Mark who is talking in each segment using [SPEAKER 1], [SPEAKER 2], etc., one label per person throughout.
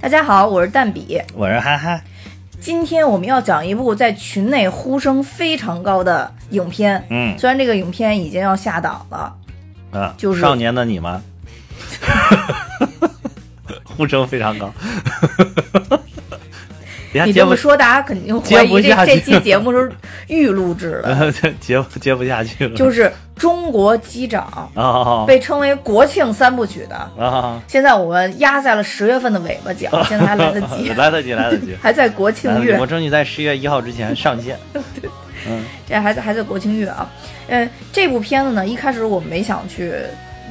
[SPEAKER 1] 大家好，我是蛋比。
[SPEAKER 2] 我是哈哈，
[SPEAKER 1] 今天我们要讲一部在群内呼声非常高的影片，
[SPEAKER 2] 嗯
[SPEAKER 1] 虽然这个影片已经要下档了，
[SPEAKER 2] 啊，
[SPEAKER 1] 就是
[SPEAKER 2] 少年的你吗？ 呼声非常高， 人
[SPEAKER 1] 你
[SPEAKER 2] 接
[SPEAKER 1] 这
[SPEAKER 2] 不
[SPEAKER 1] 么说，大家肯定怀疑
[SPEAKER 2] 接不
[SPEAKER 1] 这
[SPEAKER 2] 下
[SPEAKER 1] 这
[SPEAKER 2] 去
[SPEAKER 1] 期节目是预录制的，
[SPEAKER 2] 呃接接不下去了，
[SPEAKER 1] 就是中国机长
[SPEAKER 2] 啊
[SPEAKER 1] 被称为国庆三部曲的。
[SPEAKER 2] 啊，
[SPEAKER 1] 现在我们压在了十月份的尾 巴讲，现在还来得及，
[SPEAKER 2] 来得及，来得 及，
[SPEAKER 1] 还在国
[SPEAKER 2] 来
[SPEAKER 1] 庆
[SPEAKER 2] 得及，
[SPEAKER 1] 月
[SPEAKER 2] 我，争取在十一月一号之前上线。嗯
[SPEAKER 1] 这还在还在国庆月啊。呃，这部片子呢，一开始我没想去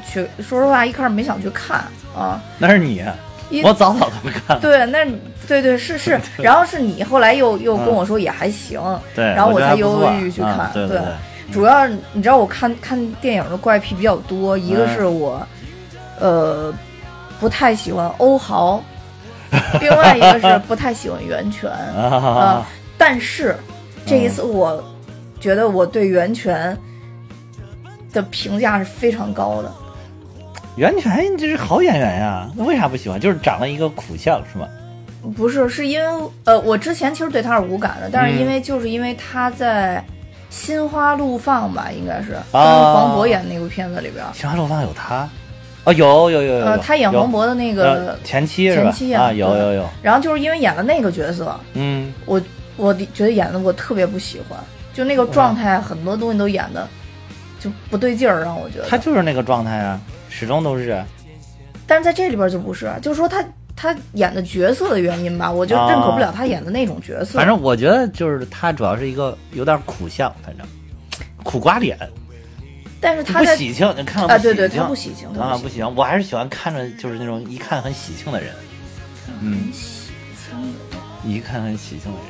[SPEAKER 1] 去，说实话，一开始没想去看啊。
[SPEAKER 2] 那是你，
[SPEAKER 1] 因
[SPEAKER 2] 我早早都看了。
[SPEAKER 1] 对，那你对对是 是，然后是你后来又又跟
[SPEAKER 2] 嗯
[SPEAKER 1] 我说也还行，
[SPEAKER 2] 对，
[SPEAKER 1] 然后
[SPEAKER 2] 我
[SPEAKER 1] 我
[SPEAKER 2] 觉
[SPEAKER 1] 才
[SPEAKER 2] 得还不
[SPEAKER 1] 犹
[SPEAKER 2] 错
[SPEAKER 1] 犹豫豫去
[SPEAKER 2] 啊
[SPEAKER 1] 看
[SPEAKER 2] 对
[SPEAKER 1] 对
[SPEAKER 2] 对，
[SPEAKER 1] 主要你知道我看看电影的怪癖比较多，一个
[SPEAKER 2] 嗯
[SPEAKER 1] 是我，呃，不太喜欢欧 豪，另外一个是不太喜欢袁泉，啊
[SPEAKER 2] 啊，嗯
[SPEAKER 1] 但是这一次我觉得我对袁泉的评价是非常高的，
[SPEAKER 2] 袁泉这是好演员呀，那为啥不喜欢？就是长了一个苦相是吗？
[SPEAKER 1] 不是是因为呃，我之前其实对他是无感的，但是
[SPEAKER 2] 嗯
[SPEAKER 1] 因为就是因为他在。心花怒放吧，应该是跟
[SPEAKER 2] 啊
[SPEAKER 1] 黄渤演的那部片子里边，
[SPEAKER 2] 新华路上有他，哦，有有有有，
[SPEAKER 1] 呃，他演
[SPEAKER 2] 有
[SPEAKER 1] 黄渤的那
[SPEAKER 2] 呃
[SPEAKER 1] 个
[SPEAKER 2] 前妻是吧？
[SPEAKER 1] 前妻啊
[SPEAKER 2] 啊，有
[SPEAKER 1] 对
[SPEAKER 2] 有有，
[SPEAKER 1] 然后就是因为演了那个角色，
[SPEAKER 2] 嗯，
[SPEAKER 1] 我我觉得演的我特别不喜欢，就那个状态，很多东西都演的就不对劲儿，让我觉
[SPEAKER 2] 他
[SPEAKER 1] 得。
[SPEAKER 2] 就是那个状态啊，始终都是。
[SPEAKER 1] 但是在这里边就不是，就是说他他演的角色的原因吧，我就认可不了他演的那种角色。
[SPEAKER 2] 啊反正我觉得就是他主要是一个有点苦相，反正苦瓜脸，
[SPEAKER 1] 但是他
[SPEAKER 2] 不
[SPEAKER 1] 在
[SPEAKER 2] 喜庆，你看了
[SPEAKER 1] 啊，
[SPEAKER 2] 不喜
[SPEAKER 1] 对
[SPEAKER 2] 庆
[SPEAKER 1] 对，他不喜庆，他
[SPEAKER 2] 啊，
[SPEAKER 1] 不
[SPEAKER 2] 不
[SPEAKER 1] 喜
[SPEAKER 2] 行，我还是喜欢看着就是那种一看很喜庆的人，嗯，
[SPEAKER 1] 庆。
[SPEAKER 2] 一看很喜庆的人。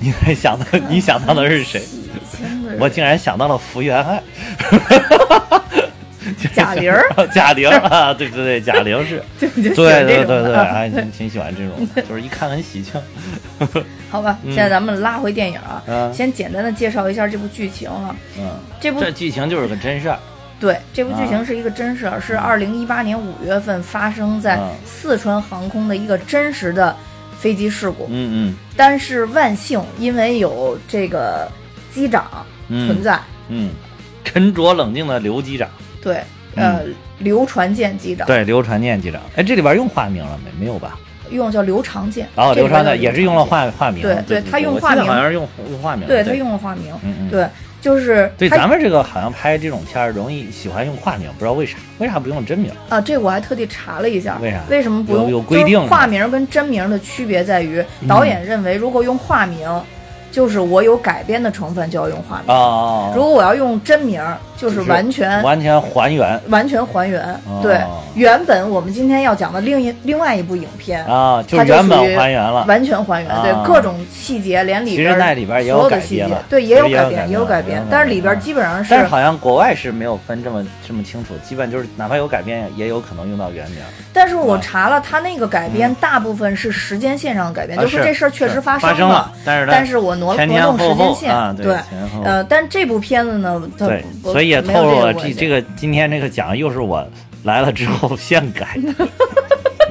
[SPEAKER 2] 你还想到你想到的是谁？
[SPEAKER 1] 喜庆的人
[SPEAKER 2] 我竟然想到了福原爱，
[SPEAKER 1] 贾玲儿，
[SPEAKER 2] 贾玲儿啊，对对对，贾玲 是，
[SPEAKER 1] 对你就喜
[SPEAKER 2] 对
[SPEAKER 1] 欢这
[SPEAKER 2] 对对
[SPEAKER 1] 种的
[SPEAKER 2] 对，
[SPEAKER 1] 啊
[SPEAKER 2] 还挺挺喜欢这种的，就是一看很喜庆。
[SPEAKER 1] 好吧，现在咱们拉回电影啊，
[SPEAKER 2] 嗯
[SPEAKER 1] 先简单的介绍一下这部剧情啊。
[SPEAKER 2] 嗯，
[SPEAKER 1] 这部
[SPEAKER 2] 这剧情就是个真事儿。
[SPEAKER 1] 对，这部剧情
[SPEAKER 2] 啊
[SPEAKER 1] 是一个真事儿，是二零一八年五月份发生在
[SPEAKER 2] 啊
[SPEAKER 1] 四川航空的一个真实的飞机事故。
[SPEAKER 2] 嗯
[SPEAKER 1] 但是万幸，因为有这个机长
[SPEAKER 2] 嗯
[SPEAKER 1] 存在，
[SPEAKER 2] 嗯嗯，沉着冷静的刘机长，
[SPEAKER 1] 对，呃，刘传健机长，
[SPEAKER 2] 嗯对，刘传健机长。哎，这里边用化名了没？没有吧？
[SPEAKER 1] 用叫刘长健，
[SPEAKER 2] 然后
[SPEAKER 1] 这
[SPEAKER 2] 刘
[SPEAKER 1] 里边
[SPEAKER 2] 哦啊传
[SPEAKER 1] 叫
[SPEAKER 2] 健也是用了化化名，
[SPEAKER 1] 对
[SPEAKER 2] 对
[SPEAKER 1] 对他用
[SPEAKER 2] 我记
[SPEAKER 1] 化
[SPEAKER 2] 得
[SPEAKER 1] 名
[SPEAKER 2] 好像是用用化名，
[SPEAKER 1] 刘长健，对他，用了化名，
[SPEAKER 2] 嗯嗯，。
[SPEAKER 1] 对，就是
[SPEAKER 2] 对，
[SPEAKER 1] 他
[SPEAKER 2] 咱们这个好像拍这种片儿容易喜欢用化名，不知道为啥，为啥不用真名？
[SPEAKER 1] 啊，这我还特地查了一下，
[SPEAKER 2] 为啥
[SPEAKER 1] 什么不用
[SPEAKER 2] 有有规定
[SPEAKER 1] 就
[SPEAKER 2] 嗯
[SPEAKER 1] 是
[SPEAKER 2] 吗
[SPEAKER 1] 化名跟真名的区别在于，导演认为如果用化名，就是我有改编的成分就要用化名；
[SPEAKER 2] 哦，
[SPEAKER 1] 如果我要用真名，就是完全
[SPEAKER 2] 完全还原
[SPEAKER 1] 完全还原。
[SPEAKER 2] 哦
[SPEAKER 1] 对，原本我们今天要讲的另一另外一部影片，
[SPEAKER 2] 啊，就
[SPEAKER 1] 它
[SPEAKER 2] 是原
[SPEAKER 1] 属
[SPEAKER 2] 本
[SPEAKER 1] 于
[SPEAKER 2] 还原了，
[SPEAKER 1] 完全还原，对
[SPEAKER 2] 啊
[SPEAKER 1] 各种细节，连里
[SPEAKER 2] 其
[SPEAKER 1] 边
[SPEAKER 2] 实
[SPEAKER 1] 儿
[SPEAKER 2] 那里边儿也有
[SPEAKER 1] 所有的
[SPEAKER 2] 改
[SPEAKER 1] 细
[SPEAKER 2] 编
[SPEAKER 1] 节
[SPEAKER 2] 了，
[SPEAKER 1] 对，也
[SPEAKER 2] 其
[SPEAKER 1] 有
[SPEAKER 2] 实也有
[SPEAKER 1] 改
[SPEAKER 2] 改
[SPEAKER 1] 编，
[SPEAKER 2] 编
[SPEAKER 1] 也有
[SPEAKER 2] 了
[SPEAKER 1] 改
[SPEAKER 2] 也有
[SPEAKER 1] 编
[SPEAKER 2] 改，
[SPEAKER 1] 但是
[SPEAKER 2] 编
[SPEAKER 1] 里边儿
[SPEAKER 2] 了
[SPEAKER 1] 基本上
[SPEAKER 2] 但是好像国外是没有分这么这么清楚，基本就是哪怕有改编，也有可能用到原名。
[SPEAKER 1] 但是我
[SPEAKER 2] 啊嗯
[SPEAKER 1] 查了，他那个改编大部分是时间线上的改编，
[SPEAKER 2] 啊
[SPEAKER 1] 就是
[SPEAKER 2] 是
[SPEAKER 1] 这事儿确实
[SPEAKER 2] 是
[SPEAKER 1] 发
[SPEAKER 2] 发
[SPEAKER 1] 生
[SPEAKER 2] 生了但是它
[SPEAKER 1] 但是我挪挪
[SPEAKER 2] 前前
[SPEAKER 1] 动
[SPEAKER 2] 后
[SPEAKER 1] 时间
[SPEAKER 2] 后
[SPEAKER 1] 线，
[SPEAKER 2] 啊对
[SPEAKER 1] 对
[SPEAKER 2] 前前后，后
[SPEAKER 1] 呃，但这部片子呢，它
[SPEAKER 2] 对，
[SPEAKER 1] 不
[SPEAKER 2] 所以也
[SPEAKER 1] 没
[SPEAKER 2] 透
[SPEAKER 1] 有
[SPEAKER 2] 露了
[SPEAKER 1] 这
[SPEAKER 2] 这
[SPEAKER 1] 个
[SPEAKER 2] 这个今天这个奖又是我来了之后现改，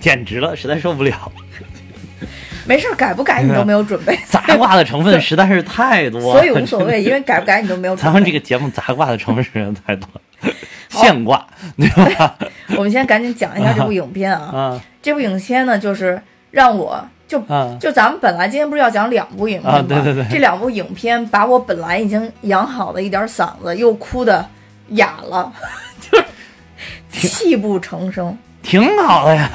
[SPEAKER 2] 简直了，实在受不了，
[SPEAKER 1] 没事儿改不改你都没有准 备，
[SPEAKER 2] 杂挂的成分实在是太多，
[SPEAKER 1] 所以无所谓，因为改不改你都没有准备。
[SPEAKER 2] 咱们这个节目杂挂的成分实在太多，
[SPEAKER 1] 好
[SPEAKER 2] 现挂对吧？
[SPEAKER 1] 我们先赶紧讲一下这部影片啊，
[SPEAKER 2] 啊
[SPEAKER 1] 这部影片呢，就是让我就
[SPEAKER 2] 啊
[SPEAKER 1] 就咱们本来今天不是要讲两部影片吗？
[SPEAKER 2] 啊对对对
[SPEAKER 1] 这两部影片把我本来已经养好的一点嗓子又哭的哑了，就是泣不成 声。
[SPEAKER 2] 挺好的呀，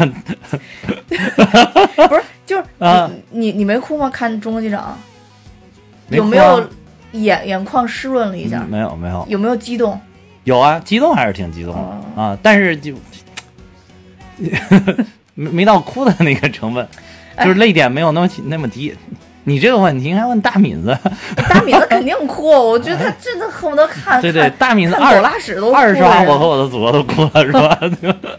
[SPEAKER 1] 不是，就是你、
[SPEAKER 2] 啊
[SPEAKER 1] 你你没哭吗？看《中国机长》
[SPEAKER 2] 没
[SPEAKER 1] 有没
[SPEAKER 2] 哭啊嗯
[SPEAKER 1] 有眼眼眶湿润了一下？
[SPEAKER 2] 没有没有，
[SPEAKER 1] 有没有激动？
[SPEAKER 2] 有啊，激动还是挺激动
[SPEAKER 1] 嗯
[SPEAKER 2] 的啊，但是就 没没到哭的那个成分，
[SPEAKER 1] 哎
[SPEAKER 2] 就是泪点没有那么那么低。你这个问题应该问大敏 子，
[SPEAKER 1] 大米子肯定哭，我觉得他真的恨不得看
[SPEAKER 2] 对对，
[SPEAKER 1] 看
[SPEAKER 2] 大敏子
[SPEAKER 1] 看
[SPEAKER 2] 二
[SPEAKER 1] 狗拉屎都哭
[SPEAKER 2] 二刷，
[SPEAKER 1] 了
[SPEAKER 2] 我和我的祖国都哭了，是吧？对吧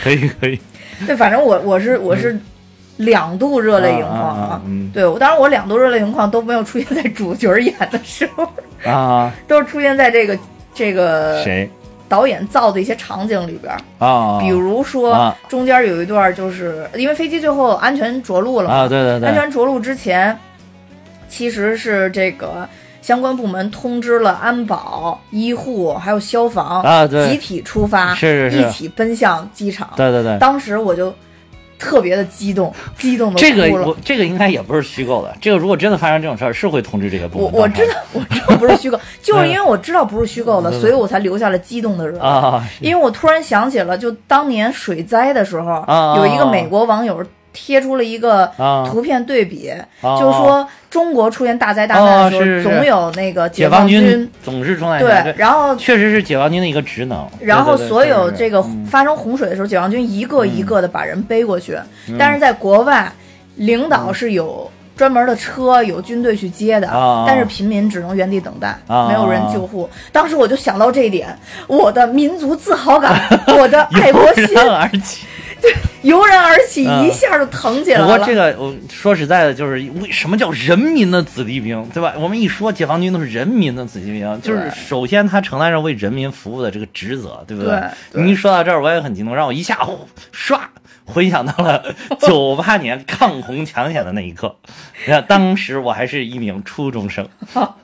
[SPEAKER 2] 可以可以，
[SPEAKER 1] 对，反正我我是我是两度热泪盈眶
[SPEAKER 2] 嗯啊啊啊嗯
[SPEAKER 1] 对我当然我两度热泪盈眶都没有出现在主角演的时候，
[SPEAKER 2] 啊，
[SPEAKER 1] 都是出现在这个这个
[SPEAKER 2] 谁？
[SPEAKER 1] 导演造的一些场景里边儿，
[SPEAKER 2] 啊，
[SPEAKER 1] 比如说
[SPEAKER 2] 啊
[SPEAKER 1] 中间有一段就是因为飞机最后安全着陆了嘛，
[SPEAKER 2] 啊，对对
[SPEAKER 1] 安
[SPEAKER 2] 对，
[SPEAKER 1] 全着陆之前，其实是这个相关部门通知了安保、医护还有消防
[SPEAKER 2] 啊对
[SPEAKER 1] 集体出发，
[SPEAKER 2] 是是是
[SPEAKER 1] 一起奔向机场。
[SPEAKER 2] 对对对，
[SPEAKER 1] 当时我就特别的激动，激动的
[SPEAKER 2] 这个
[SPEAKER 1] 哭了。
[SPEAKER 2] 我这个应该也不是虚构的，这个如果真的发生这种事儿，是会通知这些部
[SPEAKER 1] 我
[SPEAKER 2] 门。
[SPEAKER 1] 我知道，我知道不是虚 构，就是因为我知道不是虚构的，
[SPEAKER 2] 对对
[SPEAKER 1] 所以我才留下了激动的人。
[SPEAKER 2] 啊，是
[SPEAKER 1] 因为我突然想起了，就当年水灾的时候，
[SPEAKER 2] 啊
[SPEAKER 1] 有一个美国网友贴出了一个
[SPEAKER 2] 啊
[SPEAKER 1] 图片对比，
[SPEAKER 2] 啊
[SPEAKER 1] 就是说中国出现大灾大难的时候，
[SPEAKER 2] 哦是是
[SPEAKER 1] 总有那个
[SPEAKER 2] 解
[SPEAKER 1] 放
[SPEAKER 2] 放军哎总是冲来
[SPEAKER 1] 对，然后。
[SPEAKER 2] 确实是解放军的一个职能。
[SPEAKER 1] 然后
[SPEAKER 2] 对对对
[SPEAKER 1] 所有
[SPEAKER 2] 是是
[SPEAKER 1] 这个
[SPEAKER 2] 嗯
[SPEAKER 1] 发生洪水的时候，解放军一个一个的把人背过去。
[SPEAKER 2] 嗯
[SPEAKER 1] 但是在国外，领导是有专门的车，有军队去接的
[SPEAKER 2] 啊，
[SPEAKER 1] 但是平民只能原地等待，
[SPEAKER 2] 啊
[SPEAKER 1] 没有人救护。当时我就想到这一点，我的民族自豪 感，我的爱国
[SPEAKER 2] 油
[SPEAKER 1] 心
[SPEAKER 2] 然而起。
[SPEAKER 1] 油然而起，
[SPEAKER 2] 嗯
[SPEAKER 1] 一下就腾起来
[SPEAKER 2] 啊不
[SPEAKER 1] 了。
[SPEAKER 2] 过这个，我说实在的，就是为什么叫人民的子弟兵，对吧？我们一说解放军都是人民的子弟兵，就是
[SPEAKER 1] 对
[SPEAKER 2] 首先他承担着为人民服务的这个职责，对不
[SPEAKER 1] 对对
[SPEAKER 2] 你一说到这儿，我也很激动，让我一下呼唰回想到了九八年抗洪抢险的那一刻。你看，当时我还是一名初 中生，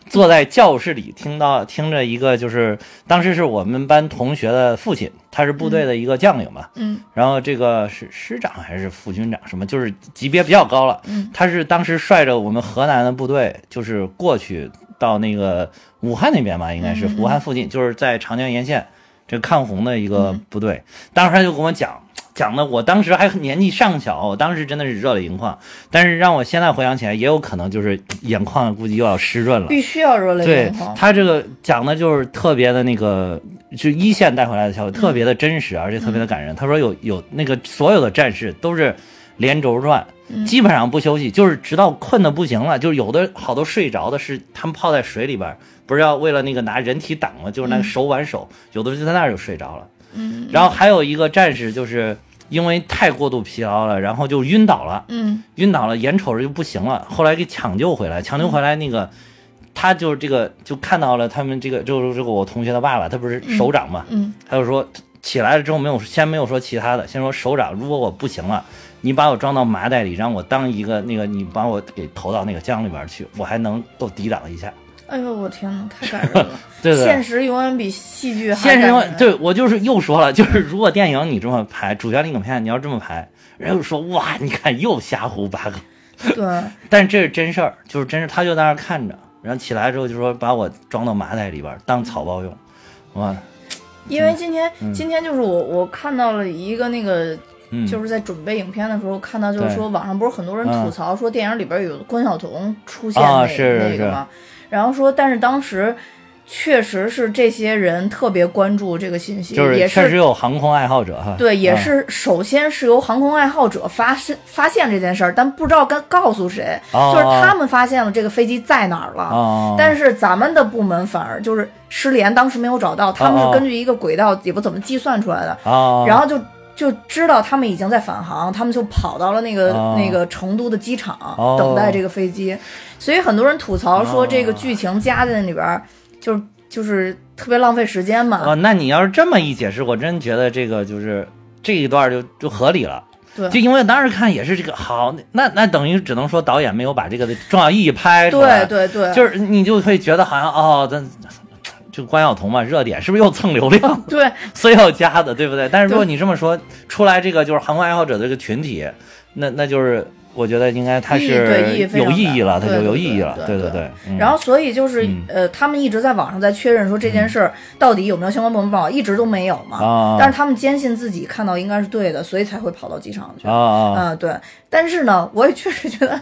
[SPEAKER 2] 坐在教室里听到听着一个就是当时是我们班同学的父亲，他是部队的一个将领嘛，
[SPEAKER 1] 嗯
[SPEAKER 2] 然后这个是师长还是副军长什么，就是级别比较高了。他是当时率着我们河南的部队，就是过去到那个武汉那边吧，应该是武汉附近，就是在长江沿线这抗洪的一个部队。当时他就跟我讲，讲的我当时还年纪尚小，我当时真的是热泪盈眶。但是让我现在回想起来，也有可能就是眼眶估计又要湿润了。
[SPEAKER 1] 必须要热泪
[SPEAKER 2] 对
[SPEAKER 1] 盈眶。
[SPEAKER 2] 他这个讲的就是特别的那个，就一线带回来的消息，特别的真实，而且特别的感人。他说有有那个所有的战士都是连轴转，基本上不休息，就是直到困的不行了，就是有的好多睡着的是他们泡在水里边儿，不是要为了那个拿人体挡嘛，就是那个手挽手，有的就在那儿就睡着了。
[SPEAKER 1] 嗯，
[SPEAKER 2] 然后还有一个战士就是因为太过度疲劳了，然后就晕倒了。
[SPEAKER 1] 嗯
[SPEAKER 2] 晕倒了，眼瞅着就不行了，后来给抢救回来，抢救回来那
[SPEAKER 1] 嗯
[SPEAKER 2] 个，他就是这个就看到了他们这个就是这个我同学的爸爸，他不是首长嘛，
[SPEAKER 1] 嗯
[SPEAKER 2] 他就说起来了之后没有先没有说其他的，先说首长，如果我不行了，你把我装到麻袋里，让我当一个那个你把我给投到那个江里边去，我还能够抵挡一下，
[SPEAKER 1] 哎呦，我天哪，太感人了！
[SPEAKER 2] 对不对？
[SPEAKER 1] 现实永远比戏剧还
[SPEAKER 2] 现实
[SPEAKER 1] 感
[SPEAKER 2] 中
[SPEAKER 1] 人，
[SPEAKER 2] 对我就是又说了，就是如果电影你这么拍，主旋律影片你要这么拍，人家就说哇，你看又瞎胡八搞。
[SPEAKER 1] 对
[SPEAKER 2] 但是这是真事儿，就是真是他就在那儿看着，然后起来之后就说把我装到麻袋里边儿当草包用，哇，
[SPEAKER 1] 因
[SPEAKER 2] 嗯
[SPEAKER 1] 为今天、今天就是我我看到了一个那个。
[SPEAKER 2] 嗯，
[SPEAKER 1] 就是是在准备影片的时候看到，就是
[SPEAKER 2] 对
[SPEAKER 1] 说网上不是很多人
[SPEAKER 2] 嗯
[SPEAKER 1] 吐槽说电影里边有关晓彤出现那、
[SPEAKER 2] 啊是
[SPEAKER 1] 那
[SPEAKER 2] 是
[SPEAKER 1] 个嘛，然后说但是当时确实是这些人特别关注这个信息，
[SPEAKER 2] 就是
[SPEAKER 1] 也
[SPEAKER 2] 确实有航空爱好者哈，
[SPEAKER 1] 对，也
[SPEAKER 2] 嗯
[SPEAKER 1] 是首先是由航空爱好者发现发现这件事儿，但不知道该告诉谁，
[SPEAKER 2] 哦
[SPEAKER 1] 就是他们发现了这个飞机在哪儿了。
[SPEAKER 2] 哦
[SPEAKER 1] 但是咱们的部门反而就是失联，当时没有找到，他们
[SPEAKER 2] 哦
[SPEAKER 1] 是
[SPEAKER 2] 哦
[SPEAKER 1] 根据一个轨道也不怎么计算出来的，
[SPEAKER 2] 哦，
[SPEAKER 1] 然后就就知道他们已经在返航，他们就跑到了那个、
[SPEAKER 2] 哦
[SPEAKER 1] 那个成都的机场、
[SPEAKER 2] 哦
[SPEAKER 1] 等待这个飞机，所以很多人吐槽说这个剧情加在那里边儿，就是就是特别浪费时间嘛。
[SPEAKER 2] 哦，那你要是这么一解释，我真觉得这个就是这一段就就合理了。
[SPEAKER 1] 对
[SPEAKER 2] 就因为当时看也是这个好，那那等于只能说导演没有把这个的重要意义拍出来，
[SPEAKER 1] 对对对，
[SPEAKER 2] 就是你就会觉得好像哦，咱就关晓彤嘛，热点是不是又蹭流量？
[SPEAKER 1] 对
[SPEAKER 2] 所以要加的，对不对？但是如果
[SPEAKER 1] 对
[SPEAKER 2] 你这么说，出来这个就是航空爱好者的这个群体，那那就是我觉得应该它
[SPEAKER 1] 意义对
[SPEAKER 2] 是
[SPEAKER 1] 意义非常
[SPEAKER 2] 有意义
[SPEAKER 1] 大
[SPEAKER 2] 了，它就
[SPEAKER 1] 对
[SPEAKER 2] 有
[SPEAKER 1] 对
[SPEAKER 2] 意义了，
[SPEAKER 1] 对
[SPEAKER 2] 对
[SPEAKER 1] 对
[SPEAKER 2] 对。嗯
[SPEAKER 1] 然后所以就是、呃，他们一直在网上在确认说这件事儿到底有没有相关部门报，一直都没有嘛。
[SPEAKER 2] 嗯啊
[SPEAKER 1] 但是他们坚信自己看到应该是对的，所以才会跑到机场去。
[SPEAKER 2] 啊啊，
[SPEAKER 1] 嗯，对。但是呢，我也确实觉得，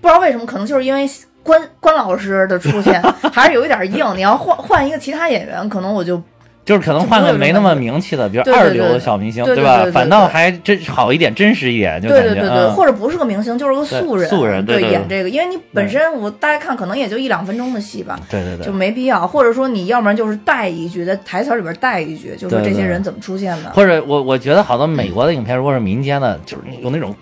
[SPEAKER 1] 不知道为什么，可能就是因为关关老师的出现 还是有一点 硬。你要换换一个其他演员，可能我就
[SPEAKER 2] 就是可能换个没那么名气的，比如
[SPEAKER 1] 对对
[SPEAKER 2] 二
[SPEAKER 1] 对
[SPEAKER 2] 流
[SPEAKER 1] 对
[SPEAKER 2] 的小明星，
[SPEAKER 1] 对对对
[SPEAKER 2] 吧
[SPEAKER 1] 对？对
[SPEAKER 2] 反倒还真好一点，真实一点，就
[SPEAKER 1] 对
[SPEAKER 2] 感
[SPEAKER 1] 对
[SPEAKER 2] 觉
[SPEAKER 1] 对对，
[SPEAKER 2] 嗯
[SPEAKER 1] 或者不是个明星，就是个
[SPEAKER 2] 对
[SPEAKER 1] 素人，
[SPEAKER 2] 素人对对对嗯
[SPEAKER 1] 演这个，因为你本身我大概看可能也就一两分钟的戏吧。
[SPEAKER 2] 对对
[SPEAKER 1] 就
[SPEAKER 2] 对。
[SPEAKER 1] 没必要，或者说你要不然就是带一句，在台词里边带一句，就是
[SPEAKER 2] 对对
[SPEAKER 1] 这些人怎么出现的。
[SPEAKER 2] 或者我我觉得好多美国的影片，如果是民间的，就是有那种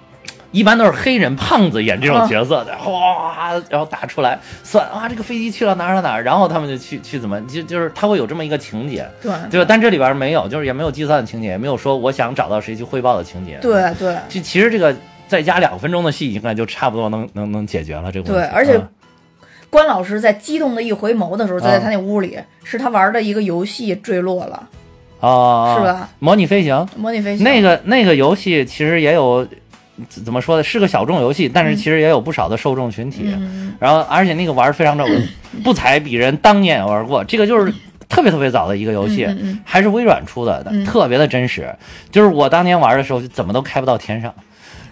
[SPEAKER 2] 一般都是黑人胖子演这种角色的，哗，然后打出来算啊，这个飞机去了哪儿哪儿哪儿，然后他们就去去怎么就就是他会有这么一个情节，
[SPEAKER 1] 对
[SPEAKER 2] 对吧？但这里边没有，就是也没有计算的情节，也没有说我想找到谁去汇报的情节，，
[SPEAKER 1] 对对
[SPEAKER 2] 就其实这个再加两分钟的戏，应该就差不多能能能解决了这个问题。
[SPEAKER 1] 对而且
[SPEAKER 2] 嗯
[SPEAKER 1] 关老师在激动的一回眸的时候，就在
[SPEAKER 2] 啊
[SPEAKER 1] 他那屋里，是他玩的一个游戏坠落了，
[SPEAKER 2] 哦，
[SPEAKER 1] 是吧？
[SPEAKER 2] 模拟飞行
[SPEAKER 1] 模拟飞行。
[SPEAKER 2] 那个那个游戏其实也有怎怎么说呢？是个小众游戏，但是其实也有不少的受众群体。
[SPEAKER 1] 嗯，
[SPEAKER 2] 然后，而且那个玩儿非常的不才比人当年也玩过，这个就是特别特别早的一个游戏，
[SPEAKER 1] 嗯嗯嗯
[SPEAKER 2] 还是微软出的，
[SPEAKER 1] 嗯
[SPEAKER 2] 特别的真实。就是我当年玩的时候，就怎么都开不到天上，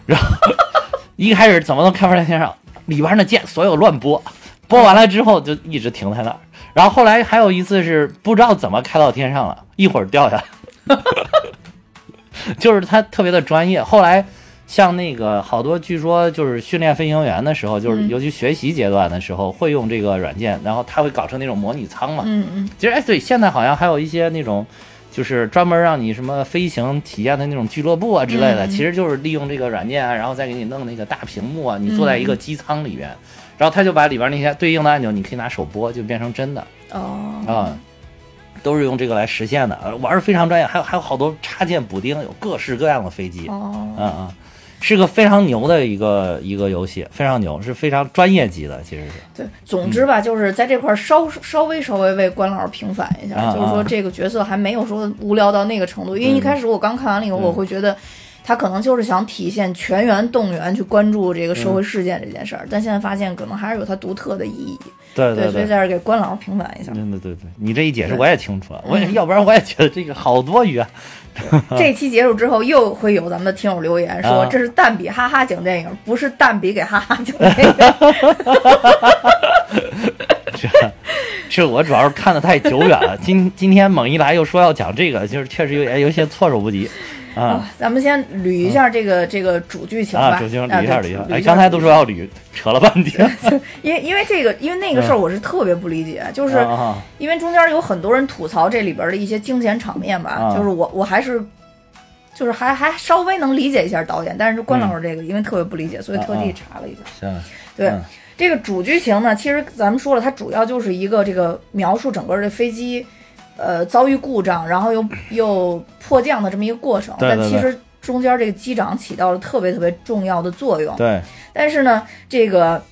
[SPEAKER 2] 然后 一开始怎么都开不到天上，里边儿的键所有乱拨，拨完了之后就一直停在那儿。然后后来还有一次是不知道怎么开到天上了，一会儿掉下来，就是他特别的专业。后来像那个好多，据说就是训练飞行员的时候，就是
[SPEAKER 1] 嗯
[SPEAKER 2] 尤其学习阶段的时候会用这个软件，然后他会搞成那种模拟舱嘛。
[SPEAKER 1] 嗯嗯，
[SPEAKER 2] 其实哎，对，现在好像还有一些那种。就是专门让你什么飞行体验的那种俱乐部啊之类的，
[SPEAKER 1] 嗯嗯
[SPEAKER 2] 其实就是利用这个软件啊，然后再给你弄那个大屏幕啊，你坐在一
[SPEAKER 1] 嗯
[SPEAKER 2] 个机舱里边，然后他就把里边那些对应的按钮，你可以拿手拨，就变成真的。
[SPEAKER 1] 哦，
[SPEAKER 2] 啊，都是用这个来实现的，呃玩儿非常专业，还有还有好多插件补丁，有各式各样的飞机，啊
[SPEAKER 1] 哦，
[SPEAKER 2] 啊，是个非常牛的一个一个游戏，非常牛，是非常专业级的，其实是，
[SPEAKER 1] 对，总之吧，就是在这块儿稍稍微稍微为关老师平反一
[SPEAKER 2] 啊
[SPEAKER 1] 下，
[SPEAKER 2] 啊嗯
[SPEAKER 1] 就是说这个角色还没有说无聊到那个程度，因为一开始我刚看完了以后，我会觉得。他可能就是想体现全员动员去关注这个
[SPEAKER 2] 嗯
[SPEAKER 1] 社会事件这件事儿，但现在发现可能还是有它独特的意义。
[SPEAKER 2] 对
[SPEAKER 1] 所
[SPEAKER 2] 对
[SPEAKER 1] 以
[SPEAKER 2] 对。嗯
[SPEAKER 1] 在这儿给关老师平反一下。
[SPEAKER 2] 真的对对，你这一解释
[SPEAKER 1] 对
[SPEAKER 2] 我也清楚了，我也要不然我也觉得这个好多余啊。
[SPEAKER 1] 这期结束之后，又会有咱们的听友留言说
[SPEAKER 2] 啊，
[SPEAKER 1] 这是蛋比哈哈讲电影，不是蛋比给哈哈讲电 影。
[SPEAKER 2] 这这我主要是看的太久远了。今今天猛一来又说要讲这个，就是确实有点有些措手 不及啊
[SPEAKER 1] 咱们先捋一下这个这个主剧情吧。
[SPEAKER 2] 啊！主席，捋一下捋
[SPEAKER 1] 对
[SPEAKER 2] 一下。哎，刚才都说要捋，扯了半天。
[SPEAKER 1] 因为因为这个，因为那个事儿我是特别不理解，就是
[SPEAKER 2] 嗯啊啊
[SPEAKER 1] 因为中间有很多人吐槽这里边的一些惊险场面吧
[SPEAKER 2] 啊，
[SPEAKER 1] 就是我我还是。就是还还稍微能理解一下导演，但是关老师这个、因为特别不理解，所以特
[SPEAKER 2] 嗯啊
[SPEAKER 1] 地
[SPEAKER 2] 啊
[SPEAKER 1] 查了一下。
[SPEAKER 2] 行，
[SPEAKER 1] 对、
[SPEAKER 2] 嗯
[SPEAKER 1] 这个主剧情呢，其实咱们说了，它主要就是一个这个描述整个这飞机，呃，遭遇故障，然 后又又迫降的这么一个过程。
[SPEAKER 2] 对对
[SPEAKER 1] 但其实中间这个机长起到了特别特别重要的作用。
[SPEAKER 2] 对，
[SPEAKER 1] 但是呢，这个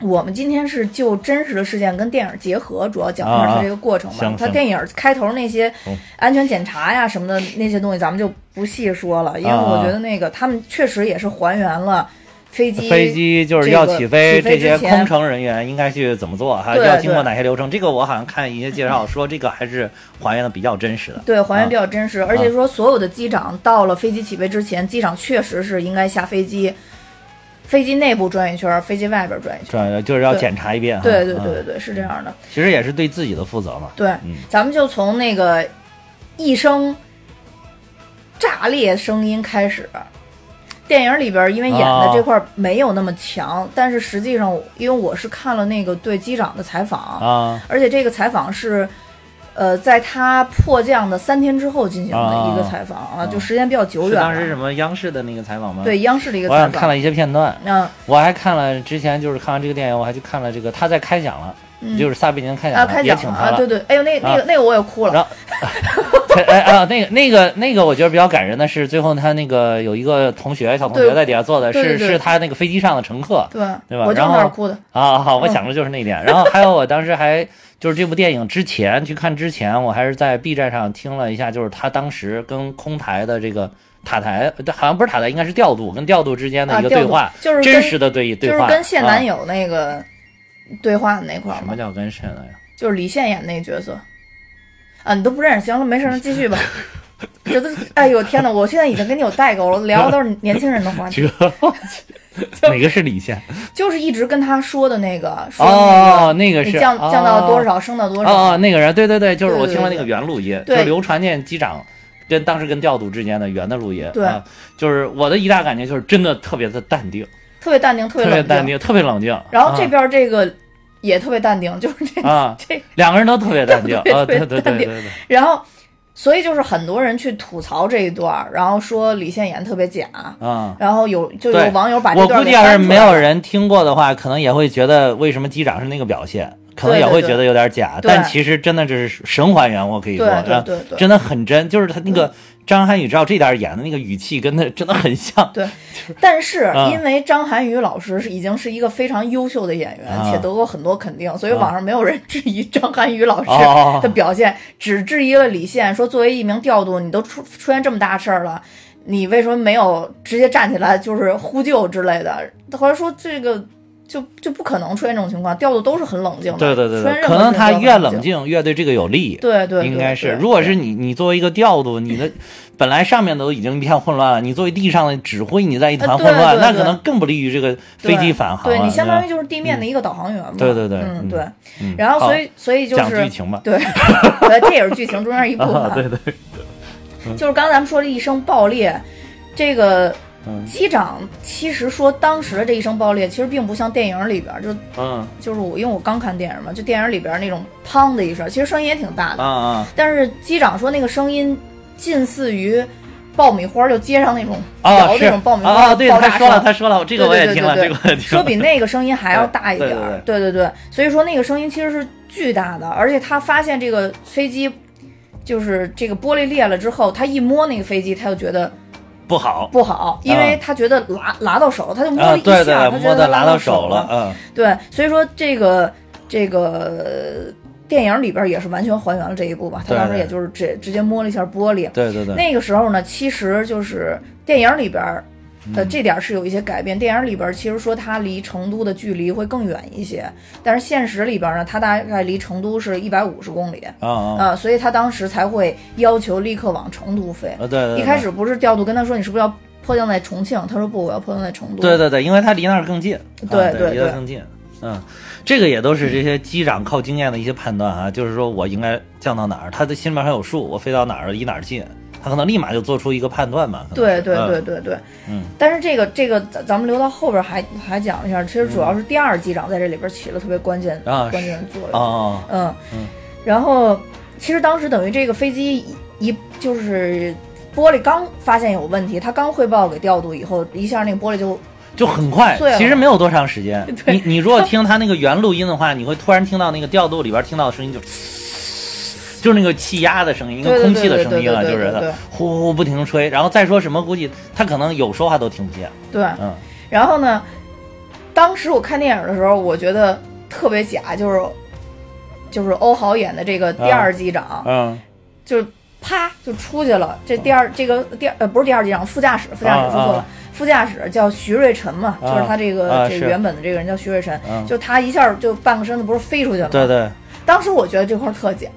[SPEAKER 1] 我们今天是就真实的事件跟电影结合，主要讲的是
[SPEAKER 2] 啊
[SPEAKER 1] 它这个过程
[SPEAKER 2] 行
[SPEAKER 1] 嘛
[SPEAKER 2] 行。
[SPEAKER 1] 它电影开头那些
[SPEAKER 2] 嗯
[SPEAKER 1] 安全检查呀什么的那些东西，咱们就不细说了，因为我
[SPEAKER 2] 啊
[SPEAKER 1] 觉得那个他们确实也是还原了飞机
[SPEAKER 2] 飞机就是要起飞，
[SPEAKER 1] 这个起飞
[SPEAKER 2] 些
[SPEAKER 1] 之前
[SPEAKER 2] 空乘人员应该去怎么做，还
[SPEAKER 1] 对
[SPEAKER 2] 要经过
[SPEAKER 1] 对
[SPEAKER 2] 哪些流程？这个我好像看一些介绍说，这个还是还原的比较真实的。
[SPEAKER 1] 对，还原比较真实，
[SPEAKER 2] 啊
[SPEAKER 1] 而且说所有的机长到了飞机起飞之前，机长确实是应该下飞机，飞机内部转一圈，飞机外边转一圈。
[SPEAKER 2] 这就是要
[SPEAKER 1] 对
[SPEAKER 2] 检查一遍哈。
[SPEAKER 1] 对对对
[SPEAKER 2] 嗯
[SPEAKER 1] 对，对，是这样的。
[SPEAKER 2] 其实也是对自己的负责嘛。
[SPEAKER 1] 对，
[SPEAKER 2] 嗯
[SPEAKER 1] 咱们就从那个一声炸裂声音开始。电影里边因为演的
[SPEAKER 2] 啊
[SPEAKER 1] 这块没有那么强，但是实际上，因为我是看了那个对机长的采访，
[SPEAKER 2] 啊
[SPEAKER 1] 而且这个采访是，呃，在他迫降的三天之后进行的一个采访啊，就时间比较久
[SPEAKER 2] 是
[SPEAKER 1] 远
[SPEAKER 2] 当时什
[SPEAKER 1] 了。
[SPEAKER 2] 么央视的那个采访吗？，
[SPEAKER 1] 对央视的一个
[SPEAKER 2] 我
[SPEAKER 1] 采
[SPEAKER 2] 想看
[SPEAKER 1] 访。
[SPEAKER 2] 了一些片段，
[SPEAKER 1] 嗯
[SPEAKER 2] 我还看了之前就是看完这个电影，我还去看了这个他在开讲了，就是撒贝宁开
[SPEAKER 1] 啊，
[SPEAKER 2] 讲
[SPEAKER 1] 开
[SPEAKER 2] 了，也
[SPEAKER 1] 讲
[SPEAKER 2] 请
[SPEAKER 1] 了
[SPEAKER 2] 他
[SPEAKER 1] 啊，
[SPEAKER 2] 了
[SPEAKER 1] 对。对，哎呦，那那个那个我也哭了
[SPEAKER 2] 然后， 哎啊，那个那个那个，我觉得比较感人的是，最后他那个有一个同学，小同学
[SPEAKER 1] 对
[SPEAKER 2] 在底下坐的，
[SPEAKER 1] 对对
[SPEAKER 2] 是
[SPEAKER 1] 对
[SPEAKER 2] 是他那个飞机上的乘客，
[SPEAKER 1] 对
[SPEAKER 2] 对吧
[SPEAKER 1] 我就是
[SPEAKER 2] 然后
[SPEAKER 1] 那儿哭的，
[SPEAKER 2] 啊，好，
[SPEAKER 1] 嗯
[SPEAKER 2] 我想的就是那一点。然后还有，我当时还就是这部电影之前去看之前，我还是在 B 站上听了一下，就是他当时跟空台的这个塔台，好像不是塔台，应该是调度跟调度之间的一个
[SPEAKER 1] 啊调
[SPEAKER 2] 对
[SPEAKER 1] 度
[SPEAKER 2] 话，
[SPEAKER 1] 就是跟
[SPEAKER 2] 真实的对
[SPEAKER 1] 就
[SPEAKER 2] 对
[SPEAKER 1] 是
[SPEAKER 2] 话，啊
[SPEAKER 1] 跟现男
[SPEAKER 2] 友、
[SPEAKER 1] 友那个对话的那块儿
[SPEAKER 2] 什
[SPEAKER 1] 嘛
[SPEAKER 2] 么，叫跟现男友？
[SPEAKER 1] 就是李现演那个角色。啊，你都不认识，行了，没事儿，那继 续吧。这都是，哎呦天哪！我现在已经跟你有代沟了，聊的都是年轻人的 话题，
[SPEAKER 2] 这哪个是李 现？
[SPEAKER 1] 就是一直跟他说的那个，说那个
[SPEAKER 2] 哦，那个
[SPEAKER 1] 你
[SPEAKER 2] 是
[SPEAKER 1] 降降到多
[SPEAKER 2] 哦
[SPEAKER 1] 少，升到多少。
[SPEAKER 2] 哦哦，那个人，对对对，就是
[SPEAKER 1] 对
[SPEAKER 2] 我
[SPEAKER 1] 对
[SPEAKER 2] 听了那
[SPEAKER 1] 对
[SPEAKER 2] 个原录音，
[SPEAKER 1] 对
[SPEAKER 2] 就流传舰机长跟当时跟调度之间的原的录音。
[SPEAKER 1] 对
[SPEAKER 2] 啊，就是我的一大感觉就是真的特别的淡定，
[SPEAKER 1] 特别淡定，特别
[SPEAKER 2] 特别
[SPEAKER 1] 冷
[SPEAKER 2] 淡
[SPEAKER 1] 静。
[SPEAKER 2] 定，特别冷静。啊
[SPEAKER 1] 然后这边这个也特别淡定，就是这
[SPEAKER 2] 啊，啊
[SPEAKER 1] 这。
[SPEAKER 2] 两个人都特别淡定
[SPEAKER 1] 对
[SPEAKER 2] 啊，对
[SPEAKER 1] 特别
[SPEAKER 2] 对对
[SPEAKER 1] 淡
[SPEAKER 2] 对
[SPEAKER 1] 定
[SPEAKER 2] 对，
[SPEAKER 1] 然后所以就是很多人去吐槽这一段儿，然后说李现演特别假，
[SPEAKER 2] 啊。
[SPEAKER 1] 然后有就
[SPEAKER 2] 对
[SPEAKER 1] 有网友把这
[SPEAKER 2] 我
[SPEAKER 1] 段
[SPEAKER 2] 估
[SPEAKER 1] 儿
[SPEAKER 2] 计
[SPEAKER 1] 给
[SPEAKER 2] 要是
[SPEAKER 1] 翻出来
[SPEAKER 2] 没有
[SPEAKER 1] 了
[SPEAKER 2] 人听过的话，可能也会觉得为什么机长是那个表现，可能
[SPEAKER 1] 对
[SPEAKER 2] 也
[SPEAKER 1] 对
[SPEAKER 2] 会
[SPEAKER 1] 对
[SPEAKER 2] 觉得有点假。
[SPEAKER 1] 对
[SPEAKER 2] 但其实真的这是神还原，我可以说，
[SPEAKER 1] 对对
[SPEAKER 2] 啊
[SPEAKER 1] 对对嗯
[SPEAKER 2] 真的很真，就是他那个张涵予照这点儿演的那个语气，跟他真的很像。
[SPEAKER 1] 对，但是
[SPEAKER 2] 啊
[SPEAKER 1] 因为张涵予老师是已经是一个非常优秀的演员，
[SPEAKER 2] 啊
[SPEAKER 1] 且得过很多肯定，所以网上没有人 质疑张涵予老
[SPEAKER 2] 哦
[SPEAKER 1] 师的表现，只质疑了李现，说作为一名调度，你都出出现这么大事儿了，你为什么没有直接站起来就是呼救之类的？后来说这个。就就不可能出现这种情况，调度都是很冷静的。
[SPEAKER 2] 对对对
[SPEAKER 1] 出现
[SPEAKER 2] 对，
[SPEAKER 1] 任
[SPEAKER 2] 可
[SPEAKER 1] 何
[SPEAKER 2] 能
[SPEAKER 1] 事
[SPEAKER 2] 他
[SPEAKER 1] 都很
[SPEAKER 2] 越冷，静越对这个有利。
[SPEAKER 1] 对对，对
[SPEAKER 2] 应该是
[SPEAKER 1] 对，
[SPEAKER 2] 如果是你，你作为一个调度，你的本来上面都已经一片混乱了，你作为地上的指挥，你在一团
[SPEAKER 1] 呃对
[SPEAKER 2] 混乱，
[SPEAKER 1] 对
[SPEAKER 2] 那
[SPEAKER 1] 对
[SPEAKER 2] 可能更不利于这个飞
[SPEAKER 1] 对
[SPEAKER 2] 机返航了。啊
[SPEAKER 1] 对你相当于
[SPEAKER 2] 吧
[SPEAKER 1] 就是地面的一个导航员嘛。
[SPEAKER 2] 嗯对对对嗯
[SPEAKER 1] 嗯对
[SPEAKER 2] 嗯。
[SPEAKER 1] 然后所
[SPEAKER 2] 好
[SPEAKER 1] 以所以就
[SPEAKER 2] 讲
[SPEAKER 1] 是
[SPEAKER 2] 剧情吧
[SPEAKER 1] 对，对，这也是剧情中间一部
[SPEAKER 2] 啊，
[SPEAKER 1] 分。
[SPEAKER 2] 对对，
[SPEAKER 1] 就是刚咱们说这一声爆裂，这个
[SPEAKER 2] 嗯
[SPEAKER 1] 机长其实说当时的这一声爆裂，其实并不像电影里边儿就
[SPEAKER 2] 嗯
[SPEAKER 1] 就是我因为我刚看电影嘛，就电影里边儿那种砰的一声，其实声音也挺大
[SPEAKER 2] 啊
[SPEAKER 1] 的，
[SPEAKER 2] 啊
[SPEAKER 1] 但是机长说那个声音近似于爆米花，就街上那种
[SPEAKER 2] 啊
[SPEAKER 1] 摇
[SPEAKER 2] 是
[SPEAKER 1] 那种爆米
[SPEAKER 2] 啊，
[SPEAKER 1] 花
[SPEAKER 2] 啊对，
[SPEAKER 1] 爆
[SPEAKER 2] 他
[SPEAKER 1] 炸
[SPEAKER 2] 说了，
[SPEAKER 1] 声。
[SPEAKER 2] 他说了，这个我也听了，
[SPEAKER 1] 对对对
[SPEAKER 2] 这
[SPEAKER 1] 对
[SPEAKER 2] 个我也听
[SPEAKER 1] 说
[SPEAKER 2] 了。
[SPEAKER 1] 比那个声音还要大一点儿，对对对，所以说那个声音其实是巨大的，而且他发现这个飞机就是这个玻璃裂了之后，他一摸那个飞机，他就觉得
[SPEAKER 2] 不好
[SPEAKER 1] 不好，因为他觉得拉拉到手，他就摸
[SPEAKER 2] 啊，
[SPEAKER 1] 了一下，
[SPEAKER 2] 对对，
[SPEAKER 1] 他觉
[SPEAKER 2] 摸
[SPEAKER 1] 得
[SPEAKER 2] 的
[SPEAKER 1] 他
[SPEAKER 2] 拿
[SPEAKER 1] 到
[SPEAKER 2] 手
[SPEAKER 1] 了，
[SPEAKER 2] 了，嗯
[SPEAKER 1] 对，所以说这个这个电影里边也是完全还原了这一步吧，他
[SPEAKER 2] 对
[SPEAKER 1] 当时
[SPEAKER 2] 对
[SPEAKER 1] 也就是直直接摸了一下玻璃
[SPEAKER 2] 嗯，，对对对，
[SPEAKER 1] 那个时候呢，其实就是电影里边儿，
[SPEAKER 2] 嗯
[SPEAKER 1] 呃，这点儿是有一些改变。电影里边儿其实说它离成都的距离会更远一些，但是现实里边儿呢，它大概离成都是一百五十公里，
[SPEAKER 2] 啊啊
[SPEAKER 1] 啊，所以他当时才会要求立刻往成都飞
[SPEAKER 2] 啊，。对对，
[SPEAKER 1] 一
[SPEAKER 2] 对
[SPEAKER 1] 开。始不是调度跟他说你是不是要迫降在重庆，他说不，我要迫降在成都。
[SPEAKER 2] 对对对，因为它离那儿更近，
[SPEAKER 1] 对
[SPEAKER 2] 啊、
[SPEAKER 1] 对
[SPEAKER 2] 离得
[SPEAKER 1] 对
[SPEAKER 2] 更近。嗯，这个也都是这些机长靠经验的一些判断啊，就是说我应该降到哪儿，他的心里面还有数，我飞到哪儿离哪儿近，他可能立马就做出一个判断嘛。可能
[SPEAKER 1] 对
[SPEAKER 2] 是
[SPEAKER 1] 对
[SPEAKER 2] 嗯
[SPEAKER 1] 对对对，
[SPEAKER 2] 嗯，
[SPEAKER 1] 但是这个这个咱咱们留到后边儿还还讲一下，其实主要是第二机长在这里边儿起了特别关键、
[SPEAKER 2] 嗯啊
[SPEAKER 1] 关键的作用。
[SPEAKER 2] 哦，
[SPEAKER 1] 嗯
[SPEAKER 2] 嗯，
[SPEAKER 1] 然后其实当时等于这个飞机一一就是玻璃刚发现有问题，他刚汇报给调度以后，一下那个玻璃就
[SPEAKER 2] 就很快
[SPEAKER 1] 碎，了
[SPEAKER 2] 其实没有多长时间。
[SPEAKER 1] 对
[SPEAKER 2] 你你如果听他那个原录音的话，你会突然听到那个调度里边听到的声音就。就是那个气压的声音，跟
[SPEAKER 1] 对对
[SPEAKER 2] 空气的
[SPEAKER 1] 对对
[SPEAKER 2] 声音啊，就
[SPEAKER 1] 对对
[SPEAKER 2] 是
[SPEAKER 1] 对对
[SPEAKER 2] 它呼呼呼不停地吹，然后再说什么，估计他可能有说话都听不见。
[SPEAKER 1] 对，
[SPEAKER 2] 嗯，
[SPEAKER 1] 然后呢，当时我看电影的时候，我觉得特别假，就是就是欧豪演的这个第二机长，
[SPEAKER 2] 嗯，
[SPEAKER 1] 就是啪就出去了。这第二、这个第二呃不是第二机长，副驾驶，副驾驶说错了，
[SPEAKER 2] 啊
[SPEAKER 1] 副驾驶叫徐瑞辰嘛，
[SPEAKER 2] 啊
[SPEAKER 1] 就是他这个、
[SPEAKER 2] 啊
[SPEAKER 1] 这
[SPEAKER 2] 是
[SPEAKER 1] 个原本的这个人叫徐瑞辰，
[SPEAKER 2] 嗯
[SPEAKER 1] 就他一下就半个身子不是飞出去了吗？
[SPEAKER 2] 对对，
[SPEAKER 1] 当时我觉得这块儿特假，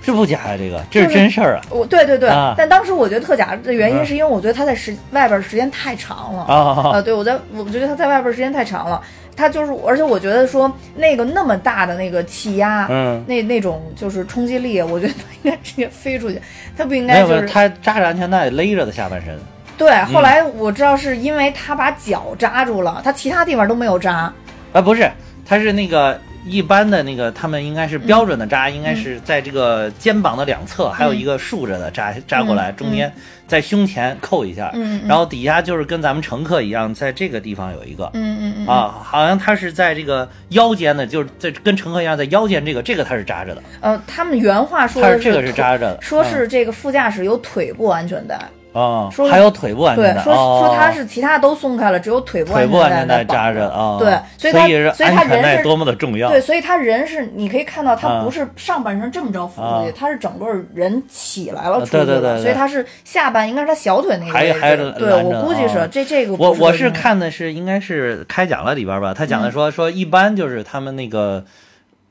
[SPEAKER 2] 是不假呀、这个这
[SPEAKER 1] 就是是
[SPEAKER 2] 真事儿啊。
[SPEAKER 1] 我对对对，
[SPEAKER 2] 啊
[SPEAKER 1] 但当时我觉得特假的原因
[SPEAKER 2] 嗯
[SPEAKER 1] 是因为我觉得他在时外边儿时间太长了。
[SPEAKER 2] 啊
[SPEAKER 1] 啊，对，我在，我觉得他在外边儿时间太长了，他就是，而且我觉得说那个那么大的那个气压，
[SPEAKER 2] 嗯
[SPEAKER 1] 那那种就是冲击力，我觉得他应该直接飞出去， 他不应
[SPEAKER 2] 没
[SPEAKER 1] 该
[SPEAKER 2] 有
[SPEAKER 1] 就
[SPEAKER 2] 没有，嗯
[SPEAKER 1] 是
[SPEAKER 2] 他扎着安全带勒着的下半身。
[SPEAKER 1] 对。后来我知道是因为他把脚扎住了，他其他地方都没有扎，
[SPEAKER 2] 啊，不是，他是那个一般的那个，他们应该是标
[SPEAKER 1] 嗯
[SPEAKER 2] 准的扎，应该是在这个肩膀的两侧，还有一个竖着的扎扎过来，
[SPEAKER 1] 嗯
[SPEAKER 2] 中间在胸前扣一下，
[SPEAKER 1] 嗯
[SPEAKER 2] 然后底下就是跟咱们乘客一样，在这个地方有一个。
[SPEAKER 1] 嗯嗯嗯，
[SPEAKER 2] 啊，好像他是在这个腰间的，就是在跟乘客一样，在腰间这个，这个他是扎着的，
[SPEAKER 1] 呃，他们原话说
[SPEAKER 2] 他
[SPEAKER 1] 的
[SPEAKER 2] 是这个是
[SPEAKER 1] 腿
[SPEAKER 2] 扎着的，嗯
[SPEAKER 1] 说是这个副驾驶有腿部安全带，
[SPEAKER 2] 啊，
[SPEAKER 1] 说
[SPEAKER 2] 还有腿部安
[SPEAKER 1] 对
[SPEAKER 2] 全，带，
[SPEAKER 1] 说
[SPEAKER 2] 哦
[SPEAKER 1] 说他是其他都松开了，只有腿部
[SPEAKER 2] 腿部安全
[SPEAKER 1] 全带在
[SPEAKER 2] 带
[SPEAKER 1] 绑
[SPEAKER 2] 扎着啊，
[SPEAKER 1] 对所
[SPEAKER 2] 所
[SPEAKER 1] 以他
[SPEAKER 2] 是
[SPEAKER 1] 所以他
[SPEAKER 2] 安全
[SPEAKER 1] 人
[SPEAKER 2] 带
[SPEAKER 1] 是
[SPEAKER 2] 多么的重要，
[SPEAKER 1] 对，所以他人是你可以看到，他
[SPEAKER 2] 啊
[SPEAKER 1] 不是上半身这么着浮出去，
[SPEAKER 2] 啊
[SPEAKER 1] 他是整个人起来了
[SPEAKER 2] 啊
[SPEAKER 1] 出去了，
[SPEAKER 2] 对对对对
[SPEAKER 1] 所以他是下半应该是他小腿那个
[SPEAKER 2] 还
[SPEAKER 1] 位置。
[SPEAKER 2] 还是
[SPEAKER 1] 对
[SPEAKER 2] 拦着
[SPEAKER 1] 我估计是、
[SPEAKER 2] 啊
[SPEAKER 1] 这这个不
[SPEAKER 2] 我我
[SPEAKER 1] 是
[SPEAKER 2] 是看的是应该是开讲了里边吧，他
[SPEAKER 1] 嗯
[SPEAKER 2] 讲的说、说一般就是他们那个，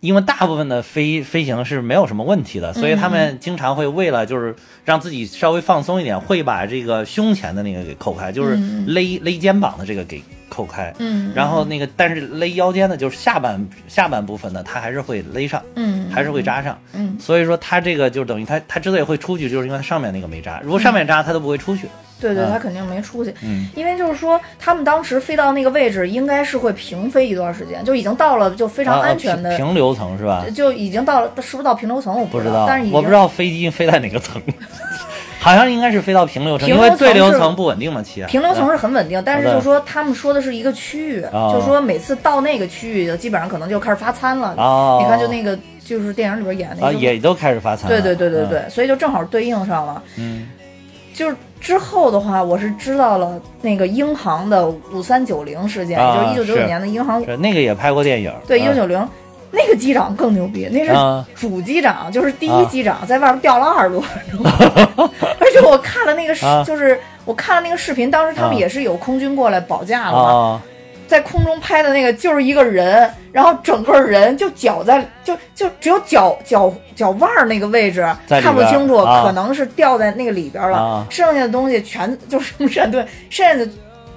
[SPEAKER 2] 因为大部分的飞飞行是没有什么问题的，所以
[SPEAKER 1] 嗯
[SPEAKER 2] 他们经常会为了就是让自己稍微放松一点，会把这个胸前的那个给扣开，就是勒、勒肩膀的这个给扣开，
[SPEAKER 1] 嗯，
[SPEAKER 2] 然后那个但是勒腰间的，就是下半下半部分呢，它还是会勒上，
[SPEAKER 1] 嗯，
[SPEAKER 2] 还是会扎上，
[SPEAKER 1] 嗯，
[SPEAKER 2] 所以说它这个就是等于它它之所以会出去，就是因为它上面那个没扎，如果上面扎它都不会出去，
[SPEAKER 1] 对对，
[SPEAKER 2] 嗯
[SPEAKER 1] 他肯定没出去，
[SPEAKER 2] 嗯
[SPEAKER 1] 因为就是说他们当时飞到那个位置，应该是会平飞一段时间，就已经到了就非常
[SPEAKER 2] 啊
[SPEAKER 1] 安全的，
[SPEAKER 2] 平平流层是吧？
[SPEAKER 1] 就已经到了，是不是到平流层我
[SPEAKER 2] 不知
[SPEAKER 1] 知
[SPEAKER 2] 道
[SPEAKER 1] 但是已，经
[SPEAKER 2] 我不知道飞机飞在哪个层， 好像应该是飞到平流层，
[SPEAKER 1] 平
[SPEAKER 2] 因
[SPEAKER 1] 流层
[SPEAKER 2] 为对流
[SPEAKER 1] 是
[SPEAKER 2] 层不稳定嘛，气压。
[SPEAKER 1] 平流层是很稳定，但是
[SPEAKER 2] 好的
[SPEAKER 1] 就说他们说的是一个区域，
[SPEAKER 2] 哦
[SPEAKER 1] 就说每次到那个区域，基本上可能就开始发餐了。
[SPEAKER 2] 哦
[SPEAKER 1] 你看，就那个就是电影里边演的
[SPEAKER 2] 啊，也都开始发财了。
[SPEAKER 1] 对对对对对，
[SPEAKER 2] 嗯，
[SPEAKER 1] 所以就正好对应上了。
[SPEAKER 2] 嗯，
[SPEAKER 1] 就是之后的话，我是知道了那个英航的五三九零事件，
[SPEAKER 2] 啊
[SPEAKER 1] 就是一九九九
[SPEAKER 2] 是
[SPEAKER 1] 年的英航，
[SPEAKER 2] 是那个也拍过电影。
[SPEAKER 1] 对一
[SPEAKER 2] 嗯
[SPEAKER 1] 九九零。那个机长更牛逼，那
[SPEAKER 2] 啊
[SPEAKER 1] 是主机长，就是第一
[SPEAKER 2] 啊
[SPEAKER 1] 机长，在外边吊了二十多分钟。 而且我看了那个视，
[SPEAKER 2] 啊
[SPEAKER 1] 就是我看了那个视频，当时他们
[SPEAKER 2] 啊
[SPEAKER 1] 也是有空军过来保驾了嘛。
[SPEAKER 2] 啊，
[SPEAKER 1] 在空中拍的那个就是一个人，然后整个人就脚在就就只有脚脚脚腕儿那个位置
[SPEAKER 2] 在里边
[SPEAKER 1] 看不清楚，
[SPEAKER 2] 啊
[SPEAKER 1] 可能是掉在那个里边了，
[SPEAKER 2] 啊
[SPEAKER 1] 剩下的东西全就是什么闪盾，剩下的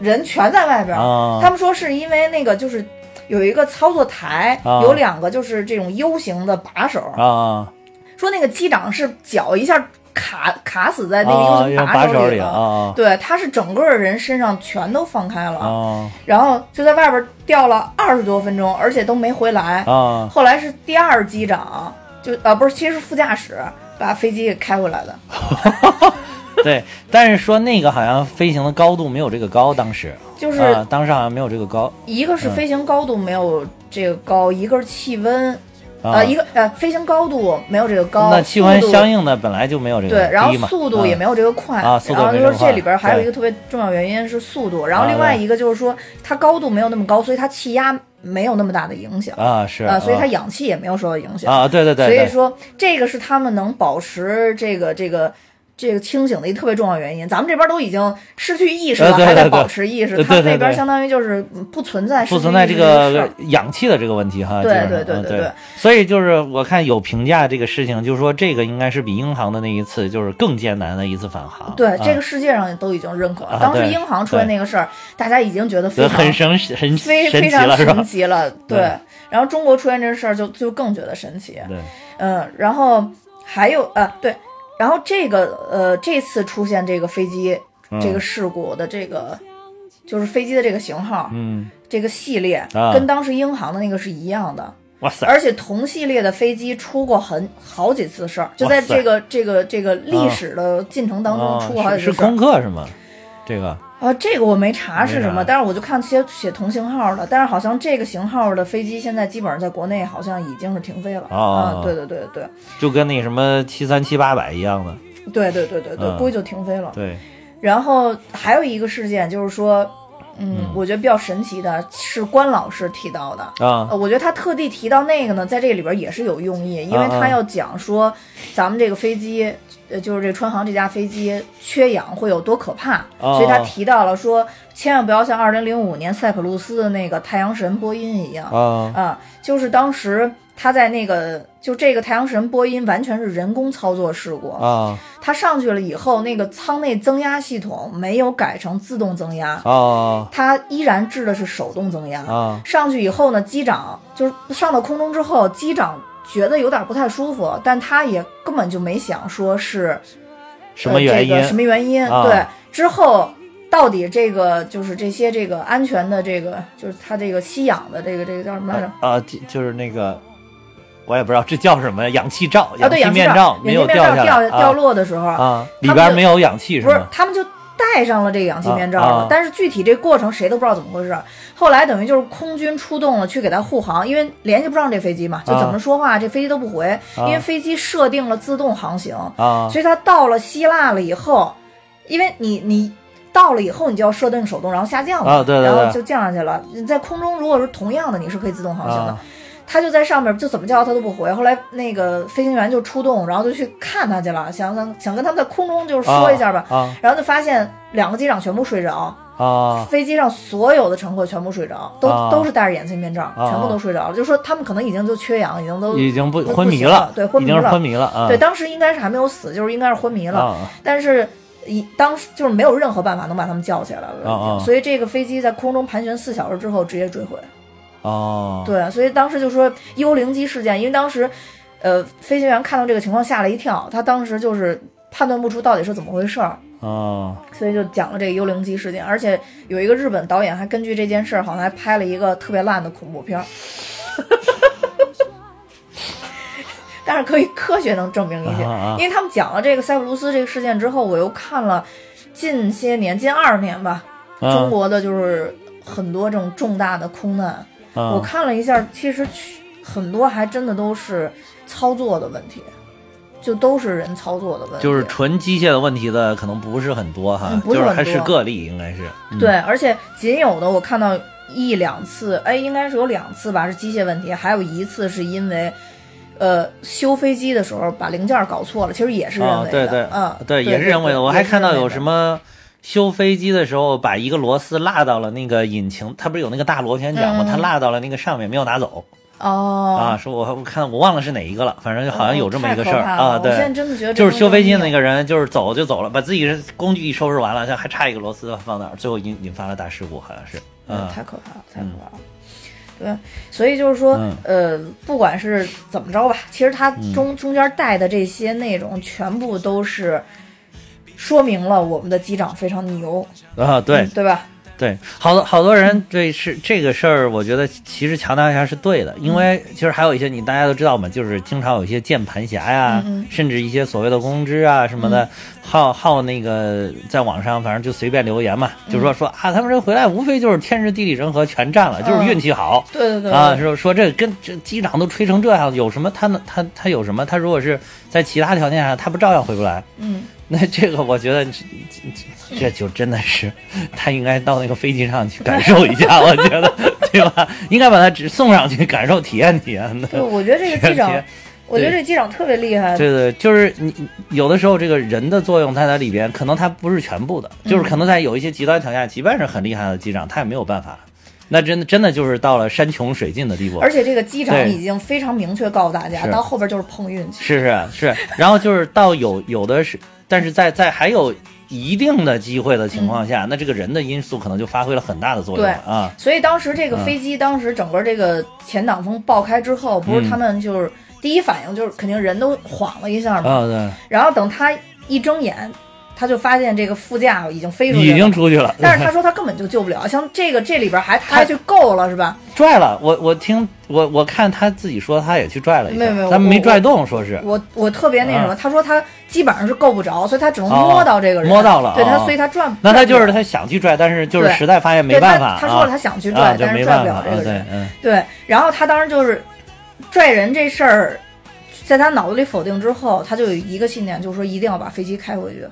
[SPEAKER 1] 人全在外边。
[SPEAKER 2] 啊
[SPEAKER 1] 他们说是因为那个就是有一个操作台，
[SPEAKER 2] 啊
[SPEAKER 1] 有两个就是这种 U 型的把手，
[SPEAKER 2] 啊
[SPEAKER 1] 说那个机长是脚一下卡卡死在那
[SPEAKER 2] 啊，
[SPEAKER 1] 个 U 型
[SPEAKER 2] 用把
[SPEAKER 1] 手
[SPEAKER 2] 手里
[SPEAKER 1] 了。
[SPEAKER 2] 啊
[SPEAKER 1] 对，他是整个人身上全都放开了，
[SPEAKER 2] 啊啊
[SPEAKER 1] 然后就在外边吊了二十多分钟，而且都没回来。
[SPEAKER 2] 啊！
[SPEAKER 1] 后来是第二机长，就啊不是，其实是副驾驶把飞机给开回来的。
[SPEAKER 2] 对，但是说那个好像飞行的高度没有这个高，当时
[SPEAKER 1] 就是
[SPEAKER 2] 啊，嗯当时好像没有这个高
[SPEAKER 1] 一个是飞行高度没有这个高，一个是气温，
[SPEAKER 2] 啊
[SPEAKER 1] 呃，。一个呃飞行高度没有这个高，
[SPEAKER 2] 那气温
[SPEAKER 1] 速度
[SPEAKER 2] 相应的本来就没有这个
[SPEAKER 1] 对，然后
[SPEAKER 2] 低嘛
[SPEAKER 1] 速度
[SPEAKER 2] 嗯
[SPEAKER 1] 也没有这个快，
[SPEAKER 2] 啊速度
[SPEAKER 1] 然后
[SPEAKER 2] 没
[SPEAKER 1] 就
[SPEAKER 2] 这么
[SPEAKER 1] 说这里边还有
[SPEAKER 2] 快
[SPEAKER 1] 一个特别重要原因是速度，然后
[SPEAKER 2] 啊
[SPEAKER 1] 另外一个就是说它高度没有那么高，所以它气压没有那么大的影响，
[SPEAKER 2] 啊是
[SPEAKER 1] 呃，所以它
[SPEAKER 2] 啊
[SPEAKER 1] 氧气也没有受到影响。
[SPEAKER 2] 啊对对对，
[SPEAKER 1] 所
[SPEAKER 2] 对
[SPEAKER 1] 以说这个是他们能保持这个这个这个清醒的一个特别重要原因。咱们这边都已经失去意识了，
[SPEAKER 2] 呃对
[SPEAKER 1] 还在
[SPEAKER 2] 对对
[SPEAKER 1] 保持意识，
[SPEAKER 2] 呃
[SPEAKER 1] 他们
[SPEAKER 2] 对对
[SPEAKER 1] 那边
[SPEAKER 2] 对
[SPEAKER 1] 相当于就是不存在失去
[SPEAKER 2] 不存在
[SPEAKER 1] 意
[SPEAKER 2] 这
[SPEAKER 1] 识个事
[SPEAKER 2] 个呃
[SPEAKER 1] 儿
[SPEAKER 2] 氧气的这个问题哈。
[SPEAKER 1] 对
[SPEAKER 2] 基本上
[SPEAKER 1] 对对
[SPEAKER 2] 嗯
[SPEAKER 1] 对
[SPEAKER 2] 对
[SPEAKER 1] 对
[SPEAKER 2] 所以就是我看有评价这个事情，就是说这个应该是比英航的那一次就是更艰难的一次返航。
[SPEAKER 1] 对
[SPEAKER 2] 啊，
[SPEAKER 1] 这个世界上都已经认可了。
[SPEAKER 2] 啊
[SPEAKER 1] 当时
[SPEAKER 2] 对
[SPEAKER 1] 英航出了
[SPEAKER 2] 对
[SPEAKER 1] 那个事儿，大家已经觉得非
[SPEAKER 2] 得
[SPEAKER 1] 常
[SPEAKER 2] 很神很
[SPEAKER 1] 非
[SPEAKER 2] 神
[SPEAKER 1] 非
[SPEAKER 2] 奇
[SPEAKER 1] 常
[SPEAKER 2] 了是
[SPEAKER 1] 神
[SPEAKER 2] 吧？
[SPEAKER 1] 奇了，对
[SPEAKER 2] 对。
[SPEAKER 1] 然后中国出现这事儿，就就更觉得神奇。
[SPEAKER 2] 对，
[SPEAKER 1] 嗯，然后还有呃，对，然后这个呃，这次出现这个飞机
[SPEAKER 2] 嗯
[SPEAKER 1] 这个事故的这个，就是飞机的这个型号，
[SPEAKER 2] 嗯，
[SPEAKER 1] 这个系列
[SPEAKER 2] 啊
[SPEAKER 1] 跟当时英航的那个是一样的，
[SPEAKER 2] 哇塞，
[SPEAKER 1] 而且同系列的飞机出过很好几次事儿，就在
[SPEAKER 2] 哇塞
[SPEAKER 1] 这个这个这个历史的进程当中
[SPEAKER 2] 啊
[SPEAKER 1] 出过好几
[SPEAKER 2] 是是
[SPEAKER 1] 次事儿
[SPEAKER 2] 空。客是吗？这个
[SPEAKER 1] 啊，这个我没查是什
[SPEAKER 2] 没
[SPEAKER 1] 么，
[SPEAKER 2] 查
[SPEAKER 1] 但是我就看写写同型号的，但是好像这个型号的飞机现在基本上在国内好像已经是停飞了。
[SPEAKER 2] 哦
[SPEAKER 1] 啊，对对对对
[SPEAKER 2] 就跟那什么七三七八百一样的，
[SPEAKER 1] 对对对对对，
[SPEAKER 2] 嗯
[SPEAKER 1] 估计就停飞了。
[SPEAKER 2] 对，
[SPEAKER 1] 然后还有一个事件就是说，嗯，我觉得比较神奇的是关老师提到的。
[SPEAKER 2] 啊
[SPEAKER 1] 呃，我觉得他特地提到那个呢，在这里边也是有用意，因为
[SPEAKER 2] 啊啊
[SPEAKER 1] 他要讲说咱们这个飞机，呃，就是这川航这架飞机缺氧会有多可怕，
[SPEAKER 2] 哦
[SPEAKER 1] 所以他提到了说，千万不要像2005年塞浦路斯的那个太阳神波音一样，
[SPEAKER 2] 啊
[SPEAKER 1] 啊，就是当时他在那个就这个太阳神波音完全是人工操作事故，
[SPEAKER 2] 啊
[SPEAKER 1] 他上去了以后，那个舱内增压系统没有改成自动增压，
[SPEAKER 2] 啊
[SPEAKER 1] 它依然制的是手动增压。
[SPEAKER 2] 啊
[SPEAKER 1] 上去以后呢，机长就是上到空中之后，机长觉得有点不太舒服，但他也根本就没想说是
[SPEAKER 2] 什么原因
[SPEAKER 1] 呃这个、什么原因？
[SPEAKER 2] 啊
[SPEAKER 1] 对，之后到底这个就是这些这个安全的这个就是它这个吸氧的这个这个叫什么来着？
[SPEAKER 2] 啊？就就是那个。我也不知道这叫什么，氧气罩、
[SPEAKER 1] 啊，对，
[SPEAKER 2] 气
[SPEAKER 1] 氧气
[SPEAKER 2] 面罩
[SPEAKER 1] 罩，
[SPEAKER 2] 没
[SPEAKER 1] 氧
[SPEAKER 2] 有
[SPEAKER 1] 气面罩
[SPEAKER 2] 下
[SPEAKER 1] 掉
[SPEAKER 2] 来，
[SPEAKER 1] 掉落的时候，
[SPEAKER 2] 啊，
[SPEAKER 1] 他
[SPEAKER 2] 里
[SPEAKER 1] 们
[SPEAKER 2] 边
[SPEAKER 1] 就
[SPEAKER 2] 没有氧气是
[SPEAKER 1] 不是
[SPEAKER 2] 吗？，
[SPEAKER 1] 他们就戴上了这个氧气面罩
[SPEAKER 2] 啊
[SPEAKER 1] 了，
[SPEAKER 2] 啊
[SPEAKER 1] 但是具体这过程谁都不知道怎么回事儿。后来等于就是空军出动了去给他护航，因为联系不上这飞机嘛，就
[SPEAKER 2] 啊
[SPEAKER 1] 怎么说话、这飞机都不回，
[SPEAKER 2] 啊
[SPEAKER 1] 因为飞机设定了自动航行，
[SPEAKER 2] 啊
[SPEAKER 1] 所以他到了希腊了以后，因为你你。到了以后，你就要设定手动，然后下降嘛，
[SPEAKER 2] 啊对对对
[SPEAKER 1] 然后就降下去了。你在空中，如果是同样的，你是可以自动航行的。
[SPEAKER 2] 啊
[SPEAKER 1] 他就在上面，就怎么叫他都不回。后来那个飞行员就出动，然后就去看他去了，想想想跟他们在空中就是说一下吧。
[SPEAKER 2] 啊
[SPEAKER 1] 然后就发现两个机长全部睡着，
[SPEAKER 2] 啊
[SPEAKER 1] 飞机上所有的乘客全部睡着，都、
[SPEAKER 2] 啊
[SPEAKER 1] 都是戴着眼镜面罩，全部都睡啊着了。就说他们可能已经就缺氧，已经都
[SPEAKER 2] 已经不
[SPEAKER 1] 不
[SPEAKER 2] 昏
[SPEAKER 1] 不
[SPEAKER 2] 迷
[SPEAKER 1] 行了对昏迷
[SPEAKER 2] 已经是
[SPEAKER 1] 了
[SPEAKER 2] 昏迷了啊。
[SPEAKER 1] 对，当时应该是还没有死，就是应该是昏迷了。
[SPEAKER 2] 啊
[SPEAKER 1] 但是一当时就是没有任何办法能把他们叫起来了，
[SPEAKER 2] 啊啊
[SPEAKER 1] 所以这个飞机在空中盘旋四小时之后直接坠毁。
[SPEAKER 2] 哦，
[SPEAKER 1] 对，所以当时就说幽灵机事件，因为当时，呃，飞行员看到这个情况吓了一跳，他当时就是判断不出到底是怎么回事儿，
[SPEAKER 2] 哦，
[SPEAKER 1] 所以就讲了这个幽灵机事件。而且有一个日本导演还根据这件事儿，好像还拍了一个特别烂的恐怖片儿。 但是可以科学能证明一切，
[SPEAKER 2] 啊啊
[SPEAKER 1] 因为他们讲了这个塞浦路斯这个事件之后，我又看了近些年，近二十年吧，
[SPEAKER 2] 嗯
[SPEAKER 1] 中国的就是很多这种重大的空难，
[SPEAKER 2] 啊
[SPEAKER 1] 我看了一下，其实去很多还真的都是操作的问题，就都是人操作的问题。
[SPEAKER 2] 就是纯机械的问题的可能不是很多哈，
[SPEAKER 1] 嗯不
[SPEAKER 2] 就是是
[SPEAKER 1] 很
[SPEAKER 2] 还是
[SPEAKER 1] 多
[SPEAKER 2] 个例，应该是。嗯
[SPEAKER 1] 对，而且仅有的我看到一两次，哎，应该是有两次吧，是机械问题，还有一次是因为。呃，修飞机的时候把零件搞错了，其实也是人
[SPEAKER 2] 啊，
[SPEAKER 1] 为
[SPEAKER 2] 对
[SPEAKER 1] 的，嗯，对，
[SPEAKER 2] 也是人为的。我还看到有什
[SPEAKER 1] 么
[SPEAKER 2] 么修飞机的时候把一个螺丝落到了那个引擎，它不是有那个大螺旋桨吗？它落到了那个上面没有拿走
[SPEAKER 1] 嗯哦
[SPEAKER 2] 啊。说我我看我忘了是哪一个了，反正好像有这么一个事
[SPEAKER 1] 哦太
[SPEAKER 2] 儿
[SPEAKER 1] 可怕了
[SPEAKER 2] 啊。
[SPEAKER 1] 我现在
[SPEAKER 2] 对，
[SPEAKER 1] 真的觉得这
[SPEAKER 2] 就是修飞机
[SPEAKER 1] 东西
[SPEAKER 2] 那个人就是走就走了，把自己的工具一收拾完了，还差一个螺丝放那儿，最后引引发了大事故，好像是。嗯
[SPEAKER 1] 嗯，太可怕了，太可怕了。对，所以就是说，
[SPEAKER 2] 嗯
[SPEAKER 1] 呃，不管是怎么着吧，其实它中、中间带的这些内容，全部都是说明了我们的机长非常牛，
[SPEAKER 2] 啊，对
[SPEAKER 1] 嗯，对吧？
[SPEAKER 2] 对，好多好多人对是这个事儿，我觉得其实强调一下是对的，因为其实还有一些你大家都知道嘛，就是经常有一些键盘侠呀，甚至一些所谓的公知啊什么的，好好那个在网上反正就随便留言嘛，就说说啊，他们这回来无非就是天时地利人和全占了，就是
[SPEAKER 1] 嗯
[SPEAKER 2] 运气好。
[SPEAKER 1] 对对对
[SPEAKER 2] 啊，说说这跟这机长都吹成这样，有什么他能他他有什么？他如果是在其他条件下，他不照样回不来？
[SPEAKER 1] 嗯，
[SPEAKER 2] 那这个我觉得这这这就真的是，他应该到那个飞机上去感受一下，我觉得对吧？应该把他只送上去感受体验体验的。
[SPEAKER 1] 对，我觉得这个机长
[SPEAKER 2] 对，
[SPEAKER 1] 我觉得这机长特别厉害，
[SPEAKER 2] 对对，就是你有的时候这个人的作用它在里边，可能它不是全部的，
[SPEAKER 1] 嗯
[SPEAKER 2] 就是可能在有一些极端条件下，即便是很厉害的机长，他也没有办法。那真的真的就是到了山穷水尽的地步，
[SPEAKER 1] 而且这个机长
[SPEAKER 2] 对
[SPEAKER 1] 已经非常明确告诉大家，
[SPEAKER 2] 是
[SPEAKER 1] 到后边就是碰运气。
[SPEAKER 2] 是是是，然后就是到有有的是，但是在在还有一定的机会的情况下，
[SPEAKER 1] 嗯
[SPEAKER 2] 那这个人的因素可能就发挥了很大的作用了啊。
[SPEAKER 1] 所以当时这个飞机，当时整个这个前挡风爆开之后，不是他们就是、第一反应就是肯定人都晃了一下嘛，
[SPEAKER 2] 啊、对，
[SPEAKER 1] 然后等他一睁眼，他就发现这个副驾已经飞出
[SPEAKER 2] 已
[SPEAKER 1] 去了
[SPEAKER 2] 经。 出去了，
[SPEAKER 1] 但是他说他根本就救不了，像这个这里边还他还去够了是吧？
[SPEAKER 2] 拽了。我我听我我看他自己说，他也去拽了一下，
[SPEAKER 1] 没有没有
[SPEAKER 2] 他们
[SPEAKER 1] 我
[SPEAKER 2] 没拽动，说是
[SPEAKER 1] 我我特别那什么，
[SPEAKER 2] 啊
[SPEAKER 1] 他说他基本上是够不着，所以他只能摸到这个人，
[SPEAKER 2] 哦摸到了
[SPEAKER 1] 对他，
[SPEAKER 2] 哦
[SPEAKER 1] 所以他转。
[SPEAKER 2] 那他就
[SPEAKER 1] 转
[SPEAKER 2] 是他想去拽，但是就是
[SPEAKER 1] 对
[SPEAKER 2] 实在发现
[SPEAKER 1] 不
[SPEAKER 2] 没
[SPEAKER 1] 了对
[SPEAKER 2] 办法
[SPEAKER 1] 他他说了
[SPEAKER 2] 啊
[SPEAKER 1] 他想去
[SPEAKER 2] 啊
[SPEAKER 1] 拽，
[SPEAKER 2] 就
[SPEAKER 1] 但
[SPEAKER 2] 没
[SPEAKER 1] 是拽
[SPEAKER 2] 办
[SPEAKER 1] 不
[SPEAKER 2] 法
[SPEAKER 1] 了这
[SPEAKER 2] 啊，
[SPEAKER 1] 个
[SPEAKER 2] 对
[SPEAKER 1] 人。，
[SPEAKER 2] 嗯
[SPEAKER 1] 对，然后他当时就是拽人这事儿，在他脑子里否定之后，他就有一个信念，就是说一定要把飞机开回去。
[SPEAKER 2] 啊，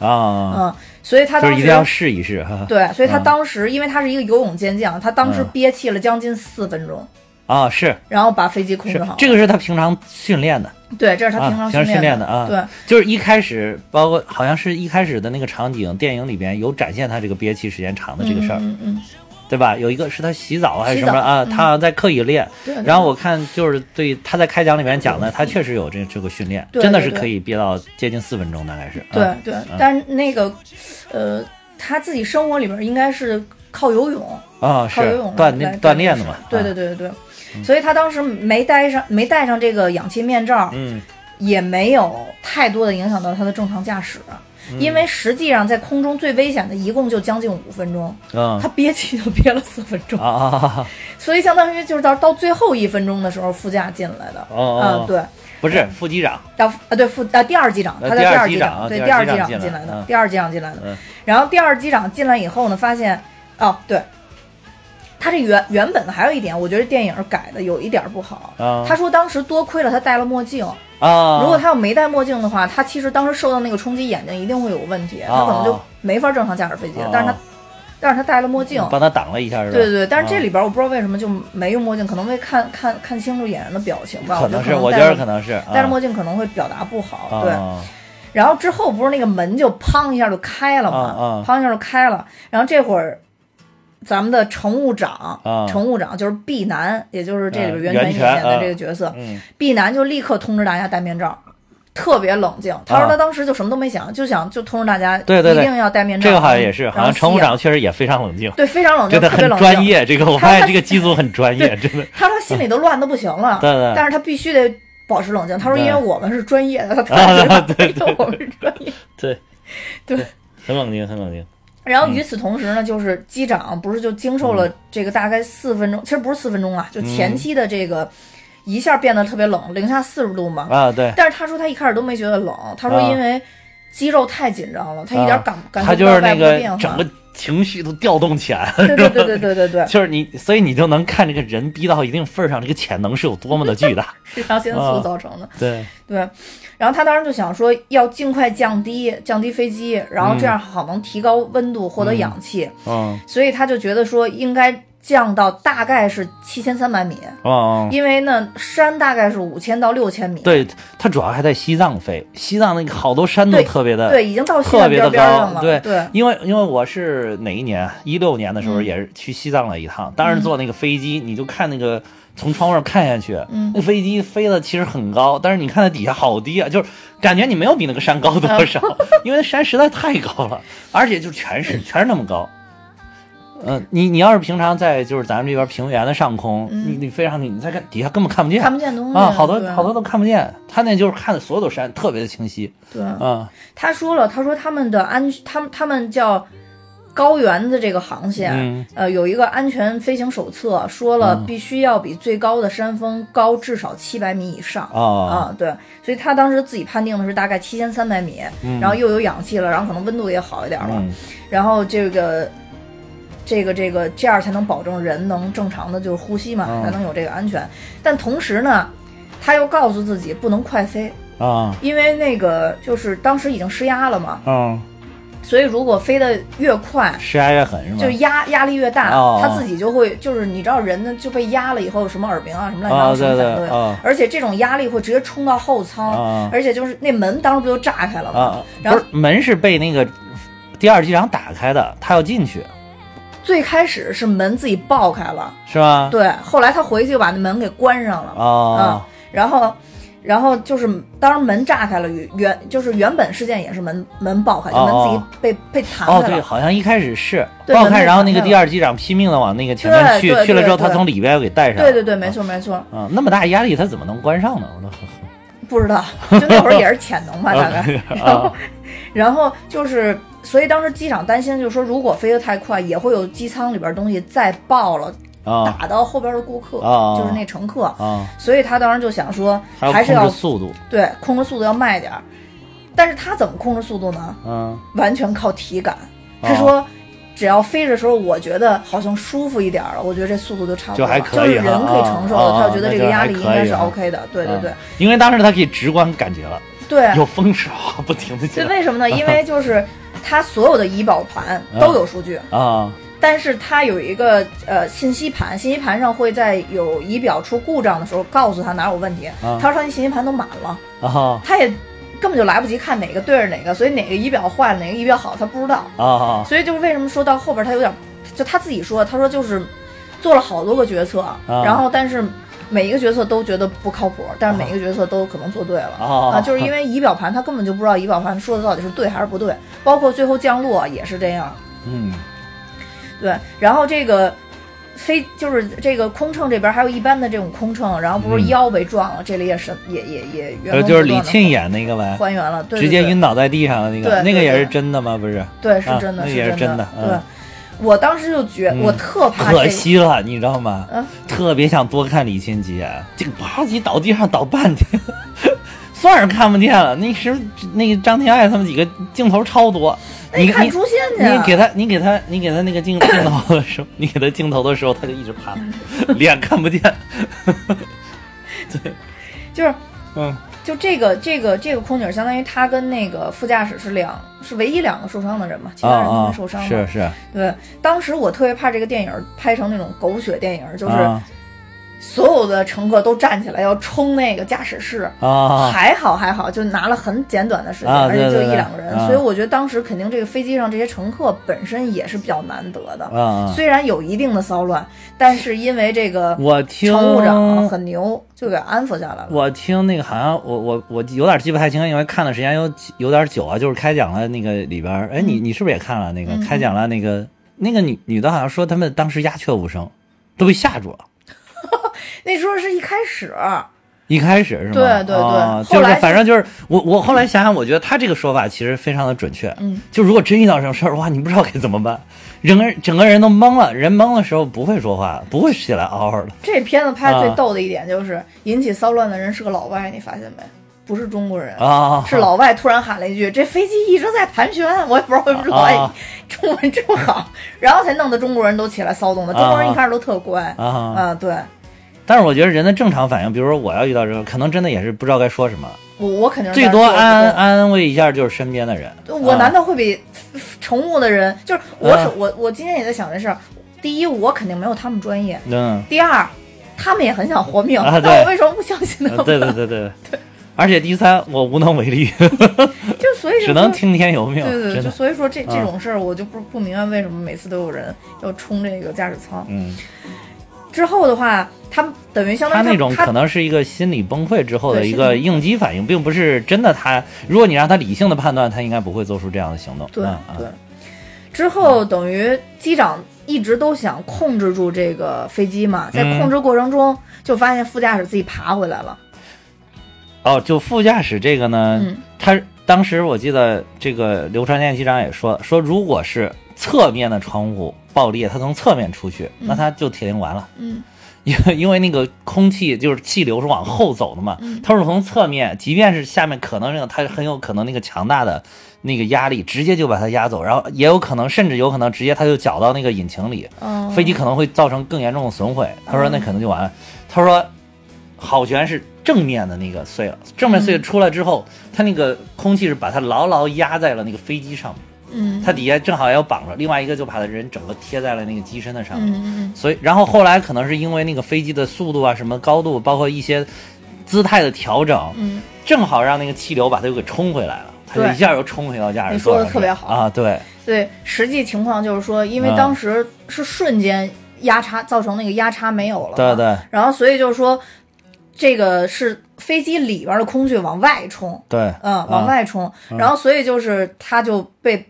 [SPEAKER 1] 嗯，所以他
[SPEAKER 2] 就是
[SPEAKER 1] 当
[SPEAKER 2] 一
[SPEAKER 1] 时
[SPEAKER 2] 定要试一试哈。
[SPEAKER 1] 对，所以他
[SPEAKER 2] 嗯
[SPEAKER 1] 当时、因为他是一个游泳健将，他当时
[SPEAKER 2] 嗯
[SPEAKER 1] 憋气了将近四分钟，
[SPEAKER 2] 啊，是
[SPEAKER 1] 然后把飞机控制
[SPEAKER 2] 是
[SPEAKER 1] 好。，
[SPEAKER 2] 这个是他平常训练的。
[SPEAKER 1] 对，这是他
[SPEAKER 2] 啊
[SPEAKER 1] 平常
[SPEAKER 2] 平常训练
[SPEAKER 1] 练
[SPEAKER 2] 的啊
[SPEAKER 1] 对，
[SPEAKER 2] 就是一开始，包括好像是一开始的那个场景，电影里边有展现他这个憋气时间长的这个事儿，
[SPEAKER 1] 嗯嗯，嗯
[SPEAKER 2] 对吧？有一个是他洗澡还是
[SPEAKER 1] 洗
[SPEAKER 2] 什么
[SPEAKER 1] 澡嗯
[SPEAKER 2] 啊？他好像在刻意练。
[SPEAKER 1] 对对
[SPEAKER 2] 然后我看就是对他在开讲里面讲的，他确实有这这个训练，
[SPEAKER 1] 对
[SPEAKER 2] 真的是
[SPEAKER 1] 对对
[SPEAKER 2] 可以憋到接近四分钟，大概是。
[SPEAKER 1] 对
[SPEAKER 2] 啊
[SPEAKER 1] 对，但是那个，呃，他自己生活里边应该是靠游泳，
[SPEAKER 2] 啊，是
[SPEAKER 1] 靠游泳来
[SPEAKER 2] 锻炼
[SPEAKER 1] 来
[SPEAKER 2] 锻炼的嘛啊嗯
[SPEAKER 1] 这个事儿对对对对对，所以他当时没戴上没戴上这个氧气面罩，
[SPEAKER 2] 嗯，
[SPEAKER 1] 也没有太多的影响到他的正常驾驶。
[SPEAKER 2] 嗯
[SPEAKER 1] 因为实际上在空中最危险的一共就将近五分钟，
[SPEAKER 2] 嗯
[SPEAKER 1] 他憋气就憋了四分钟
[SPEAKER 2] 啊，啊啊啊！
[SPEAKER 1] 所以相当于就是到到最后一分钟的时候，副驾进来的。
[SPEAKER 2] 哦
[SPEAKER 1] 嗯，
[SPEAKER 2] 哦
[SPEAKER 1] 对，
[SPEAKER 2] 不是副机长，
[SPEAKER 1] 到啊对副啊第二机长，
[SPEAKER 2] 呃
[SPEAKER 1] 他在
[SPEAKER 2] 第二
[SPEAKER 1] 二
[SPEAKER 2] 机
[SPEAKER 1] 机
[SPEAKER 2] 长啊
[SPEAKER 1] 对
[SPEAKER 2] 第
[SPEAKER 1] 第
[SPEAKER 2] 二
[SPEAKER 1] 二
[SPEAKER 2] 机
[SPEAKER 1] 机
[SPEAKER 2] 长
[SPEAKER 1] 长
[SPEAKER 2] 进
[SPEAKER 1] 进
[SPEAKER 2] 来
[SPEAKER 1] 来
[SPEAKER 2] 嗯
[SPEAKER 1] 的，第二机长进来的
[SPEAKER 2] 嗯。
[SPEAKER 1] 然后第二机长进来以后呢，发现哦对，他这原原本的还有一点，我觉得电影改的有一点不好
[SPEAKER 2] 啊。
[SPEAKER 1] 他说当时多亏了他戴了墨镜，
[SPEAKER 2] 啊，
[SPEAKER 1] 如果他要没戴墨镜的话，他其实当时受到那个冲击，眼睛一定会有问
[SPEAKER 2] 啊
[SPEAKER 1] 题，他可能就没法正常驾驶飞机
[SPEAKER 2] 哦。
[SPEAKER 1] 但是他但是他戴了墨镜，
[SPEAKER 2] 帮他挡嗯了一下是吧？
[SPEAKER 1] 对对对，但是这
[SPEAKER 2] 啊
[SPEAKER 1] 里边我不知道为什么就没用墨镜，可能为看看看清楚演员的表情吧。
[SPEAKER 2] 啊可能是，我
[SPEAKER 1] 我
[SPEAKER 2] 觉得可能是
[SPEAKER 1] 戴着
[SPEAKER 2] 啊
[SPEAKER 1] 墨镜可能会表达不好，对。
[SPEAKER 2] 啊
[SPEAKER 1] 然后之后不是那个门就砰一下就开了
[SPEAKER 2] 啊啊
[SPEAKER 1] 嘛，砰一下就开了。然后这会儿，咱们的乘务长
[SPEAKER 2] 啊，
[SPEAKER 1] 乘务长就是毕男，也就是这里
[SPEAKER 2] 嗯
[SPEAKER 1] 边袁
[SPEAKER 2] 袁
[SPEAKER 1] 泉
[SPEAKER 2] 泉
[SPEAKER 1] 演的
[SPEAKER 2] 啊
[SPEAKER 1] 这个角色
[SPEAKER 2] 嗯，
[SPEAKER 1] 毕男就立刻通知大家戴面罩。特别冷静。他说他当时就什么都没想，就想就通知大家，
[SPEAKER 2] 啊对对对
[SPEAKER 1] 一定要戴面罩。
[SPEAKER 2] 这个好像也是，
[SPEAKER 1] 然后
[SPEAKER 2] 好像乘务
[SPEAKER 1] 吸氧
[SPEAKER 2] 长确实也非常冷静，
[SPEAKER 1] 对非常冷静，
[SPEAKER 2] 真的
[SPEAKER 1] 特别
[SPEAKER 2] 很
[SPEAKER 1] 冷静
[SPEAKER 2] 专。业。这 个我
[SPEAKER 1] 他
[SPEAKER 2] 发现
[SPEAKER 1] 他
[SPEAKER 2] 这个机组很专业，真的。
[SPEAKER 1] 他说他心里都乱的不行了，
[SPEAKER 2] 对对
[SPEAKER 1] 但是他必须得保持冷静。他说
[SPEAKER 2] 对
[SPEAKER 1] 因为我们是专业的，他特
[SPEAKER 2] 啊
[SPEAKER 1] 别
[SPEAKER 2] 对
[SPEAKER 1] 因
[SPEAKER 2] 对
[SPEAKER 1] 为我们是专业。
[SPEAKER 2] 对，
[SPEAKER 1] 对，
[SPEAKER 2] 很冷静，很冷静。
[SPEAKER 1] 然
[SPEAKER 2] 嗯
[SPEAKER 1] 后与此同时呢，就是机长不是就经受了这个大概四分钟，其实不是四分钟啊，就
[SPEAKER 2] 嗯
[SPEAKER 1] 前期的这个一下变得特别冷，零下四十度嘛。
[SPEAKER 2] 啊，对，
[SPEAKER 1] 但是他说他一开始都没觉得冷，他说
[SPEAKER 2] 啊
[SPEAKER 1] 因为肌肉太紧张了，他一点感感
[SPEAKER 2] 他
[SPEAKER 1] 觉
[SPEAKER 2] 就
[SPEAKER 1] 不到
[SPEAKER 2] 是
[SPEAKER 1] 外
[SPEAKER 2] 那
[SPEAKER 1] 部的
[SPEAKER 2] 个
[SPEAKER 1] 变化。
[SPEAKER 2] 整个情绪都调动起来了，
[SPEAKER 1] 对对对对对对对，
[SPEAKER 2] 就是你，所以你就能看这个人逼到一定份儿上，这个潜能是有多么的巨大。
[SPEAKER 1] 肾上腺素
[SPEAKER 2] 啊
[SPEAKER 1] 造成的。
[SPEAKER 2] 对，
[SPEAKER 1] 对，然后他当时就想说要尽快降低降低飞机，然后这样好能提高温度，获得氧气，
[SPEAKER 2] 嗯，
[SPEAKER 1] 所以他就觉得说应该降到大概是七千三百米，
[SPEAKER 2] 哦，
[SPEAKER 1] 因为呢山大概是五千到六千米，
[SPEAKER 2] 对，他主要还在西藏飞，西藏那个好多山都
[SPEAKER 1] 对
[SPEAKER 2] 特别的，
[SPEAKER 1] 对，已经到西
[SPEAKER 2] 特
[SPEAKER 1] 南
[SPEAKER 2] 别
[SPEAKER 1] 边
[SPEAKER 2] 的
[SPEAKER 1] 边上
[SPEAKER 2] 高，
[SPEAKER 1] 了，
[SPEAKER 2] 对
[SPEAKER 1] 对嗯
[SPEAKER 2] 因为因为我是哪一年？一六年的时候也是去西藏了一趟，当时坐那个飞机，你就看那个从窗户上看下去，
[SPEAKER 1] 嗯
[SPEAKER 2] 那飞机飞的其实很高，但是你看它底下好低啊，就是感觉你没有比那个山高
[SPEAKER 1] 嗯
[SPEAKER 2] 多少， 因为那山实在太高了，而且就全是全是那么高。嗯、你你要是平常在就是咱们这边平原的上空，你你飞上去，你在看底下根本看不见，
[SPEAKER 1] 嗯看不见东西
[SPEAKER 2] 啊，好多
[SPEAKER 1] 对
[SPEAKER 2] 好多都看不见，他那就是看的所有的山特别的清晰
[SPEAKER 1] 对。
[SPEAKER 2] 啊，
[SPEAKER 1] 他说了，他说他们的安，他们他们叫高原的这个航线，
[SPEAKER 2] 嗯
[SPEAKER 1] 呃，有一个安全飞行手册，说了必须要比最高的山峰高至少七百米以上。
[SPEAKER 2] 哦
[SPEAKER 1] 啊，对，所以他当时自己判定的是大概七千三百米，然后又有氧气了，然后可能温度也好一点了，
[SPEAKER 2] 嗯
[SPEAKER 1] 然后这个。这个这个这样才能保证人能正常的就是呼吸嘛，
[SPEAKER 2] 嗯
[SPEAKER 1] 才能有这个安全。但同时呢，他又告诉自己不能快飞，
[SPEAKER 2] 啊
[SPEAKER 1] 因为那个就是当时已经施压了嘛，
[SPEAKER 2] 嗯。
[SPEAKER 1] 所以如果飞得越快，
[SPEAKER 2] 施压越狠是吗？
[SPEAKER 1] 就压压力越大，
[SPEAKER 2] 嗯哦
[SPEAKER 1] 他自己就会就是你知道人呢就被压了以后有什么耳鸣啊什么乱七八
[SPEAKER 2] 啊，
[SPEAKER 1] 糟什
[SPEAKER 2] 对
[SPEAKER 1] 么反对，
[SPEAKER 2] 对啊
[SPEAKER 1] 而且这种压力会直接冲到后舱，
[SPEAKER 2] 啊
[SPEAKER 1] 而且就是那门当时不就炸开了吗？
[SPEAKER 2] 啊，
[SPEAKER 1] 然
[SPEAKER 2] 不
[SPEAKER 1] 后
[SPEAKER 2] 是门是被那个第二机长打开的，他要进去
[SPEAKER 1] 最开始是门自己爆开了，
[SPEAKER 2] 是吗？
[SPEAKER 1] 对，后来他回去就把那门给关上了，
[SPEAKER 2] 啊
[SPEAKER 1] 然后。然后就是，当时门炸开了，原就是原本事件也是门门爆开，就门自
[SPEAKER 2] 哦
[SPEAKER 1] 己被、被弹
[SPEAKER 2] 哦，
[SPEAKER 1] 嗯开
[SPEAKER 2] 对，
[SPEAKER 1] 了，
[SPEAKER 2] 好像一开始是
[SPEAKER 1] 对
[SPEAKER 2] 爆
[SPEAKER 1] 门
[SPEAKER 2] 开，
[SPEAKER 1] 被
[SPEAKER 2] 然后
[SPEAKER 1] 打
[SPEAKER 2] 那个
[SPEAKER 1] 开
[SPEAKER 2] 第
[SPEAKER 1] 了
[SPEAKER 2] 二机长拼命的往那个前面
[SPEAKER 1] 对
[SPEAKER 2] 去
[SPEAKER 1] 对，
[SPEAKER 2] 去了之后他
[SPEAKER 1] 对
[SPEAKER 2] 从里边又给带上了。
[SPEAKER 1] 对对对，没错没错。
[SPEAKER 2] 啊，那么大压力他怎么能关上呢？我都
[SPEAKER 1] 不知道，就那会儿也是潜能 吧，大概。然后
[SPEAKER 2] 啊，
[SPEAKER 1] 然后就是，所以当时机长担心，就是说如果飞得太快，也会有机舱里边东西再爆了，
[SPEAKER 2] 啊
[SPEAKER 1] 打到后边的顾客，
[SPEAKER 2] 啊
[SPEAKER 1] 就是那乘客。
[SPEAKER 2] 啊，
[SPEAKER 1] 所以他当时就想说，
[SPEAKER 2] 还要
[SPEAKER 1] 还是
[SPEAKER 2] 控
[SPEAKER 1] 要
[SPEAKER 2] 制速度，
[SPEAKER 1] 对控制速度要慢一点儿。但是他怎么控制速度呢？
[SPEAKER 2] 嗯
[SPEAKER 1] 完全靠体感。
[SPEAKER 2] 哦
[SPEAKER 1] 他说，只要飞的时候，我觉得好像舒服一点了，我觉得这速度就差不多
[SPEAKER 2] 就还
[SPEAKER 1] 了，
[SPEAKER 2] 可
[SPEAKER 1] 就
[SPEAKER 2] 以
[SPEAKER 1] 是
[SPEAKER 2] 啊
[SPEAKER 1] 人可以承受
[SPEAKER 2] 啊
[SPEAKER 1] 的。
[SPEAKER 2] 啊
[SPEAKER 1] 他就觉得这个压力
[SPEAKER 2] 那
[SPEAKER 1] 应
[SPEAKER 2] 就还可以
[SPEAKER 1] 该是
[SPEAKER 2] 啊
[SPEAKER 1] OK 的。对对对
[SPEAKER 2] 啊，因为当时他可以直观感觉了，
[SPEAKER 1] 对，
[SPEAKER 2] 有风沙不停的进
[SPEAKER 1] 所以
[SPEAKER 2] 来
[SPEAKER 1] 为什么 呢？因为就是它所有的仪表盘都有数据，
[SPEAKER 2] 啊
[SPEAKER 1] 但是它有一个呃信息盘，信息盘上会在有仪表出故障的时候告诉他哪有问题。
[SPEAKER 2] 啊
[SPEAKER 1] 他说他那信息盘都满了，
[SPEAKER 2] 啊
[SPEAKER 1] 他也根本就来不及看哪个对着哪个，所以哪个仪表坏了，哪个仪表好，他不知道。
[SPEAKER 2] 啊啊
[SPEAKER 1] 所以就是为什么说到后边他有点，就他自己说，他说就是做了好多个决策，
[SPEAKER 2] 啊
[SPEAKER 1] 然后但是。每一个决策都觉得不靠谱，但是每一个决策都可能做对了
[SPEAKER 2] 啊
[SPEAKER 1] 就是因为仪表盘他根本就不知道仪表盘说的到底是对还是不对，包括最后降落也是这样。
[SPEAKER 2] 嗯
[SPEAKER 1] 对，然后这个飞就是这个空乘这边还有一般的这种空乘，然后不是
[SPEAKER 2] 嗯
[SPEAKER 1] 腰被撞了，这里也是也也也原
[SPEAKER 2] 呃，
[SPEAKER 1] 封
[SPEAKER 2] 就是
[SPEAKER 1] 不
[SPEAKER 2] 李
[SPEAKER 1] 动地
[SPEAKER 2] 沁演那个呗，
[SPEAKER 1] 还原了，对
[SPEAKER 2] 直接
[SPEAKER 1] 对对
[SPEAKER 2] 晕倒在地上的那个，
[SPEAKER 1] 对
[SPEAKER 2] 那个
[SPEAKER 1] 对
[SPEAKER 2] 也
[SPEAKER 1] 对
[SPEAKER 2] 是真的吗？不是，
[SPEAKER 1] 对，是
[SPEAKER 2] 啊
[SPEAKER 1] 真的，
[SPEAKER 2] 那也是
[SPEAKER 1] 真
[SPEAKER 2] 真的
[SPEAKER 1] 对
[SPEAKER 2] 嗯，
[SPEAKER 1] 我当时就觉我特怕
[SPEAKER 2] 可
[SPEAKER 1] 这，
[SPEAKER 2] 惜了，你知道吗？
[SPEAKER 1] 嗯
[SPEAKER 2] 特别想多看李沁几眼，这个啪叽倒地上倒半天，算是看不见了。那时候那个张天爱他们几个镜头超多，
[SPEAKER 1] 那
[SPEAKER 2] 你
[SPEAKER 1] 你看
[SPEAKER 2] 你
[SPEAKER 1] 诛仙去
[SPEAKER 2] 你
[SPEAKER 1] 啊，
[SPEAKER 2] 给他你给他你给他那个镜 镜头的时候，你给他镜头的时候，他就一直趴着，脸看不见。
[SPEAKER 1] 就是
[SPEAKER 2] 嗯
[SPEAKER 1] 就这个这个这个空姐，相当于她跟那个副驾驶是两是唯一两个受伤的人嘛，其
[SPEAKER 2] 啊
[SPEAKER 1] 他人都
[SPEAKER 2] 啊
[SPEAKER 1] 没，受伤嘛。
[SPEAKER 2] 是是，
[SPEAKER 1] 对，当时我特别怕这个电影拍成那种狗血电影，就是
[SPEAKER 2] 啊
[SPEAKER 1] 所有的乘客都站起来要冲那个驾驶室。
[SPEAKER 2] 啊，
[SPEAKER 1] 还好还好，就拿了很简短的时间，
[SPEAKER 2] 啊
[SPEAKER 1] 而且就
[SPEAKER 2] 对对
[SPEAKER 1] 一
[SPEAKER 2] 对
[SPEAKER 1] 两个人，
[SPEAKER 2] 啊
[SPEAKER 1] 所以我觉得当时肯定这个飞机上这些乘客本身也是比较难得的。
[SPEAKER 2] 啊
[SPEAKER 1] 虽然有一定的骚乱，但是因为这个
[SPEAKER 2] 我听
[SPEAKER 1] 乘务长啊很牛，就给安抚下来了。
[SPEAKER 2] 我听那个好像我我我有点记不太清，因为看的时间有有点久啊，就是开讲了那个里边儿，哎，
[SPEAKER 1] 嗯
[SPEAKER 2] 你你是不是也看了那个、开讲了那个那个女女的，好像说他们当时鸦雀无声，都被吓住了。
[SPEAKER 1] 那时候是一开始，
[SPEAKER 2] 一开始是吗？
[SPEAKER 1] 对对对
[SPEAKER 2] 啊
[SPEAKER 1] 后
[SPEAKER 2] 就
[SPEAKER 1] 来
[SPEAKER 2] 是
[SPEAKER 1] 就
[SPEAKER 2] 反正就是我我后来想想，我觉得他这个说法其实非常的准确。
[SPEAKER 1] 嗯，
[SPEAKER 2] 就如果真遇到什么事儿，哇，你不知道该怎么办，整个人整个人都懵了。人懵的时候不会说话，不会起来嗷嗷的。
[SPEAKER 1] 这片子拍的最
[SPEAKER 2] 啊
[SPEAKER 1] 逗的一点就是、引起骚乱的人是个老外，你发现没？不是中国人。
[SPEAKER 2] 啊，
[SPEAKER 1] 是老外突然喊了一句：“这飞机一直在盘旋。”我也不知道为什么老外、
[SPEAKER 2] 啊
[SPEAKER 1] 中文这么好，然后才弄得中国人都起来骚动的。中国人一开始都特乖
[SPEAKER 2] 啊
[SPEAKER 1] 啊，对
[SPEAKER 2] 但是我觉得人的正常反应，比如说我要遇到这个，可能真的也是不知道该说什么，
[SPEAKER 1] 我我肯定是
[SPEAKER 2] 最多
[SPEAKER 1] 在这儿
[SPEAKER 2] 安安慰一下就是身边的人。
[SPEAKER 1] 我
[SPEAKER 2] 啊
[SPEAKER 1] 难道会比乘务的人？就是我
[SPEAKER 2] 啊
[SPEAKER 1] 是我我今天也在想这事儿。第一，我肯定没有他们专业；
[SPEAKER 2] 嗯，
[SPEAKER 1] 第二，他们也很想活命，
[SPEAKER 2] 啊
[SPEAKER 1] 那我
[SPEAKER 2] 对
[SPEAKER 1] 为什么不相信他
[SPEAKER 2] 呃
[SPEAKER 1] 们？
[SPEAKER 2] 对对 对对对。而且第三，我无能为力，
[SPEAKER 1] 就所以说
[SPEAKER 2] 只能听天由命。
[SPEAKER 1] 对对对，
[SPEAKER 2] 真
[SPEAKER 1] 就
[SPEAKER 2] 的，
[SPEAKER 1] 所以说这这
[SPEAKER 2] 啊
[SPEAKER 1] 种事儿，我就不不明白为什么每次都有人要冲这个驾驶舱。
[SPEAKER 2] 嗯。
[SPEAKER 1] 之后的话，他们等于相当
[SPEAKER 2] 他
[SPEAKER 1] 于
[SPEAKER 2] 那种
[SPEAKER 1] 他
[SPEAKER 2] 可能是一个心理崩溃之后的
[SPEAKER 1] 对
[SPEAKER 2] 一
[SPEAKER 1] 心
[SPEAKER 2] 个
[SPEAKER 1] 理
[SPEAKER 2] 应激反应，并不是真的他。如果你让他理性的判断，他应该不会做出这样的行动。
[SPEAKER 1] 对
[SPEAKER 2] 嗯、
[SPEAKER 1] 对。之后等于机长一直都想控制住这个飞机嘛，在
[SPEAKER 2] 嗯
[SPEAKER 1] 控制过程中就发现副驾驶自己爬回来了。
[SPEAKER 2] 哦，就副驾驶这个呢，
[SPEAKER 1] 嗯
[SPEAKER 2] 他当时我记得这个刘传健机长也说说，如果是侧面的窗户爆裂，他从侧面出去，那他就铁定完了。
[SPEAKER 1] 嗯，
[SPEAKER 2] 因为因为那个空气就是气流是往后走的嘛，
[SPEAKER 1] 嗯
[SPEAKER 2] 它是从侧面，即便是下面可能那个它很有可能那个强大的那个压力直接就把它压走，然后也有可能甚至有可能直接它就搅到那个引擎里，
[SPEAKER 1] 嗯，
[SPEAKER 2] 飞机可能会造成更严重的损毁。他说那可能就完了。他说好悬是正面的那个碎了，正面
[SPEAKER 1] 嗯
[SPEAKER 2] 碎出来之后，它那个空气是把它牢牢压在了那个飞机上面，
[SPEAKER 1] 嗯
[SPEAKER 2] 它底下正好要绑着，另外一个就把它人整个贴在了那个机身的上面。
[SPEAKER 1] 嗯嗯
[SPEAKER 2] 所以，然后后来可能是因为那个飞机的速度啊、什么高度，包括一些姿态的调整，
[SPEAKER 1] 嗯，
[SPEAKER 2] 正好让那个气流把它又给冲回来了，它就
[SPEAKER 1] 对
[SPEAKER 2] 一下又冲回到驾驶
[SPEAKER 1] 你说
[SPEAKER 2] 座
[SPEAKER 1] 得
[SPEAKER 2] 上去。
[SPEAKER 1] 特别好
[SPEAKER 2] 啊！对，
[SPEAKER 1] 对，实际情况就是说，因为
[SPEAKER 2] 嗯
[SPEAKER 1] 当时是瞬间压差造成那个压差没有了，
[SPEAKER 2] 对对，
[SPEAKER 1] 然后所以就是说，这个是飞机里边的空气往外冲，
[SPEAKER 2] 对，
[SPEAKER 1] 嗯，往
[SPEAKER 2] 啊
[SPEAKER 1] 外冲，然后所以就是它就被。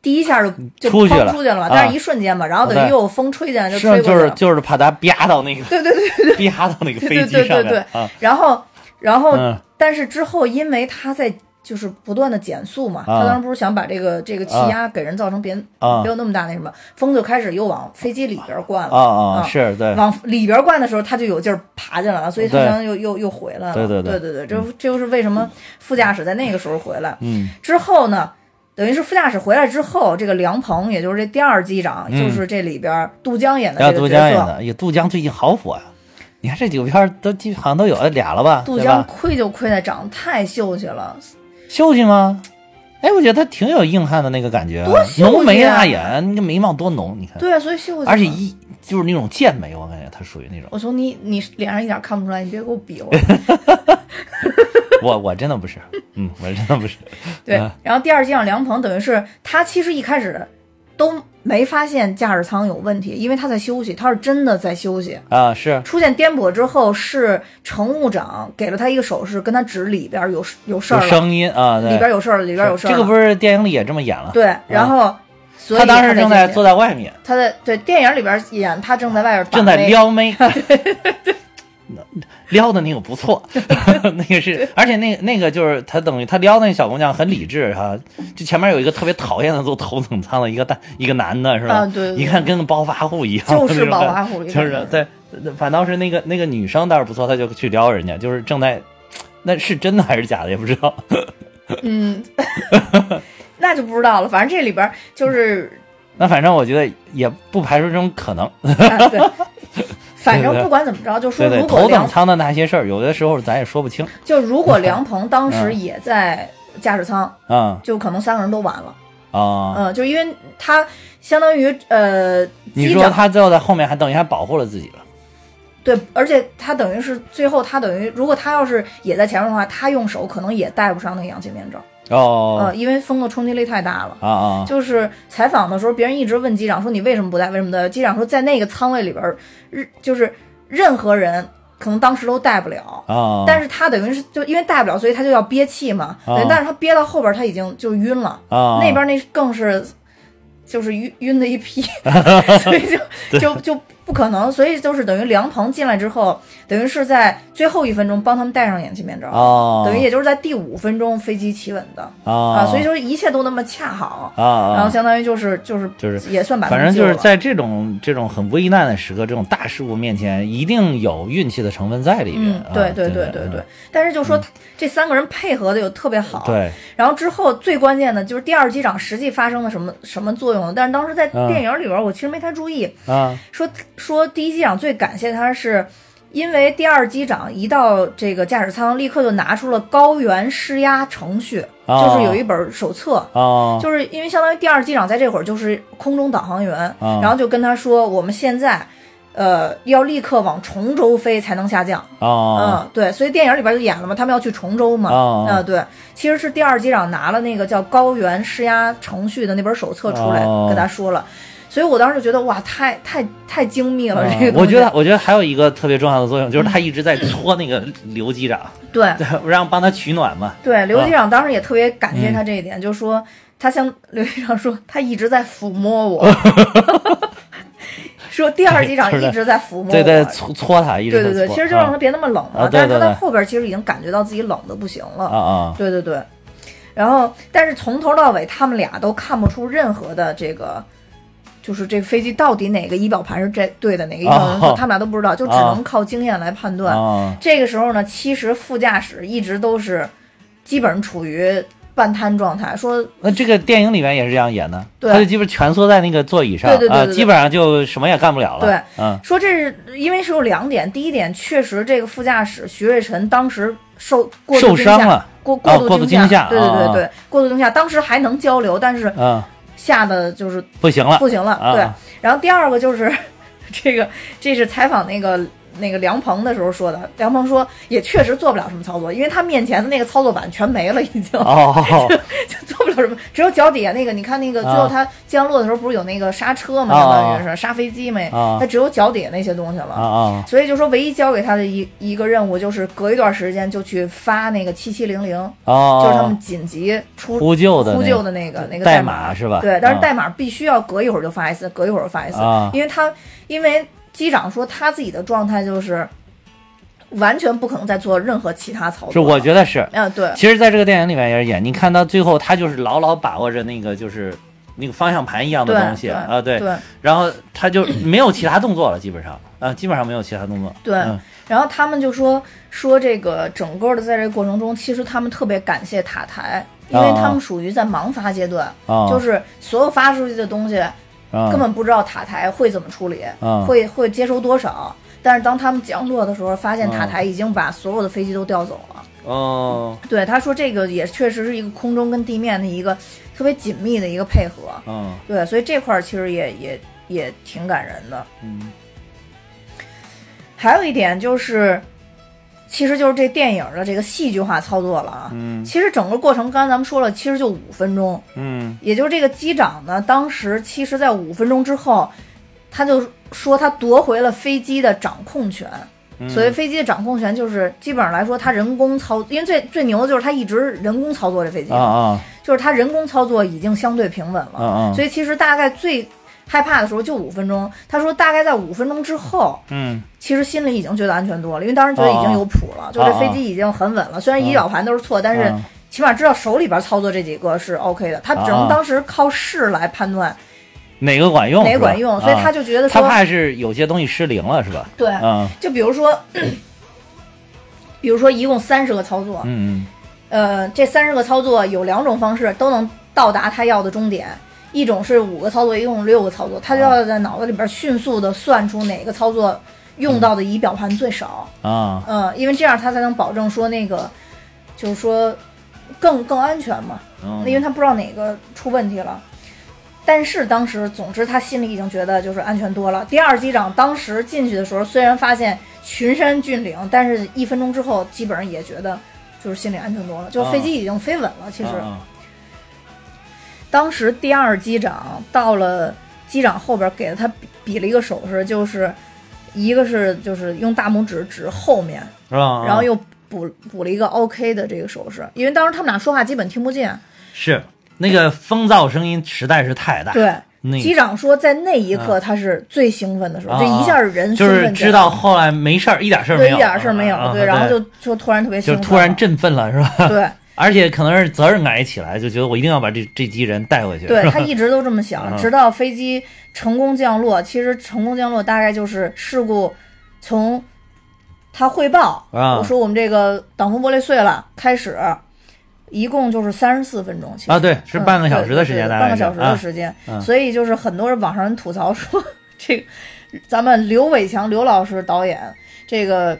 [SPEAKER 1] 第一下就就
[SPEAKER 2] 嗯出去
[SPEAKER 1] 砰
[SPEAKER 2] 了
[SPEAKER 1] 出去了嘛，
[SPEAKER 2] 啊
[SPEAKER 1] 但是一瞬间嘛，然后等于
[SPEAKER 2] 对
[SPEAKER 1] 又有风吹进来，就是吹过
[SPEAKER 2] 就
[SPEAKER 1] 去
[SPEAKER 2] 是
[SPEAKER 1] 了。
[SPEAKER 2] 就是怕它啪到那个，对对对对，啪到那个飞机上
[SPEAKER 1] 对对对对
[SPEAKER 2] 面啊
[SPEAKER 1] 然后，然后，
[SPEAKER 2] 嗯
[SPEAKER 1] 但是之后，因为它在就是不断的减速嘛，
[SPEAKER 2] 啊
[SPEAKER 1] 他当时不是想把这个这个气压给人造成别、
[SPEAKER 2] 啊
[SPEAKER 1] 没有那么大那什么，风就开始又往飞机里边灌了
[SPEAKER 2] 啊
[SPEAKER 1] 啊
[SPEAKER 2] 啊！是对，
[SPEAKER 1] 往里边灌的时候，它就有劲儿爬进来了，所以它
[SPEAKER 2] 对
[SPEAKER 1] 相当于又又又回来了。
[SPEAKER 2] 对
[SPEAKER 1] 对
[SPEAKER 2] 对
[SPEAKER 1] 对
[SPEAKER 2] 对
[SPEAKER 1] 对这这就是为什么副驾驶在那个时候回来。
[SPEAKER 2] 嗯
[SPEAKER 1] 之后呢，等于是副驾驶回来之后，这个梁鹏，也就是这第二机长，就是这里边杜江演的
[SPEAKER 2] 然后
[SPEAKER 1] 这
[SPEAKER 2] 嗯啊杜
[SPEAKER 1] 个
[SPEAKER 2] 江
[SPEAKER 1] 角
[SPEAKER 2] 演
[SPEAKER 1] 色。
[SPEAKER 2] 的，也杜江最近好火呀、啊你看这几个片儿都基好像都有了俩了吧？
[SPEAKER 1] 杜
[SPEAKER 2] 对
[SPEAKER 1] 江
[SPEAKER 2] 吧？嗯
[SPEAKER 1] 亏就亏在长得太秀气了，
[SPEAKER 2] 秀气吗？哎，我觉得他挺有硬汉的那个感觉啊，
[SPEAKER 1] 多秀气啊
[SPEAKER 2] 浓眉大眼，那个眉毛多浓，你看，
[SPEAKER 1] 对啊，所以秀气。
[SPEAKER 2] 而且，一就是那种剑眉，我啊感觉他属于那种，
[SPEAKER 1] 我说你你脸上一点看不出来，你别给我比划。
[SPEAKER 2] 我我真的不是，嗯，我真的不是，
[SPEAKER 1] 对
[SPEAKER 2] 啊，
[SPEAKER 1] 然后第二机长梁鹏等于是他其实一开始都没发现驾驶舱有问题，因为他在休息，他是真的在休息。
[SPEAKER 2] 啊，是
[SPEAKER 1] 出现颠簸之后，是乘务长给了他一个手势，跟他指里边有有事
[SPEAKER 2] 有
[SPEAKER 1] 儿了，
[SPEAKER 2] 声音啊，对，
[SPEAKER 1] 里边有事儿了，里边有事儿了。
[SPEAKER 2] 这个不是电影里也这么演了，，
[SPEAKER 1] 对，然后所以
[SPEAKER 2] 他当时正在
[SPEAKER 1] 进去
[SPEAKER 2] 坐在外面，
[SPEAKER 1] 他在对电影里边演他正在外边把
[SPEAKER 2] 正在
[SPEAKER 1] 那个
[SPEAKER 2] 撩妹。撩的那个不错， 那 个是，而且那那个就是他等于他撩那小姑娘很理智哈、就前面有一个特别讨厌的坐头等舱的一个大一个男的是吧？
[SPEAKER 1] 啊对对
[SPEAKER 2] 一看跟个暴发户一样，
[SPEAKER 1] 就是暴发户
[SPEAKER 2] 那种感觉就是对，反倒是那个那个女生倒是不错，他就去撩人家，就是正在，那是真的还是假的也不知道。
[SPEAKER 1] 嗯，那就不知道了。反正这里边就是，
[SPEAKER 2] 那反正我觉得也不排除这种可能，
[SPEAKER 1] 啊、对，反正不管怎么着，就说
[SPEAKER 2] 对对，
[SPEAKER 1] 如果
[SPEAKER 2] 头等
[SPEAKER 1] 梁
[SPEAKER 2] 舱的那些事儿，有的时候咱也说不清
[SPEAKER 1] 就如果梁 鹏当时
[SPEAKER 2] 嗯
[SPEAKER 1] 也在驾驶舱，
[SPEAKER 2] 啊
[SPEAKER 1] 就可能三个人都完了。
[SPEAKER 2] 啊。
[SPEAKER 1] 嗯，就因为他相当于呃，
[SPEAKER 2] 你
[SPEAKER 1] 机
[SPEAKER 2] 说
[SPEAKER 1] 长
[SPEAKER 2] 他最后在后面还等于还保护了自己了，
[SPEAKER 1] 对，而且他等于是最后他等于，如果他要是也在前面的话，他用手可能也戴不上那个氧气面罩，
[SPEAKER 2] 哦
[SPEAKER 1] 呃，因为风的冲击力太大了。
[SPEAKER 2] 啊啊，
[SPEAKER 1] 就是采访的时候，别人一直问机长说你为什么不戴，为什么不戴？机长说在那个舱位里边，日就是任何人可能当时都戴不了。
[SPEAKER 2] 啊，
[SPEAKER 1] 但是他等于是就因为戴不了，所以他就要憋气嘛。
[SPEAKER 2] 啊
[SPEAKER 1] 对，但是他憋到后边他已经就晕了，
[SPEAKER 2] 啊
[SPEAKER 1] 那边那更是就是晕晕的一 批，所以就就就不可能，所以就是等于梁鹏进来之后，等于是在最后一分钟帮他们戴上氧气面罩，
[SPEAKER 2] 哦，
[SPEAKER 1] 等于也就是在第五分钟飞机起稳的、
[SPEAKER 2] 啊
[SPEAKER 1] 啊，所以就是一切都那么恰好，
[SPEAKER 2] 啊
[SPEAKER 1] 然后
[SPEAKER 2] 啊，
[SPEAKER 1] 相当于就是就是
[SPEAKER 2] 就是
[SPEAKER 1] 也算百
[SPEAKER 2] 反
[SPEAKER 1] 分
[SPEAKER 2] 正
[SPEAKER 1] 之
[SPEAKER 2] 就
[SPEAKER 1] 九
[SPEAKER 2] 是
[SPEAKER 1] 了。
[SPEAKER 2] 在这种这种很危难的时刻，这种大事物面前，一定有运气的成分在里面
[SPEAKER 1] 嗯。，
[SPEAKER 2] 对
[SPEAKER 1] 对
[SPEAKER 2] 啊对
[SPEAKER 1] 对
[SPEAKER 2] 对
[SPEAKER 1] 对，但是就说他这三个人配合的又特别好，
[SPEAKER 2] 对，
[SPEAKER 1] 然后之后最关键的就是第二机长实际发生了什么什么作用，但是当时在
[SPEAKER 2] 嗯
[SPEAKER 1] 电影里边我其实没太注意，
[SPEAKER 2] 啊
[SPEAKER 1] 说说第一机长最感谢他是。因为第二机长一到这个驾驶舱，立刻就拿出了高原施压程序，
[SPEAKER 2] 哦
[SPEAKER 1] 就是有一本手册，
[SPEAKER 2] 啊
[SPEAKER 1] 就是因为相当于第二机长在这会儿就是空中导航员，
[SPEAKER 2] 哦
[SPEAKER 1] 然后就跟他说，我们现在，呃，要立刻往崇州飞才能下降。
[SPEAKER 2] 啊
[SPEAKER 1] 嗯，对，所以电影里边就演了嘛，他们要去崇州嘛，
[SPEAKER 2] 哦
[SPEAKER 1] 啊，对，其实是第二机长拿了那个叫高原施压程序的那本手册出来、
[SPEAKER 2] 哦
[SPEAKER 1] 跟他说了，所以我当时就觉得哇，太太太精密了，啊这个东
[SPEAKER 2] 哦我
[SPEAKER 1] 西
[SPEAKER 2] 觉得，啊我觉得还有一个特别重要的作用，就是他一直在搓那个刘机长，
[SPEAKER 1] 对
[SPEAKER 2] 对，让帮他取暖嘛。
[SPEAKER 1] 对，刘机
[SPEAKER 2] 啊
[SPEAKER 1] 长当时也特别感
[SPEAKER 2] 嗯
[SPEAKER 1] 谢他这一点，就说他像 刘机长说，他一直在抚摸 我，说第二机长
[SPEAKER 2] 对就
[SPEAKER 1] 一
[SPEAKER 2] 是
[SPEAKER 1] 直在抚摸我，
[SPEAKER 2] 对对，搓搓他，一直
[SPEAKER 1] 对对
[SPEAKER 2] 在
[SPEAKER 1] 对
[SPEAKER 2] 搓
[SPEAKER 1] 其实就让他别那么冷嘛，
[SPEAKER 2] 啊对
[SPEAKER 1] 但是他
[SPEAKER 2] 对
[SPEAKER 1] 到
[SPEAKER 2] 对
[SPEAKER 1] 后边其实已经感觉到自己冷的不行了，
[SPEAKER 2] 啊啊
[SPEAKER 1] 对对对，然后但是从头到尾他们俩都看不出任何的这个，就是这个飞机到底哪个仪表盘是这对的，哪个仪表盘是错
[SPEAKER 2] 哦
[SPEAKER 1] 他们俩都不知道，就只
[SPEAKER 2] 哦
[SPEAKER 1] 能靠经验来判
[SPEAKER 2] 啊
[SPEAKER 1] 断。
[SPEAKER 2] 啊
[SPEAKER 1] 这个时候呢，其实副驾驶一直都是基本上处于半瘫状态，说
[SPEAKER 2] 那这个电影里面也是这样演的，
[SPEAKER 1] 对
[SPEAKER 2] 他就基本蜷缩在那个座椅上，
[SPEAKER 1] 对对对对
[SPEAKER 2] 啊，
[SPEAKER 1] 对
[SPEAKER 2] 基本上就什么也干不了了。
[SPEAKER 1] 对，
[SPEAKER 2] 嗯
[SPEAKER 1] 说这是因为是有两点，第一点确实这个副驾驶徐瑞辰当时受过度
[SPEAKER 2] 受
[SPEAKER 1] 惊
[SPEAKER 2] 伤
[SPEAKER 1] 吓
[SPEAKER 2] 了，
[SPEAKER 1] 过
[SPEAKER 2] 哦
[SPEAKER 1] 过度
[SPEAKER 2] 过度
[SPEAKER 1] 惊
[SPEAKER 2] 惊吓
[SPEAKER 1] 对对
[SPEAKER 2] 啊
[SPEAKER 1] 对对，过度惊吓，当时还能交流，但是
[SPEAKER 2] 嗯，
[SPEAKER 1] 吓得就是
[SPEAKER 2] 不行了
[SPEAKER 1] 不行了，
[SPEAKER 2] 啊
[SPEAKER 1] 对。然后第二个就是 这个，这是采访那个那个梁鹏的时候说的。梁鹏说也确实做不了什么操作，因为他面前的那个操作板全没了，已经、
[SPEAKER 2] 哦
[SPEAKER 1] 就 做不了什么，只有脚底下那个。你看那个最
[SPEAKER 2] 啊
[SPEAKER 1] 后他降落的时候不是有那个刹车嘛，
[SPEAKER 2] 啊
[SPEAKER 1] 相当于是刹飞机嘛，
[SPEAKER 2] 啊
[SPEAKER 1] 他只有脚底下那些东西了。
[SPEAKER 2] 啊 啊
[SPEAKER 1] 所以就说，唯一交给他的一一个任务就是隔一段时间就去发那个七七零零，
[SPEAKER 2] 哦，
[SPEAKER 1] 就是他们紧急出
[SPEAKER 2] 呼救的那
[SPEAKER 1] 呼
[SPEAKER 2] 个
[SPEAKER 1] 救的那个那个
[SPEAKER 2] 代
[SPEAKER 1] 码
[SPEAKER 2] 码是吧
[SPEAKER 1] 对，但是
[SPEAKER 2] 啊
[SPEAKER 1] 代码必须要隔一会儿就发一次，隔一会儿发一次，
[SPEAKER 2] 啊
[SPEAKER 1] 因为他因为机长说他自己的状态就是完全不可能再做任何其他操作。
[SPEAKER 2] 是我
[SPEAKER 1] 得，
[SPEAKER 2] 觉得是。
[SPEAKER 1] 嗯，对，
[SPEAKER 2] 其实，在这个电影里面也是演，你看到最后，他就是牢牢把握着那个就是那个方向盘一样的
[SPEAKER 1] 对
[SPEAKER 2] 东西
[SPEAKER 1] 对
[SPEAKER 2] 啊，对，
[SPEAKER 1] 对
[SPEAKER 2] 然后他就没有其他动作了，基本上啊，基本上没有其他动作。
[SPEAKER 1] 对
[SPEAKER 2] 嗯
[SPEAKER 1] 然后他们就说说这个整个的在这个过程中，其实他们特别感谢塔台，因为
[SPEAKER 2] 啊
[SPEAKER 1] 他们属于在盲发阶段，
[SPEAKER 2] 啊
[SPEAKER 1] 就是所有发出去的东西
[SPEAKER 2] 啊
[SPEAKER 1] 根本不知道塔台会怎么处理，
[SPEAKER 2] 嗯
[SPEAKER 1] 会会接收多少。但是当他们降落的时候，发
[SPEAKER 2] 嗯
[SPEAKER 1] 现塔台已经把所有的飞机都调走了。
[SPEAKER 2] 哦
[SPEAKER 1] 对，他说这个也确实是一个空中跟地面的一个特别紧密的一个配合。
[SPEAKER 2] 嗯
[SPEAKER 1] 对，所以这块儿其实也也也挺感人的。
[SPEAKER 2] 嗯
[SPEAKER 1] 还有一点就是，其实就是这电影的这个戏剧化操作了啊。
[SPEAKER 2] 嗯
[SPEAKER 1] 其实整个过程，刚才咱们说了，其实就五分钟，
[SPEAKER 2] 嗯
[SPEAKER 1] 也就是这个机长呢，当时其实在五分钟之后，他就说他夺回了飞机的掌控权。所谓飞机的掌控权，就是基本上来说，他人工操，因为最最牛的就是他一直人工操作这飞机，
[SPEAKER 2] 啊啊
[SPEAKER 1] 就是他人工操作已经相对平稳了。
[SPEAKER 2] 啊啊，
[SPEAKER 1] 所以其实大概最害怕的时候就五分钟。他说大概在五分钟之后，
[SPEAKER 2] 嗯
[SPEAKER 1] 其实心里已经觉得安全多了，因为当时觉得已经
[SPEAKER 2] 啊
[SPEAKER 1] 有谱了，就这飞机已经很稳了。虽然仪表盘都是错，但是
[SPEAKER 2] 啊
[SPEAKER 1] 起码知道手里边操作这几个是 OK 的。他只
[SPEAKER 2] 啊
[SPEAKER 1] 能
[SPEAKER 2] 啊
[SPEAKER 1] 当时靠试来判断
[SPEAKER 2] 哪个管用？
[SPEAKER 1] 哪个
[SPEAKER 2] 是吧
[SPEAKER 1] 管用，所以
[SPEAKER 2] 啊
[SPEAKER 1] 他就觉得
[SPEAKER 2] 他
[SPEAKER 1] 说，
[SPEAKER 2] 怕是有些东西失灵了，是吧？
[SPEAKER 1] 对，
[SPEAKER 2] 啊
[SPEAKER 1] 就比如说，比如说一共三十个操作，
[SPEAKER 2] 嗯
[SPEAKER 1] 呃，这三十个操作有两种方式都能到达他要的终点，一种是五个操作，一共六个操作，他就
[SPEAKER 2] 啊
[SPEAKER 1] 要在脑子里边迅速的算出哪个操作用到的仪表盘最少，
[SPEAKER 2] 嗯啊
[SPEAKER 1] 嗯、因为这样他才能保证说那个，就是说更更安全嘛，
[SPEAKER 2] 嗯
[SPEAKER 1] 因为他不知道哪个出问题了。但是当时，总之他心里已经觉得就是安全多了。第二机长当时进去的时候，虽然发现群山峻岭，但是一分钟之后，基本上也觉得就是心里安全多了，就
[SPEAKER 2] 啊
[SPEAKER 1] 飞机已经飞稳了。其实、
[SPEAKER 2] 啊
[SPEAKER 1] 当时第二机长到了机长后边，给了他比比了一个手势，就是一个是就是用大拇指指后面，
[SPEAKER 2] 是吧？
[SPEAKER 1] 然后又补补了一个 OK 的这个手势，因为当时他们俩说话基本听不见。
[SPEAKER 2] 是那个风噪声音实在是太大，，
[SPEAKER 1] 对，
[SPEAKER 2] 那
[SPEAKER 1] 机
[SPEAKER 2] 个
[SPEAKER 1] 长说在那一刻他是最兴奋的时候，
[SPEAKER 2] 啊
[SPEAKER 1] 就一下人
[SPEAKER 2] 就
[SPEAKER 1] 兴
[SPEAKER 2] 是
[SPEAKER 1] 奋起来
[SPEAKER 2] 知道后来没事儿，一点事儿没
[SPEAKER 1] 对一
[SPEAKER 2] 有，
[SPEAKER 1] 点事儿没有，
[SPEAKER 2] 啊
[SPEAKER 1] 对，然后就就突然特别兴
[SPEAKER 2] 就
[SPEAKER 1] 奋了，
[SPEAKER 2] 突然振奋了，是吧？
[SPEAKER 1] 对。
[SPEAKER 2] 而且可能是责任感也起来，就觉得我一定要把这 这机人带回去，
[SPEAKER 1] 对
[SPEAKER 2] 是吧
[SPEAKER 1] 他一直都这么想，
[SPEAKER 2] 嗯
[SPEAKER 1] 直到飞机成功降落。其实成功降落大概就是事故从他汇报，
[SPEAKER 2] 啊
[SPEAKER 1] 我说我们这个挡风玻璃碎了开始，一共就是三十四分钟。其实
[SPEAKER 2] 啊，对，是
[SPEAKER 1] 嗯
[SPEAKER 2] 半个小时的
[SPEAKER 1] 对
[SPEAKER 2] 时间，
[SPEAKER 1] 对
[SPEAKER 2] 大
[SPEAKER 1] 半个
[SPEAKER 2] 概是啊
[SPEAKER 1] 小
[SPEAKER 2] 嗯
[SPEAKER 1] 时的时间。所以就是很多人网上人吐槽说，这个咱们刘伟强刘老师导演这个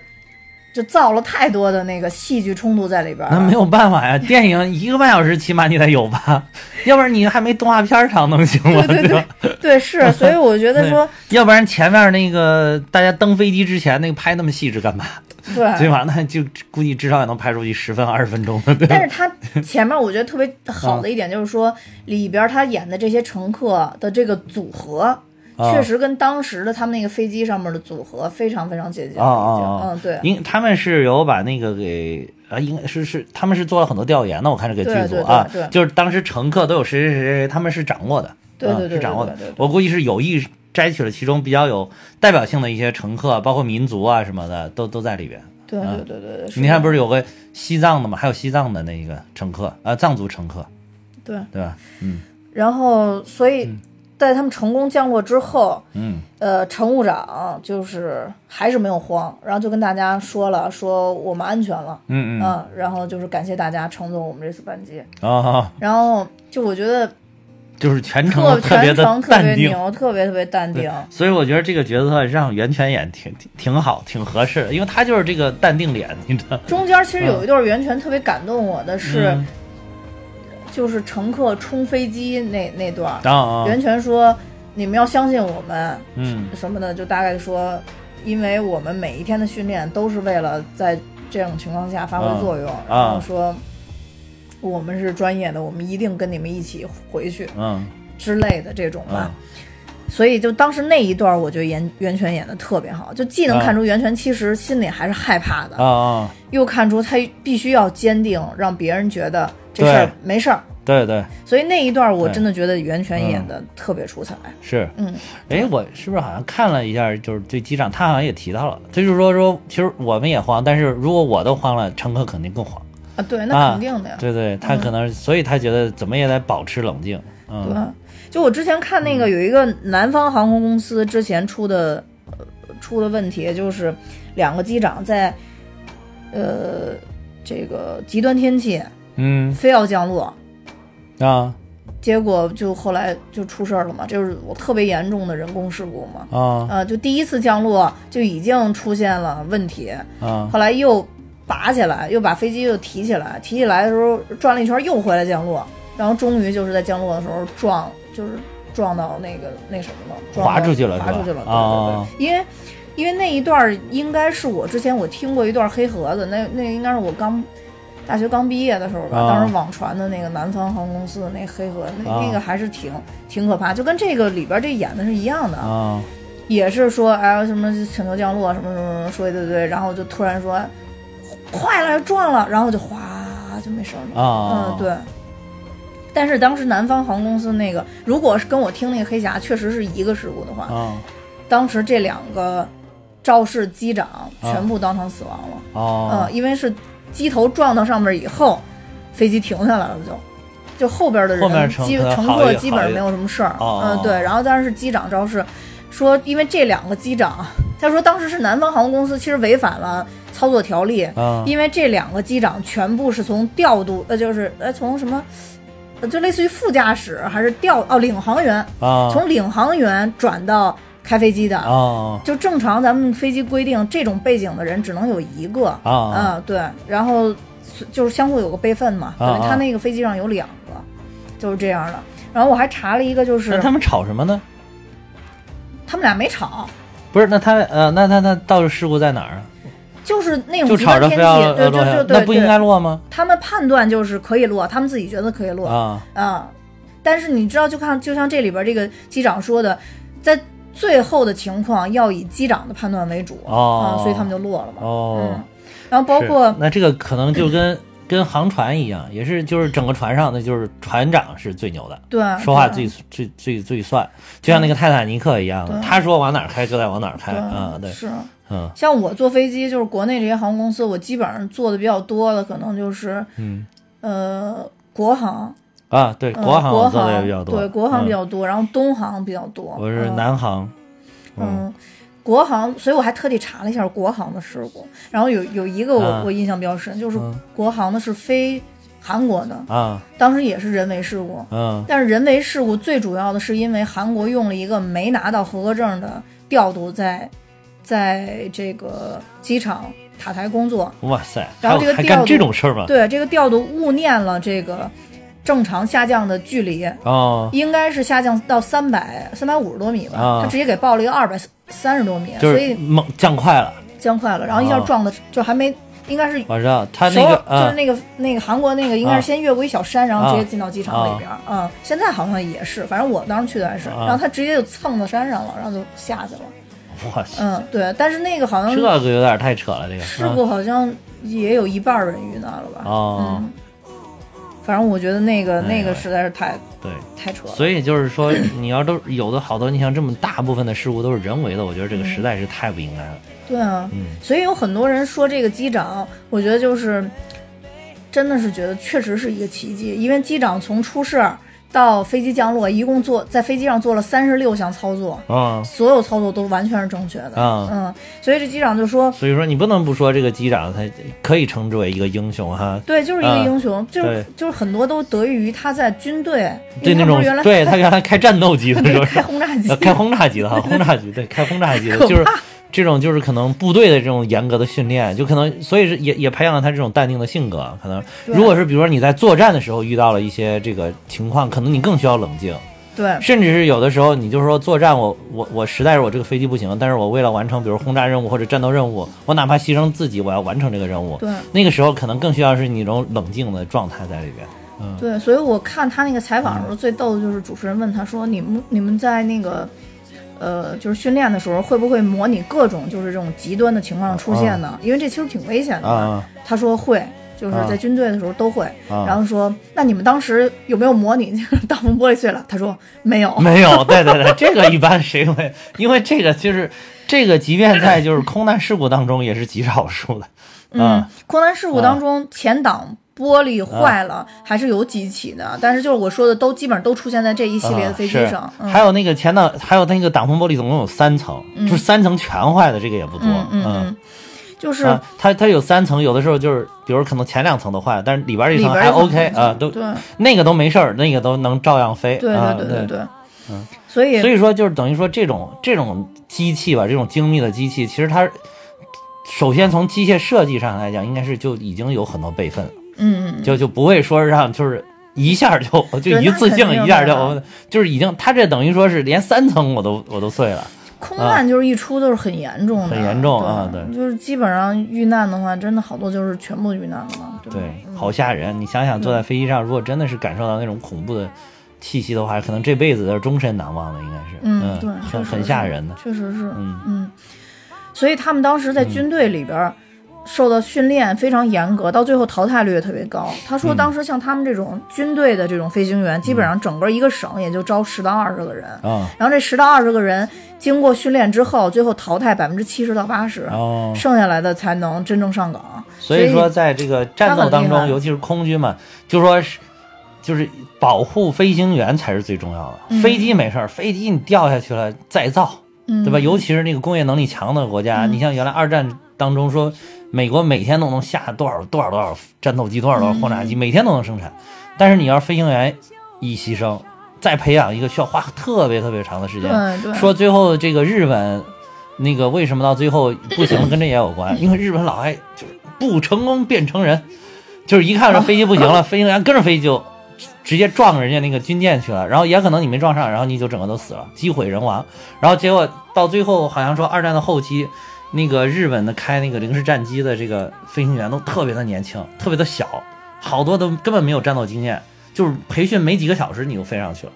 [SPEAKER 1] 就造了太多的那个戏剧冲突在里边儿
[SPEAKER 2] 那
[SPEAKER 1] 了。
[SPEAKER 2] 没有办法呀，电影一个半小时起码你得有 吧，要不然你还没动画片儿长能行吗？
[SPEAKER 1] 对对
[SPEAKER 2] 吧？
[SPEAKER 1] 对，是，所以我觉得说，
[SPEAKER 2] 要不然前面那个大家登飞机之前那个拍那么细致干嘛？
[SPEAKER 1] 对，
[SPEAKER 2] 对吧？那就估计至少也能拍出去十分二十分钟 的，对吧
[SPEAKER 1] 但是他前面我觉得特别好的一点就是说，里边他演的这些乘客的这个组合，
[SPEAKER 2] 啊
[SPEAKER 1] 确实跟当时的他们那个飞机上面的组合非常非常接近了。
[SPEAKER 2] 啊啊
[SPEAKER 1] 已经
[SPEAKER 2] 啊！
[SPEAKER 1] 嗯，对，
[SPEAKER 2] 因他们是有把那个给啊，应该是是他们是做了很多调研的，我看这个
[SPEAKER 1] 对
[SPEAKER 2] 剧
[SPEAKER 1] 对
[SPEAKER 2] 组啊
[SPEAKER 1] 对对，
[SPEAKER 2] 就是当时乘客都有谁谁谁谁，他们是掌握的，
[SPEAKER 1] 对
[SPEAKER 2] 啊
[SPEAKER 1] 对对
[SPEAKER 2] 是掌握的
[SPEAKER 1] 对对对对。
[SPEAKER 2] 我估计是有意摘取了其中比较有代表性的一些乘客，包括民族啊什么的，都都在里边。
[SPEAKER 1] 对
[SPEAKER 2] 啊
[SPEAKER 1] 对对对对，是
[SPEAKER 2] 你看，
[SPEAKER 1] 的
[SPEAKER 2] 不是有个西藏的吗？还有西藏的那个乘客啊，藏族乘客，
[SPEAKER 1] 对，
[SPEAKER 2] 对吧？
[SPEAKER 1] 然后所以在他们成功降落之后，
[SPEAKER 2] 嗯，
[SPEAKER 1] 呃，乘务长就是还是没有慌，然后就跟大家说了，说我们安全了，
[SPEAKER 2] 嗯嗯啊
[SPEAKER 1] 嗯，然后就是感谢大家乘坐我们这次班机，
[SPEAKER 2] 啊，
[SPEAKER 1] 然后就我觉得
[SPEAKER 2] 就是全 程
[SPEAKER 1] 特
[SPEAKER 2] 都特别
[SPEAKER 1] 全
[SPEAKER 2] 的
[SPEAKER 1] 程特别
[SPEAKER 2] 淡定，
[SPEAKER 1] 牛，特别特别淡定。
[SPEAKER 2] 所以我觉得这个角色让袁泉演挺挺挺好，挺合适的，因为他就是这个淡定脸，你知道。
[SPEAKER 1] 中间其实有一段源泉特别感动我的是，
[SPEAKER 2] 嗯
[SPEAKER 1] 就是乘客冲飞机那那段儿，
[SPEAKER 2] 啊啊，
[SPEAKER 1] 源泉说你们要相信我们
[SPEAKER 2] 嗯
[SPEAKER 1] 什么的，就大概说，因为我们每一天的训练都是为了在这种情况下发
[SPEAKER 2] 嗯
[SPEAKER 1] 挥作用，然后说。我们是专业的，我们一定跟你们一起回去
[SPEAKER 2] 嗯
[SPEAKER 1] 之类的这种吧
[SPEAKER 2] 嗯，，
[SPEAKER 1] 所以就当时那一段，我觉得袁袁泉演的特别好，就既能
[SPEAKER 2] 啊
[SPEAKER 1] 看出袁泉其实心里还是害怕的
[SPEAKER 2] 啊，啊，
[SPEAKER 1] 又看出他必须要坚定，让别人觉得这事儿
[SPEAKER 2] 对
[SPEAKER 1] 没事儿。
[SPEAKER 2] 对对
[SPEAKER 1] 所以那一段我
[SPEAKER 2] 对
[SPEAKER 1] 真的觉得袁泉演
[SPEAKER 2] 嗯
[SPEAKER 1] 的特别出彩。
[SPEAKER 2] 是，
[SPEAKER 1] 嗯，
[SPEAKER 2] 哎，我是不是好像看了一下，就是对机长，他好像也提到了，他就是说说，其实我们也慌，但是如果我都慌了，乘客肯定更慌，
[SPEAKER 1] 啊，对，那肯定的呀。
[SPEAKER 2] 对对，他可能，所以他觉得怎么也得保持冷静，
[SPEAKER 1] 对
[SPEAKER 2] 嗯
[SPEAKER 1] 吧，就我之前看那个有一个南方航空公司之前出的、呃、出的问题，就是两个机长在呃这个极端天气
[SPEAKER 2] 嗯
[SPEAKER 1] 非要降落，
[SPEAKER 2] 啊
[SPEAKER 1] 结果就后来就出事儿了嘛，就是我特别严重的人工事故嘛。
[SPEAKER 2] 啊
[SPEAKER 1] 呃，就第一次降落就已经出现了问题，
[SPEAKER 2] 啊
[SPEAKER 1] 后来又拔起来，又把飞机又提起来，提起来的时候转了一圈，又回来降落，然后终于就是在降落的时候撞，就是撞到那个那什么了，撞到
[SPEAKER 2] 滑出去了是
[SPEAKER 1] 滑
[SPEAKER 2] 吧
[SPEAKER 1] 出去了，对对对，
[SPEAKER 2] 哦
[SPEAKER 1] 因为。因为那一段儿应该是我之前我听过一段黑盒子，那那应该是我刚大学刚毕业的时候吧，
[SPEAKER 2] 啊
[SPEAKER 1] 当时网传的那个南方航空公司的那黑盒，那、
[SPEAKER 2] 啊
[SPEAKER 1] 那个还是挺挺可怕，就跟这个里边儿这演的是一样的啊
[SPEAKER 2] 啊
[SPEAKER 1] 也是说哎什么请求降落什么什么什么说一大堆，然后就突然说哎快了撞了，然后就哗就没声了。嗯，
[SPEAKER 2] 啊，
[SPEAKER 1] 对。但是当时南方航空公司那个，如果是跟我听那个黑侠确实是一个事故的话，
[SPEAKER 2] 啊
[SPEAKER 1] 当时这两个肇事机长全部当场死亡了。
[SPEAKER 2] 啊
[SPEAKER 1] 嗯，因为是机头撞到上面以后，飞机停下来了就。就后边的人，
[SPEAKER 2] 后面乘客
[SPEAKER 1] 基乘
[SPEAKER 2] 好一
[SPEAKER 1] 客
[SPEAKER 2] 点
[SPEAKER 1] 基本上没有什么事儿，
[SPEAKER 2] 好一点哦
[SPEAKER 1] 嗯，对。然后当时是机长肇事，说因为这两个机长，啊他说当时是南方航空公司其实违反了操作条例，
[SPEAKER 2] 啊，
[SPEAKER 1] 因为这两个机长全部是从调度，呃，就是呃从什么，呃就类似于副驾驶还是调哦领航员，
[SPEAKER 2] 啊
[SPEAKER 1] 从领航员转到开飞机的，
[SPEAKER 2] 啊
[SPEAKER 1] 就正常咱们飞机规定，这种背景的人只能有一个。
[SPEAKER 2] 啊啊
[SPEAKER 1] 嗯，对，然后就是相互有个备份嘛，
[SPEAKER 2] 啊
[SPEAKER 1] 等于
[SPEAKER 2] 啊
[SPEAKER 1] 他那个飞机上有两个，就是这样的。然后我还查了一个，就是
[SPEAKER 2] 那他们吵什么呢？
[SPEAKER 1] 他们俩没吵，
[SPEAKER 2] 不是，那他呃，那他那到底事故在哪儿啊？
[SPEAKER 1] 就是那种
[SPEAKER 2] 就
[SPEAKER 1] 极
[SPEAKER 2] 吵
[SPEAKER 1] 端
[SPEAKER 2] 着
[SPEAKER 1] 天
[SPEAKER 2] 非
[SPEAKER 1] 气，
[SPEAKER 2] 要
[SPEAKER 1] 对
[SPEAKER 2] 要落
[SPEAKER 1] 对
[SPEAKER 2] 下
[SPEAKER 1] 对，对，
[SPEAKER 2] 那不应该落吗？
[SPEAKER 1] 他们判断就是可以落，他们自己觉得可以落
[SPEAKER 2] 啊，
[SPEAKER 1] 啊。但是你知道，就看就像这里边这个机长说的，在最后的情况要以机长的判断为主、
[SPEAKER 2] 哦
[SPEAKER 1] 啊，所以他们就落了嘛。
[SPEAKER 2] 哦
[SPEAKER 1] 嗯，然后包括
[SPEAKER 2] 是那这个可能就跟跟航船一样，也是就是整个船上的就是船长是最牛的，
[SPEAKER 1] 对
[SPEAKER 2] 说话
[SPEAKER 1] 啊对嗯
[SPEAKER 2] 最最最最算，就像那个泰坦尼克一样的，他说往哪儿开就得往哪儿开
[SPEAKER 1] 对
[SPEAKER 2] 啊，对，
[SPEAKER 1] 是
[SPEAKER 2] 嗯
[SPEAKER 1] 像我坐飞机，就是国内这些航空公司，我基本上坐的比较多的，可能就是
[SPEAKER 2] 嗯
[SPEAKER 1] 呃国航，
[SPEAKER 2] 啊，对，
[SPEAKER 1] 嗯
[SPEAKER 2] 国航我
[SPEAKER 1] 国
[SPEAKER 2] 做的也
[SPEAKER 1] 航
[SPEAKER 2] 比较多，
[SPEAKER 1] 对国航比
[SPEAKER 2] 嗯，
[SPEAKER 1] 较多，然后东航比较多，
[SPEAKER 2] 我是
[SPEAKER 1] 嗯
[SPEAKER 2] 南航，
[SPEAKER 1] 嗯，国航，所以我还特地查了一下国航的事故。然后有有一个我、
[SPEAKER 2] 啊
[SPEAKER 1] 我印象比较深，就是
[SPEAKER 2] 嗯
[SPEAKER 1] 国航的是飞韩国的，
[SPEAKER 2] 啊
[SPEAKER 1] 当时也是人为事故。
[SPEAKER 2] 嗯
[SPEAKER 1] 但是人为事故最主要的是因为韩国用了一个没拿到合格证的调度在，在这个机场塔台工作。
[SPEAKER 2] 哇塞，还
[SPEAKER 1] 然后
[SPEAKER 2] 有
[SPEAKER 1] 这个
[SPEAKER 2] 还
[SPEAKER 1] 调
[SPEAKER 2] 干这
[SPEAKER 1] 度
[SPEAKER 2] 种事儿吗？
[SPEAKER 1] 对这个调度误念了这个正常下降的距离，
[SPEAKER 2] 哦，
[SPEAKER 1] 应该是下降到三百三百五十多米吧，
[SPEAKER 2] 啊
[SPEAKER 1] 他直接给报了一个二百三十多米，
[SPEAKER 2] 就
[SPEAKER 1] 所
[SPEAKER 2] 是啊
[SPEAKER 1] 以
[SPEAKER 2] 猛降快了，
[SPEAKER 1] 僵快了，然后一下撞的，就还没，应该是
[SPEAKER 2] 我知道他
[SPEAKER 1] 首
[SPEAKER 2] 那
[SPEAKER 1] 尔，
[SPEAKER 2] 个
[SPEAKER 1] 就是
[SPEAKER 2] 啊
[SPEAKER 1] 那个那个韩国那个，应该
[SPEAKER 2] 啊
[SPEAKER 1] 是先越过一小山，然
[SPEAKER 2] 啊
[SPEAKER 1] 后直接进到机场里边儿。嗯，现在好像也是，反正我当时去的还是，
[SPEAKER 2] 啊
[SPEAKER 1] 然后他直接就蹭到山上了，然后就下去了。
[SPEAKER 2] 我去，
[SPEAKER 1] 嗯，对，但是那个好像
[SPEAKER 2] 这个有点太扯了，这个
[SPEAKER 1] 事
[SPEAKER 2] 啊
[SPEAKER 1] 故好像也有一半儿人遇难了吧？
[SPEAKER 2] 哦
[SPEAKER 1] 嗯，反正我觉得那个
[SPEAKER 2] 哎
[SPEAKER 1] 那
[SPEAKER 2] 呦
[SPEAKER 1] 个
[SPEAKER 2] 喂
[SPEAKER 1] 实在是太
[SPEAKER 2] 对。
[SPEAKER 1] 太扯了。
[SPEAKER 2] 所以就是说，你要都有的好多，你像这么大部分的事故都是人为的，我觉得这个
[SPEAKER 1] 嗯
[SPEAKER 2] 实在是太不应该了。
[SPEAKER 1] 对啊，
[SPEAKER 2] 嗯
[SPEAKER 1] 所以有很多人说这个机长，我觉得就是真的是觉得确实是一个奇迹，因为机长从出事儿到飞机降落，一共做在飞机上做了三十六项操作，
[SPEAKER 2] 啊、
[SPEAKER 1] 所有操作都完全是正确的。
[SPEAKER 2] 啊
[SPEAKER 1] 嗯，所以这机长就说，
[SPEAKER 2] 所以说你不能不说这个机长他可以称之为一个英雄哈。
[SPEAKER 1] 对，就是一个
[SPEAKER 2] 啊
[SPEAKER 1] 英雄，就是
[SPEAKER 2] 对
[SPEAKER 1] 就是很多都得益于他在军队，
[SPEAKER 2] 对
[SPEAKER 1] 因为
[SPEAKER 2] 那
[SPEAKER 1] 他不
[SPEAKER 2] 种
[SPEAKER 1] 是原来，
[SPEAKER 2] 对他原来开战斗机的时候是
[SPEAKER 1] 开轰炸机
[SPEAKER 2] 呃， 开轰炸机的哈，轰炸机对，开轰 炸机的，
[SPEAKER 1] 可
[SPEAKER 2] 就是这种就是可能部队的这种严格的训练，就可能所以是也也培养了他这种淡定的性格。可能
[SPEAKER 1] 对
[SPEAKER 2] 如果是比如说你在作战的时候遇到了一些这个情况，可能你更需要冷静。
[SPEAKER 1] 对
[SPEAKER 2] 甚至是有的时候，你就是说作战我，我我实在是我这个飞机不行，但是我为了完成比如轰炸任务或者战斗任务，我哪怕牺牲自己，我要完成这个任务。
[SPEAKER 1] 对
[SPEAKER 2] 那个时候可能更需要是你一种冷静的状态在里边。
[SPEAKER 1] 对，所以我看他那个采访的时候，最逗的就是主持人问他说：“你们你们在那个，呃，就是训练的时候，会不会模拟各种就是这种极端的情况出现呢？因为这其实挺危险的嘛。
[SPEAKER 2] 啊
[SPEAKER 1] 他说会，就是
[SPEAKER 2] 啊
[SPEAKER 1] 在军队的时候都会。
[SPEAKER 2] 啊
[SPEAKER 1] 然后说：“那你们当时有没有模拟 大风玻璃碎了？”他说：“没 有。
[SPEAKER 2] 没有，对对 对，这个一般谁会？因为这个就是这个，即便在就是空难事故当中也是极少数的。
[SPEAKER 1] 嗯
[SPEAKER 2] 啊，
[SPEAKER 1] 空难事故当中，前挡玻璃坏了、还是有几起的，但是就是我说的都基本上都出现在这一系列的飞机上。
[SPEAKER 2] 啊是
[SPEAKER 1] 嗯
[SPEAKER 2] 还有那个前挡，还有那个挡风玻璃，总共有三层，就是三层全坏的这个也不多。
[SPEAKER 1] 嗯嗯嗯，就是、
[SPEAKER 2] 啊，它它有三层，有的时候就是，比如可能前两层都坏了，但是里边儿一层
[SPEAKER 1] 里边儿
[SPEAKER 2] 还
[SPEAKER 1] 一层
[SPEAKER 2] OK 啊，都
[SPEAKER 1] 对。”
[SPEAKER 2] 那个都没事儿，那个都能照样飞。
[SPEAKER 1] 对
[SPEAKER 2] 啊
[SPEAKER 1] 对
[SPEAKER 2] 对嗯
[SPEAKER 1] 对对，所以
[SPEAKER 2] 所以说就是等于说这种这种机器吧，这种精密的机器，其实它首先从机械设计上来讲，应该是就已经有很多备份了，
[SPEAKER 1] 嗯，嗯
[SPEAKER 2] 就就不会说让就是。一下就就
[SPEAKER 1] 对
[SPEAKER 2] 一
[SPEAKER 1] 那
[SPEAKER 2] 次
[SPEAKER 1] 肯
[SPEAKER 2] 性
[SPEAKER 1] 定
[SPEAKER 2] 一下
[SPEAKER 1] 的
[SPEAKER 2] 就就是已经，它这等于说是连三层我都我都碎了。
[SPEAKER 1] 空难就是一出都是很严重的，
[SPEAKER 2] 很严重啊对
[SPEAKER 1] 就是基本上遇难的话，真的好多就是全部遇难了嘛，对吧
[SPEAKER 2] 对，好吓人！你想想，
[SPEAKER 1] 嗯
[SPEAKER 2] 坐在飞机上，如果真的是感受到那种恐怖的气息的话，可能这辈子都是终身难忘的，应该是，
[SPEAKER 1] 嗯，
[SPEAKER 2] 嗯，
[SPEAKER 1] 对，确
[SPEAKER 2] 很
[SPEAKER 1] 实
[SPEAKER 2] 很
[SPEAKER 1] 是
[SPEAKER 2] 吓人的，
[SPEAKER 1] 确实是，
[SPEAKER 2] 嗯
[SPEAKER 1] 嗯，所以他们当时在军队里边儿受到训练非常严格，到最后淘汰率也特别高。他
[SPEAKER 2] 嗯
[SPEAKER 1] 说，当时像他们这种军队的这种飞行员，基本上整个一个省也就招十到二十个人，
[SPEAKER 2] 啊，
[SPEAKER 1] 然后这十到二十个人经过训练之后，最后淘汰百分之七十到八十，
[SPEAKER 2] 哦，
[SPEAKER 1] 剩下来的才能真正上岗。
[SPEAKER 2] 所
[SPEAKER 1] 以
[SPEAKER 2] 以说，在这个战斗当
[SPEAKER 1] 他很厉
[SPEAKER 2] 中，
[SPEAKER 1] 害
[SPEAKER 2] 尤其是空军嘛，就说是就是保护飞行员才是最重要的。
[SPEAKER 1] 嗯
[SPEAKER 2] 飞机没事儿，飞机你掉下去了再造，
[SPEAKER 1] 嗯
[SPEAKER 2] 对吧？尤其是那个工业能力强的国家，你像原来二战当中说，美国每天都能下多少多少多少战斗机，多少多少轰炸机，
[SPEAKER 1] 嗯
[SPEAKER 2] 每天都能生产。但是你要是飞行员一牺牲，再培养一个需要花特别特别长的时间。
[SPEAKER 1] 对对，
[SPEAKER 2] 说最后这个日本那个为什么到最后不行，跟这也有关，因为日本老 爱就是不成功便成仁，就是一看说飞机不行了，飞行员跟着飞机就直接撞人家那个军舰去了，然后也可能你没撞上，然后你就整个都死了，机毁人亡。然后结果到最后，好像说二战的后期，那个日本的开那个零式战机的这个飞行员都特别的年轻，特别的小，好多都根本没有战斗经验，就是培训没几个小时你就飞上去了。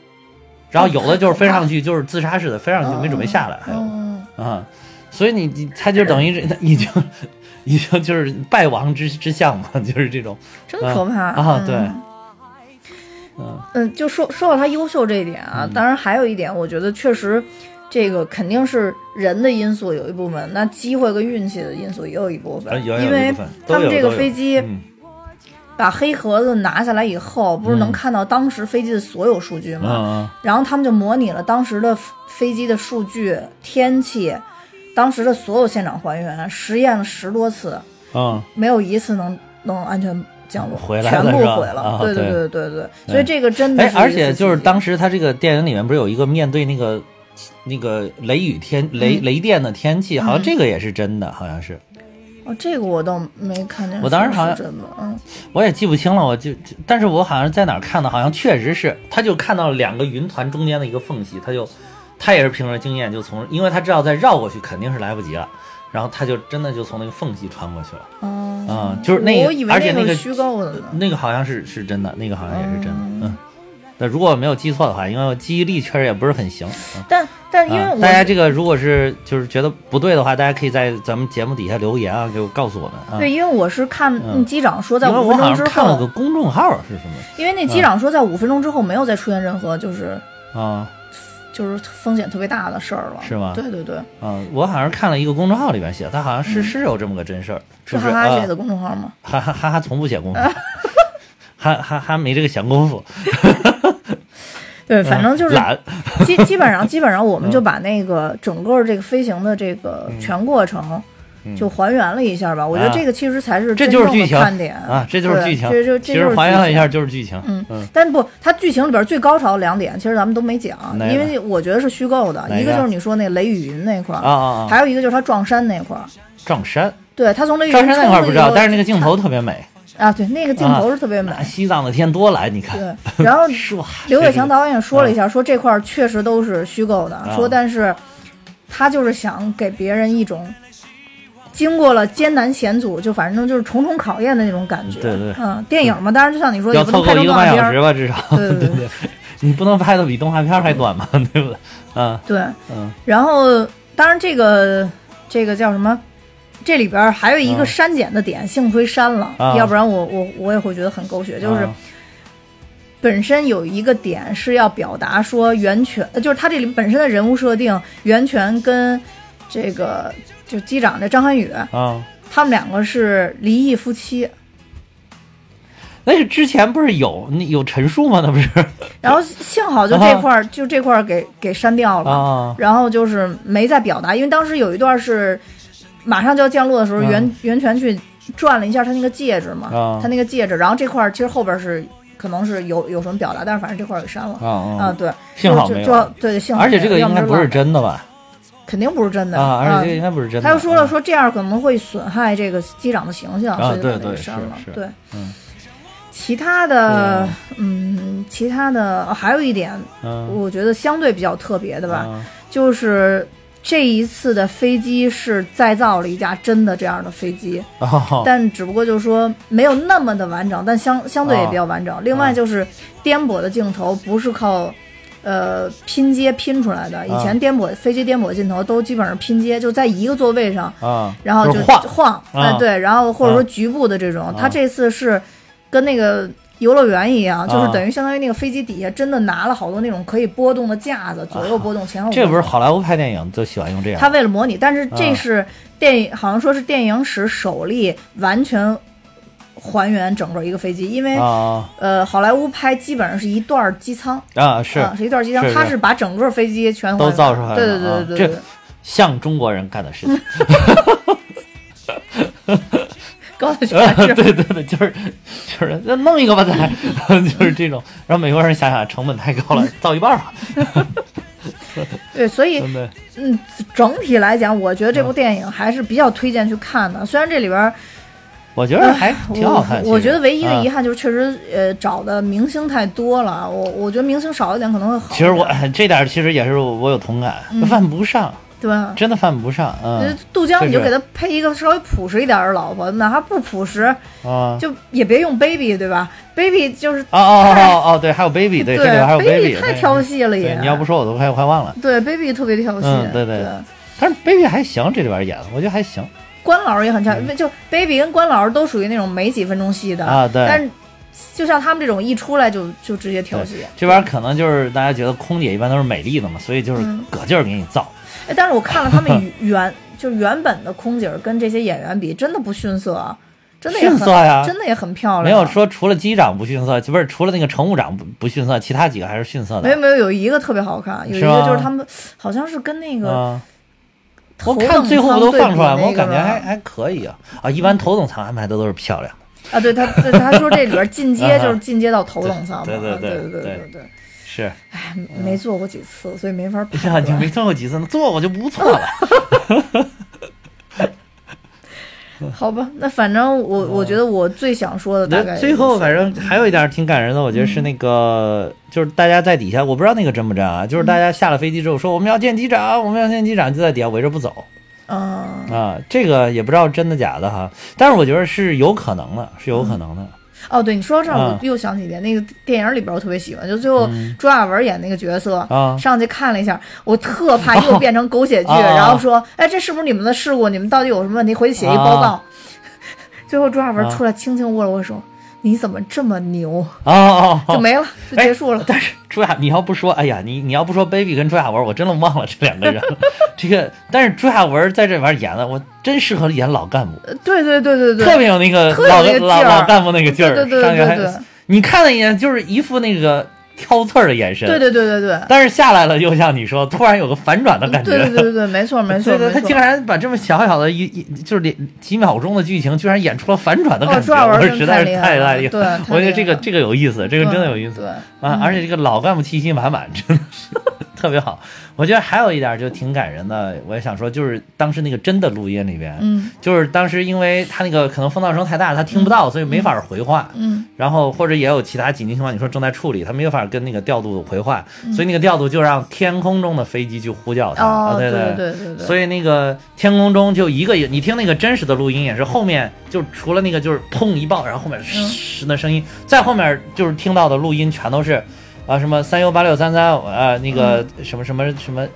[SPEAKER 2] 然后有的就是飞上去就是自杀式的，飞上去没准备下来，还有
[SPEAKER 1] 嗯，
[SPEAKER 2] 啊，所以你你他就等于是 已经已经就是败亡之之相嘛，就是这种
[SPEAKER 1] 真可怕
[SPEAKER 2] 啊，对，
[SPEAKER 1] 嗯嗯，就说说到他优秀这一点
[SPEAKER 2] 嗯
[SPEAKER 1] 啊，当然还有一点，我觉得确实，这个肯定是人的因素有一部分，那机会跟运气的因素也有一部
[SPEAKER 2] 啊
[SPEAKER 1] 分，
[SPEAKER 2] 有有
[SPEAKER 1] 因
[SPEAKER 2] 一
[SPEAKER 1] 为
[SPEAKER 2] 部分
[SPEAKER 1] 他
[SPEAKER 2] 都有
[SPEAKER 1] 们这
[SPEAKER 2] 都
[SPEAKER 1] 个
[SPEAKER 2] 有
[SPEAKER 1] 飞机
[SPEAKER 2] 嗯
[SPEAKER 1] 把黑盒子拿下来以后，不是能看到当时飞机的所有数据
[SPEAKER 2] 嗯
[SPEAKER 1] 吗？
[SPEAKER 2] 嗯
[SPEAKER 1] 然后他们就模拟了当时的飞机的数据、天气，当时的所有现场还原，实验了十多次，
[SPEAKER 2] 嗯，
[SPEAKER 1] 没有一次能能安全降落，
[SPEAKER 2] 回来
[SPEAKER 1] 全
[SPEAKER 2] 了
[SPEAKER 1] 部
[SPEAKER 2] 是吧
[SPEAKER 1] 毁了。
[SPEAKER 2] 啊
[SPEAKER 1] 对
[SPEAKER 2] 对
[SPEAKER 1] 对对对所以这个嗯真的
[SPEAKER 2] 哎
[SPEAKER 1] 是，
[SPEAKER 2] 而
[SPEAKER 1] 一
[SPEAKER 2] 且
[SPEAKER 1] 次
[SPEAKER 2] 就是
[SPEAKER 1] 刺激
[SPEAKER 2] 当时他这个电影里面不是有一个面对那个那个雷雨天雷
[SPEAKER 1] 嗯
[SPEAKER 2] 雷电的天气，好像这个也是真的，好像是
[SPEAKER 1] 哦，这个我倒没看见，
[SPEAKER 2] 我当时好像
[SPEAKER 1] 真的，嗯，
[SPEAKER 2] 我也记不清了，我就就但是我好像在哪儿看的，好像确实是，他就看到了两个云团中间的一个缝隙，他就他也是凭着经验就从，因为他知道再绕过去肯定是来不及了。然后他就真的就从那个缝隙穿过去了，
[SPEAKER 1] 哦、
[SPEAKER 2] 啊、就是那个，
[SPEAKER 1] 我以为
[SPEAKER 2] 而且
[SPEAKER 1] 那
[SPEAKER 2] 那个
[SPEAKER 1] 是虚构哦的呢。
[SPEAKER 2] 那个好像是是真的，那个好像也是真的，嗯。那如果我没有记错的话，因为我记忆力确实也不是很行，嗯
[SPEAKER 1] 但但因为
[SPEAKER 2] 啊
[SPEAKER 1] 我、
[SPEAKER 2] 大家这个如果是就是觉得不对的话，大家可以在咱们节目底下留言啊，给我告诉我们啊。
[SPEAKER 1] 对，因为我是看嗯机长说在
[SPEAKER 2] 因为
[SPEAKER 1] 五
[SPEAKER 2] 我
[SPEAKER 1] 分
[SPEAKER 2] 好
[SPEAKER 1] 钟之
[SPEAKER 2] 像看了个嗯
[SPEAKER 1] 后，
[SPEAKER 2] 公众号是什
[SPEAKER 1] 因为那机长说在五分钟之后没有再出现任何就是
[SPEAKER 2] 么啊
[SPEAKER 1] 就是风险特别大的事儿了，
[SPEAKER 2] 是吗
[SPEAKER 1] 对对对，
[SPEAKER 2] 啊！我好像看了一个公众号里边写，他好像是是有这么个真事儿，
[SPEAKER 1] 嗯是
[SPEAKER 2] 不是？
[SPEAKER 1] 哈哈写
[SPEAKER 2] 啊
[SPEAKER 1] 的公众号吗？
[SPEAKER 2] 哈哈哈哈，从不写功夫， 哈哈哈没这个闲工夫，
[SPEAKER 1] 对，反正就是
[SPEAKER 2] 嗯 懒，嗯
[SPEAKER 1] 基基本上基本上我们就把那个整个这个飞行的这个全过程就还原了一下吧。我觉得这个其实才是
[SPEAKER 2] 嗯啊这
[SPEAKER 1] 真
[SPEAKER 2] 就是
[SPEAKER 1] 正的
[SPEAKER 2] 剧情
[SPEAKER 1] 看点
[SPEAKER 2] 啊，这就是剧情。
[SPEAKER 1] 对这就
[SPEAKER 2] 其
[SPEAKER 1] 这就
[SPEAKER 2] 实
[SPEAKER 1] 是
[SPEAKER 2] 还原了
[SPEAKER 1] 剧
[SPEAKER 2] 一
[SPEAKER 1] 情
[SPEAKER 2] 下就是剧情，嗯嗯
[SPEAKER 1] 但不，它剧情里边最高潮的两点，其实咱们都没讲
[SPEAKER 2] 哪，个
[SPEAKER 1] 因为我觉得是虚构的。
[SPEAKER 2] 哪个
[SPEAKER 1] 一个就是你说那雷雨云那块
[SPEAKER 2] 啊
[SPEAKER 1] 儿，
[SPEAKER 2] 啊啊！
[SPEAKER 1] 还有一个就是他撞山那块儿。
[SPEAKER 2] 撞山，
[SPEAKER 1] 对他从雷雨云
[SPEAKER 2] 撞山那块儿不知道，
[SPEAKER 1] 冲出去以后
[SPEAKER 2] 但是那个镜头啊特别美，
[SPEAKER 1] 啊，对那个镜头是特别美。
[SPEAKER 2] 那西藏的天多蓝，你看，
[SPEAKER 1] 对， 然后
[SPEAKER 2] 唰，
[SPEAKER 1] 刘伟强导演说了
[SPEAKER 2] 啊
[SPEAKER 1] 一下，说这块儿确实都是虚构的，说但是他就是想给别人一种经过了艰难险阻，就反正就是重重考验的那种感觉。
[SPEAKER 2] 对对
[SPEAKER 1] 嗯，电影嘛，当然就像你说，
[SPEAKER 2] 要
[SPEAKER 1] 也不
[SPEAKER 2] 凑
[SPEAKER 1] 能
[SPEAKER 2] 够
[SPEAKER 1] 拍成
[SPEAKER 2] 一个
[SPEAKER 1] 动
[SPEAKER 2] 半
[SPEAKER 1] 画片
[SPEAKER 2] 小时
[SPEAKER 1] 儿。
[SPEAKER 2] 吧，至少。
[SPEAKER 1] 对对对
[SPEAKER 2] 对，你不能拍的比动画片还短 嘛，对不对？嗯
[SPEAKER 1] 对，
[SPEAKER 2] 嗯
[SPEAKER 1] 然后当然这个这个叫什么？这里边儿还有一个
[SPEAKER 2] 嗯
[SPEAKER 1] 删减的点，幸亏删了，
[SPEAKER 2] 啊
[SPEAKER 1] 要不然我我我也会觉得很狗血。就是
[SPEAKER 2] 啊
[SPEAKER 1] 本身有一个点是要表达说源泉，呃就是他这里本身的人物设定，源泉跟这个就机长这张涵予，
[SPEAKER 2] 啊，
[SPEAKER 1] 他们两个是离异夫妻。
[SPEAKER 2] 那是之前不是有那有陈述吗？那不是
[SPEAKER 1] 然后幸好就这块儿、就这块儿给给删掉了，
[SPEAKER 2] 啊
[SPEAKER 1] 然后就是没再表达，因为当时有一段是马上就要降落的时候，
[SPEAKER 2] 嗯
[SPEAKER 1] 袁袁泉去转了一下他那个戒指嘛，
[SPEAKER 2] 啊
[SPEAKER 1] 他那个戒指，然后这块儿其实后边是可能是有有什么表达，但是反正这块儿给删了。
[SPEAKER 2] 啊啊！
[SPEAKER 1] 对，
[SPEAKER 2] 幸好
[SPEAKER 1] 就
[SPEAKER 2] 没
[SPEAKER 1] 就
[SPEAKER 2] 有，啊
[SPEAKER 1] 对，幸好
[SPEAKER 2] 而且这
[SPEAKER 1] 没有嗯
[SPEAKER 2] 个
[SPEAKER 1] 要
[SPEAKER 2] 应该
[SPEAKER 1] 然
[SPEAKER 2] 不是
[SPEAKER 1] 乱
[SPEAKER 2] 真的吧？
[SPEAKER 1] 肯定不是真的
[SPEAKER 2] 啊，而且这个应该不是真的。
[SPEAKER 1] 他又说了，
[SPEAKER 2] 啊
[SPEAKER 1] 说这样可能会损害这个机长的形象，
[SPEAKER 2] 啊
[SPEAKER 1] 所以就
[SPEAKER 2] 对
[SPEAKER 1] 把它
[SPEAKER 2] 对
[SPEAKER 1] 给删了
[SPEAKER 2] 是。是
[SPEAKER 1] 对，
[SPEAKER 2] 嗯啊
[SPEAKER 1] 其他的，嗯，其他的、哦还有一点，
[SPEAKER 2] 嗯，
[SPEAKER 1] 我觉得相对比较特别的吧，
[SPEAKER 2] 啊
[SPEAKER 1] 就是这一次的飞机是再造了一架真的这样的飞机，
[SPEAKER 2] 哦
[SPEAKER 1] 但只不过就是说没有那么的完整，但相相对也比较完
[SPEAKER 2] 哦
[SPEAKER 1] 整。另外就是颠簸的镜头不是靠。呃，拼接拼出来
[SPEAKER 2] 啊
[SPEAKER 1] 的。以前颠簸、飞机颠簸镜头都基本上是拼接，就在一个座位上，
[SPEAKER 2] 啊，
[SPEAKER 1] 然后
[SPEAKER 2] 就
[SPEAKER 1] 就是
[SPEAKER 2] 晃
[SPEAKER 1] 晃，
[SPEAKER 2] 啊
[SPEAKER 1] 哎对，然后或者
[SPEAKER 2] 啊
[SPEAKER 1] 说局部的这种，
[SPEAKER 2] 啊
[SPEAKER 1] 它这次是跟那个游乐园一样，就是
[SPEAKER 2] 啊
[SPEAKER 1] 等于相当于那个飞机底下真的拿了好多那种可以波动的架子，左右波动，前后
[SPEAKER 2] 啊这
[SPEAKER 1] 波
[SPEAKER 2] 不是
[SPEAKER 1] 动。
[SPEAKER 2] 好莱坞拍电影就喜欢用这样
[SPEAKER 1] 他为了模拟，但是这
[SPEAKER 2] 啊
[SPEAKER 1] 是电影，好像说是电影史首例完全还原整个一个飞机，因为
[SPEAKER 2] 啊
[SPEAKER 1] 呃，好莱坞拍基本上是一段机舱，
[SPEAKER 2] 啊是
[SPEAKER 1] 啊，是一段机舱
[SPEAKER 2] 是，是
[SPEAKER 1] 它是把整个飞机全
[SPEAKER 2] 都
[SPEAKER 1] 还原
[SPEAKER 2] 造出来了
[SPEAKER 1] 对对
[SPEAKER 2] 啊
[SPEAKER 1] 对对
[SPEAKER 2] 这
[SPEAKER 1] 对对，
[SPEAKER 2] 像中国人干 的事情。
[SPEAKER 1] 高大
[SPEAKER 2] 啊
[SPEAKER 1] 全是
[SPEAKER 2] 对对对，就是就是那弄一个吧，咱 就是这种。然后美国人想想成本太高了，造一半吧，
[SPEAKER 1] 对，所以
[SPEAKER 2] 对不对？
[SPEAKER 1] 嗯，整体来讲，我觉得这部电影还是比较推荐去看的。虽然这里边儿
[SPEAKER 2] 我觉得还挺好看。嗯啊
[SPEAKER 1] 我我觉得唯一的遗
[SPEAKER 2] 憾，
[SPEAKER 1] 憾就是，确实呃找的明星太多了。我我觉得明星少一点可能会好一点。
[SPEAKER 2] 其实我这点其实也是我有同感，
[SPEAKER 1] 嗯
[SPEAKER 2] 犯不上，
[SPEAKER 1] 对吧？
[SPEAKER 2] 真的犯不上。
[SPEAKER 1] 呃
[SPEAKER 2] 嗯
[SPEAKER 1] 杜江，你就
[SPEAKER 2] 确
[SPEAKER 1] 给
[SPEAKER 2] 实
[SPEAKER 1] 他配一个稍微朴实一点的老婆，哪怕不朴实，
[SPEAKER 2] 啊
[SPEAKER 1] 就也别用 baby，对吧？baby 就是
[SPEAKER 2] 哦哦哦哦，对，还有 baby，对，这里边还有
[SPEAKER 1] baby 太
[SPEAKER 2] 对
[SPEAKER 1] 调戏了也
[SPEAKER 2] 对，。你要不说我都快快忘了。
[SPEAKER 1] 对 baby 特别调戏，
[SPEAKER 2] 嗯对对
[SPEAKER 1] 对。
[SPEAKER 2] 但是 baby 还行，这里边演的我觉得还行
[SPEAKER 1] 关老师也很调，就 baby 跟关老师都属于那种没几分钟戏的
[SPEAKER 2] 嗯啊。对，
[SPEAKER 1] 但是就像他们这种一出来就就直接调戏。
[SPEAKER 2] 这玩意儿可能就是大家觉得空姐一般都是美丽的嘛，所以就是
[SPEAKER 1] 嗯
[SPEAKER 2] 搁劲儿给你造。
[SPEAKER 1] 哎，但是我看了他 们原原就原本的空姐儿跟这些演员比，真的不逊色啊，真的也很
[SPEAKER 2] 逊色呀
[SPEAKER 1] 真的也很漂亮。啊
[SPEAKER 2] 没有说除了机长不逊色，不是除了那个乘务长不不逊色，其他几个还是逊色
[SPEAKER 1] 没有
[SPEAKER 2] 的。
[SPEAKER 1] 没有有一个特别好看，有一
[SPEAKER 2] 是吗
[SPEAKER 1] 个就是他们好像是跟那个
[SPEAKER 2] 啊，
[SPEAKER 1] 头
[SPEAKER 2] 我
[SPEAKER 1] 等
[SPEAKER 2] 看
[SPEAKER 1] 舱
[SPEAKER 2] 最
[SPEAKER 1] 对比
[SPEAKER 2] 后
[SPEAKER 1] 那
[SPEAKER 2] 不
[SPEAKER 1] 个
[SPEAKER 2] 都放出来吗？我
[SPEAKER 1] 吧
[SPEAKER 2] 感觉还还可以啊啊！一般头等舱安排的都是漂亮的，
[SPEAKER 1] 啊，对他对他说这里边进阶就是进阶到头等舱嘛，
[SPEAKER 2] 嗯对
[SPEAKER 1] 对
[SPEAKER 2] 对对
[SPEAKER 1] 对
[SPEAKER 2] 对
[SPEAKER 1] 对对，
[SPEAKER 2] 是。
[SPEAKER 1] 哎，没坐过几次，所以 没法
[SPEAKER 2] 哎呀，
[SPEAKER 1] 判
[SPEAKER 2] 你
[SPEAKER 1] 断。
[SPEAKER 2] 啊没坐过几次呢？坐我就不错了。
[SPEAKER 1] 好吧，那反正我我觉得我最想说的 大概
[SPEAKER 2] 嗯那
[SPEAKER 1] 也
[SPEAKER 2] 最
[SPEAKER 1] 就
[SPEAKER 2] 后
[SPEAKER 1] 是嗯
[SPEAKER 2] 反正还有一点挺感人的，我觉得是那个，就是大家在底下，我不知道那个真不真啊，就是大家下了飞机之后说我们要见机长，我们要见机长，就在底下围着不走。
[SPEAKER 1] 嗯
[SPEAKER 2] 啊，这个也不知道真的假的哈，但是我觉得是有可能的，是有可能的。
[SPEAKER 1] 哦，对你说到这儿，
[SPEAKER 2] 啊
[SPEAKER 1] 我又想起一点，那个电影里边我特别喜欢，就最后朱亚文演那个角色
[SPEAKER 2] 嗯啊
[SPEAKER 1] 上去看了一下，我特怕又变成狗血剧，
[SPEAKER 2] 啊啊啊
[SPEAKER 1] 然后说，哎，这是不是你们的事故？你们到底有什么问题？回去写一报告。
[SPEAKER 2] 啊
[SPEAKER 1] 最后朱亚文
[SPEAKER 2] 啊
[SPEAKER 1] 出来轻轻握了握手，你怎么这么牛？
[SPEAKER 2] 哦哦
[SPEAKER 1] 就
[SPEAKER 2] 哦，
[SPEAKER 1] 没了，就结束了。
[SPEAKER 2] 但是朱亚，你要不说，哎呀，你你要不说 baby 跟朱亚文，我真的忘了这两 个人。这个，但是朱亚文在这里边演的，我真适合演老干部，
[SPEAKER 1] 对对对对对，
[SPEAKER 2] 特别有那个
[SPEAKER 1] 特有
[SPEAKER 2] 老
[SPEAKER 1] 那个
[SPEAKER 2] 老
[SPEAKER 1] 劲儿
[SPEAKER 2] 老干部那个劲儿，
[SPEAKER 1] 对对对
[SPEAKER 2] 上去还
[SPEAKER 1] 对对
[SPEAKER 2] 你看了一眼，就是一副那个挑刺儿的眼神。
[SPEAKER 1] 对对对对对。
[SPEAKER 2] 但是下来了，又像你说，突然有个反转的感觉。
[SPEAKER 1] 对对对对对，没错没错
[SPEAKER 2] 对对，
[SPEAKER 1] 没
[SPEAKER 2] 他竟
[SPEAKER 1] 错。
[SPEAKER 2] 然把这么小小的一一就是连几秒钟的剧情，居然演出了反转的
[SPEAKER 1] 哦，
[SPEAKER 2] 感
[SPEAKER 1] 朱
[SPEAKER 2] 觉，
[SPEAKER 1] 亚文
[SPEAKER 2] 我
[SPEAKER 1] 真
[SPEAKER 2] 实
[SPEAKER 1] 的
[SPEAKER 2] 在是
[SPEAKER 1] 厉
[SPEAKER 2] 太
[SPEAKER 1] 了，
[SPEAKER 2] 厉
[SPEAKER 1] 对，
[SPEAKER 2] 害。
[SPEAKER 1] 太
[SPEAKER 2] 我觉
[SPEAKER 1] 厉
[SPEAKER 2] 得这个
[SPEAKER 1] 害了
[SPEAKER 2] 这个有意思，这个
[SPEAKER 1] 对
[SPEAKER 2] 真的有意思
[SPEAKER 1] 对，嗯
[SPEAKER 2] 啊！而且这个老干部气息满满，真的是 特别好。我觉得还有一点就挺感人的，我也想说，就是当时那个真的录音里边，
[SPEAKER 1] 嗯
[SPEAKER 2] 就是当时因为他那个可能风噪声太大，他听不到，所以没法回话。
[SPEAKER 1] 嗯，
[SPEAKER 2] 然后或者也有其他紧急情况，你说正在处理，他没有法跟那个调度回话，所以那个调度就让天空中的飞机去呼叫
[SPEAKER 1] 嗯
[SPEAKER 2] 他。
[SPEAKER 1] 哦
[SPEAKER 2] 啊，对
[SPEAKER 1] 对
[SPEAKER 2] 对
[SPEAKER 1] 对对对
[SPEAKER 2] 所以那个天空中就一个，你听那个真实的录音也是后面就除了那个就是砰一爆，然后后面
[SPEAKER 1] 嗯
[SPEAKER 2] 呲的声音，再后面就是听到的录音全都是啊什么三幺八六三三啊那个什么什么什么，